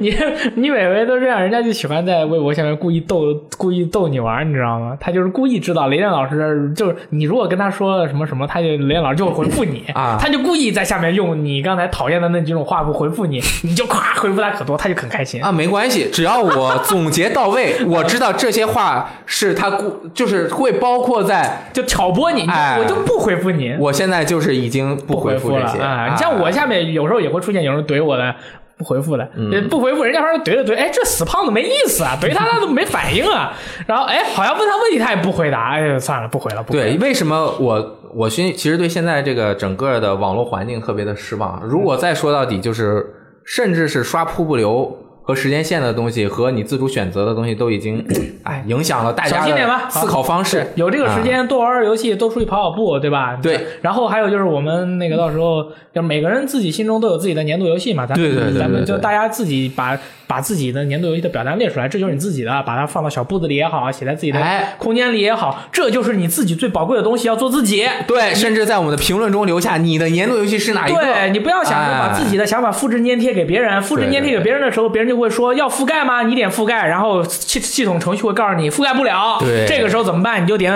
S1: 你 *laughs* 你每回都这样，人家就喜欢在微博下面故意逗故意逗你玩儿，你知道吗？他就是故意知道雷电老师就是你如果跟他说什么什么，他就雷电老师就会回复你
S2: 啊
S1: 他就故意在下面用你刚才讨厌的那几种话不回复你，你就夸回复他可多，他就很开心。
S2: *laughs* 啊，没关系，只要我总结到位，我知道这些话是他故，就是会包括在。
S1: 就挑拨你，你就
S2: 哎
S1: 我就不回复你，
S2: *laughs* 我现在就是已经不
S1: 不
S2: 回
S1: 回
S2: 复
S1: 复
S2: 这
S1: 了
S2: 些
S1: 啊！你像我下面有时候也会出现有人怼我的。不回复的，也
S2: 嗯
S1: 不回复，人家反正怼了怼，哎，这死胖子没意思啊，怼他他都没反应啊，然后哎，好像问他问题他也不回答，哎，算了，不回了，不回了
S2: 对，为什么我我现其实对现在这个整个的网络环境特别的失望。如果再说到底，就是甚至是刷瀑布流和时间线的东西，和你自主选择的东西，都已经哎影响了大
S1: 小
S2: 家
S1: 心点吧
S2: 的思考方式。
S1: 有这个时间多玩玩游戏，多出去跑跑步，对吧？
S2: 啊对。
S1: 然后还有就是我们那个到时候，就每个人自己心中都有自己的年度游戏嘛，咱们
S2: 对对对对
S1: 咱们就
S2: 对
S1: 大家自己把把自己的年度游戏的表单列出来，这就是你自己的，把它放到小簿子里也好，写在自己的
S2: 哎
S1: 空间里也好，这就是你自己最宝贵的东西，要做自己。
S2: 对，甚至在我们的评论中留下你的年度游戏是哪一个？
S1: 对你不要想着把自己的想法复制粘贴给别人，复制粘贴给别人的时候，别人就会说要覆盖吗？你点覆盖，然后系系统程序会告诉你覆盖不了。
S2: 对
S1: 这个时候怎么办？你就点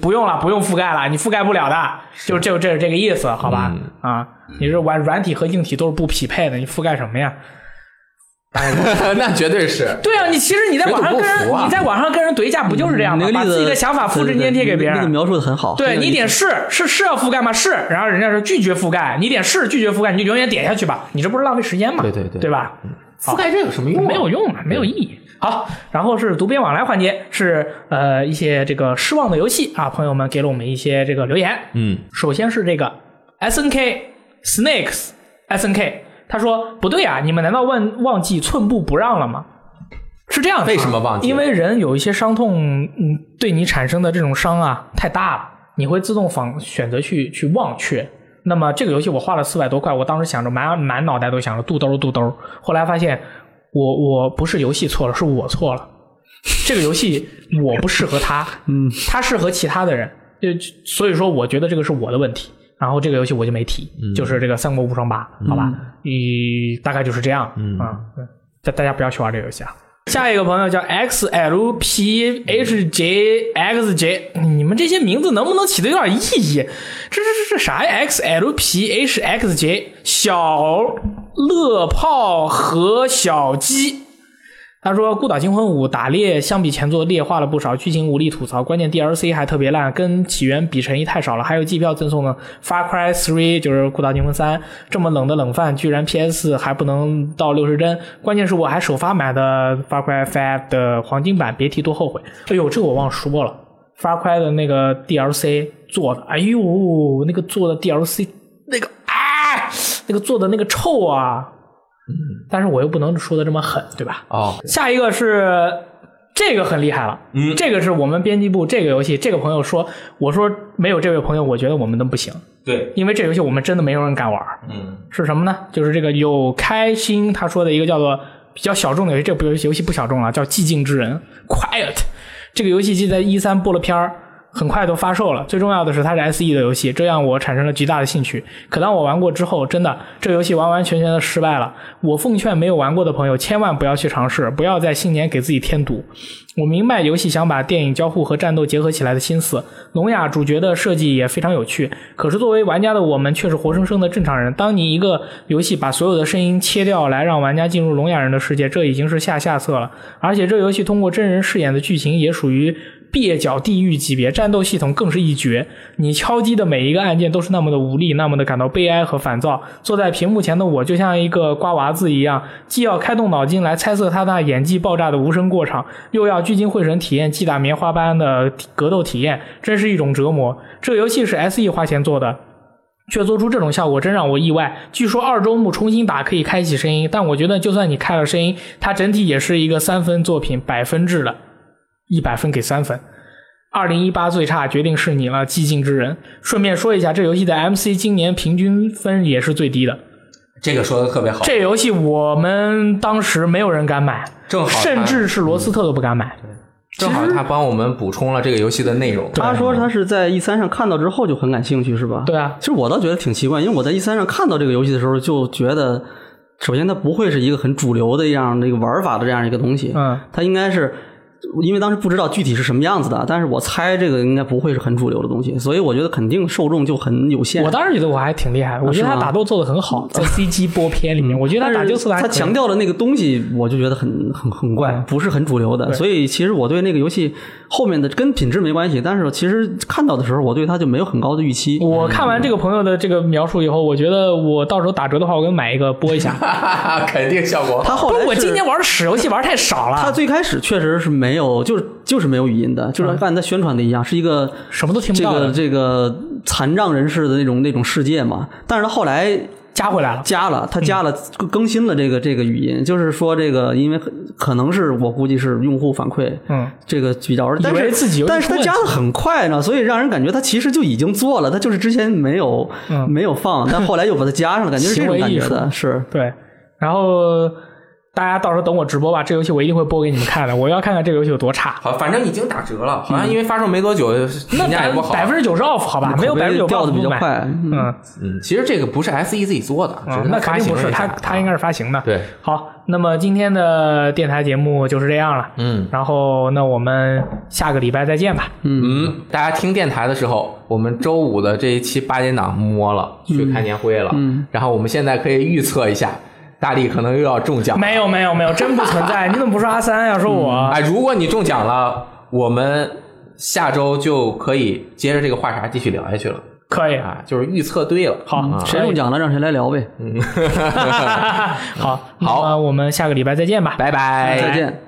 S1: 不用了，不用覆盖了，你覆盖不了的，就就这是这个意思，好吧？啊，你这软软体和硬体都是不匹配的，你覆盖什么呀？
S2: *laughs* 那绝
S1: *laughs*
S2: 对是。
S1: 对啊，你其实你在网上跟
S2: 水土不
S1: 人、
S2: 服啊
S1: 你在网上跟人怼架不就是这样
S3: 嗯那
S1: 吗？
S3: 个
S1: 把
S3: 例子，
S1: 自己的想法复制粘贴给别人。
S3: 那个描述的很
S2: 哦
S3: 好。
S1: 对你点
S3: 是
S1: 是是是要覆盖吗？是，然后人家说拒绝覆盖，你点是拒绝覆盖，你就永远点下去吧，你这不是浪费时间吗？
S2: 对对对嗯
S1: 对吧？
S2: 覆盖这有什么用、啊？
S1: 没有用啊，没有意义。好，然后是读编往来环节，是呃一些这个失望的游戏啊，朋友们给了我们一些这个留言。
S2: 嗯，
S1: 首先是这个 S N K Snakes S N K，他说不对啊，你们难道忘忘记寸步不让了吗？是这样的啊，
S2: 为什么忘记了
S1: 因为人有一些伤痛，嗯，对你产生的这种伤啊太大了，你会自动仿选择去去忘却。那么这个游戏我花了四百多块，我当时想着满满脑袋都想着肚兜肚兜，后来发现我我不是游戏错了，是我错了。这个游戏我不适合
S2: *laughs*
S1: 他，嗯，他适合其他的人，就所以说我觉得这个是我的问题。然后这个游戏我就没提，
S2: 嗯
S1: 就是这个《三国无双八》，好吧，嗯，大概就是这样，嗯，大、大家不要去玩这个游戏啊。下一个朋友叫 X L P H J X J，你们这些名字能不能起的有点意义？这这这这啥呀？X L P H X J 小乐炮和小鸡。他说，《孤岛惊魂五》打猎相比前作劣化了不少，剧情无力吐槽，关键 DLC 还特别烂，跟起源比诚意太少了，还有机票赠送呢。Far Cry 3就是《孤岛惊魂三》，这么冷的冷饭，居然 PS 还不能到六十帧，关键是我还首发买的 Far Cry 5的黄金版，别提多后悔。哎呦，这个我忘说了，Far Cry 的那个 DLC 做的，哎呦，那个做的 DLC 那个啊，那个做的那个臭啊，但是我又不能说的这么狠，对吧？
S2: 哦，
S1: 下一个是这个很厉害了，嗯，这个是我们编辑部这个游戏，这个朋友说，我说没有这位朋友，我觉得我们的不行，
S2: 对，
S1: 因为这游戏我们真的没有人敢玩，
S2: 嗯，
S1: 是什么呢？就是这个有开心他说的一个叫做比较小众的游戏，这部游戏游戏不小众了，叫《寂静之人》（Quiet）。这个游戏既在一三播了片儿，很快都发售了。最重要的是它是 SE 的游戏，这让我产生了极大的兴趣。可当我玩过之后，真的这游戏完完全全的失败了。我奉劝没有玩过的朋友，千万不要去尝试，不要在新年给自己添堵。我明白游戏想把电影交互和战斗结合起来的心思，聋哑主角的设计也非常有趣。可是作为玩家的我们却是活生生的正常人。当你一个游戏把所有的声音切掉来让玩家进入聋哑人的世界，这已经是下下策了。而且这游戏通过真人饰演的剧情也属于蹩脚地狱级别，战斗系统更是一绝。你敲击的每一个按键都是那么的无力，那么的感到悲哀和烦躁。坐在屏幕前的我就像一个瓜娃子一样，既要开动脑筋来猜测他那演技爆炸的无声过场，又要聚精会神体验击打棉花般的格斗体验，真是一种折磨。这游戏是 SE 花钱做的，却做出这种效果，真让我意外。据说二周目重新打可以开启声音，但我觉得就算你开了声音，它整体也是一个三分作品，百分制的，一百分给三分。二零一八最差决定是你了，寂静之人。顺便说一下，这游戏的 MC 今年平均分也是最低的。
S2: 这个说的特别好，
S1: 这游戏我们当时没有人敢买，
S2: 正好他
S1: 甚至是罗斯特都不敢买。
S2: 正好他帮我们补充了这个游戏的内容。
S3: 他说他是在 E 三上看到之后就很感兴趣，是吧？
S1: 对啊
S3: 其实我倒觉得挺奇怪，因为我在 E 三上看到这个游戏的时候，就觉得，首先它不会是一个很主流的一样那个玩法的这样一个东西，
S1: 嗯，
S3: 它应该是。因为当时不知道具体是什么样子的，但是我猜这个应该不会是很主流的东西，所以我觉得肯定受众就很有限。
S1: 我当时觉得我还挺厉害，我觉得他
S3: 嗯啊是吗嗯
S1: 打斗做的很好，在 CG 播片里面，我觉得他打
S3: 但
S1: 就是做的还
S3: 他
S1: 可以
S3: 强调的那个东西，我就觉得很很很怪，不是很主流的。所以其实我对那个游戏后面的跟品质没关系，但是其实看到的时候，我对它就没有很高的预期。
S1: 我看完这个朋友的这个描述以后，我觉得我到时候打折的话，我给他买一个播一下。
S2: *laughs* 肯定效果好。
S3: *laughs* 他后
S1: 不
S3: 来
S1: 是我
S3: 是
S1: 今天玩的屎游戏玩太少
S3: 他
S1: 了，
S3: 最开始确实是没有，就是就是没有语音的，就是按他宣传的一样，是一个
S1: 什么都嗯听不
S3: 这
S1: 到
S3: 个
S1: 的，
S3: 这个残障人士的那种那种世界嘛。但是他后来
S1: 加回来了。
S3: 加了，他加了更新了这个这个语音，就是说这个因为可可能是我估计是用户反馈，
S1: 嗯，
S3: 这个比较，但
S1: 以为
S3: 是
S1: 自己有
S3: 但是
S1: 出
S3: 他
S1: 问
S3: 加
S1: 题
S3: 的很快呢，所以让人感觉他其实就已经做了，他就是之前没有、没有放，但后来又把它加上了，感觉是
S1: 嗯
S3: 这
S1: 行
S3: 种
S1: 为
S3: 感
S1: 艺
S3: 觉
S1: 术
S3: 的，是
S1: 对，然后大家到时候等我直播吧，这游戏我一定会播给你们看的。我要看看这个游戏有多差。
S2: 好，反正已经打折了，好像因为发售没多久，
S1: 嗯那
S2: 评价也
S1: 百
S2: 不好。啊
S1: 百分之九十 off 好吧，没有百分之九十
S3: 掉的比较快，。嗯
S1: 嗯，
S2: 嗯，其实这个不是 S E 自己做的，只
S1: 嗯
S2: 是它
S1: 那
S2: 发
S1: 肯定
S2: 行
S1: 不
S2: 了
S1: 是，
S2: 一下
S1: 他他应该是发行的。
S2: 对，
S1: 好，那么今天的电台节目就是这样了。
S2: 嗯
S1: 然后那我们下个礼拜再见吧。
S2: 嗯，大家听电台的时候，我们周五的这一期八点档摸了，去看年会了，嗯，然后我们现在可以预测一下，大力可能又要中奖，
S1: 没有没有没有，真不存在。你怎么不说阿三呀？说我、
S2: 哎，如果你中奖了，我们下周就可以接着这个话茬继续聊下去了
S1: 可以。
S2: 啊，就是预测对了。嗯
S1: 好，
S3: 嗯谁中奖了让谁来聊呗，
S1: *laughs* 嗯可以？好，那么我们下个礼拜再见吧。
S2: 拜拜，
S3: 再见。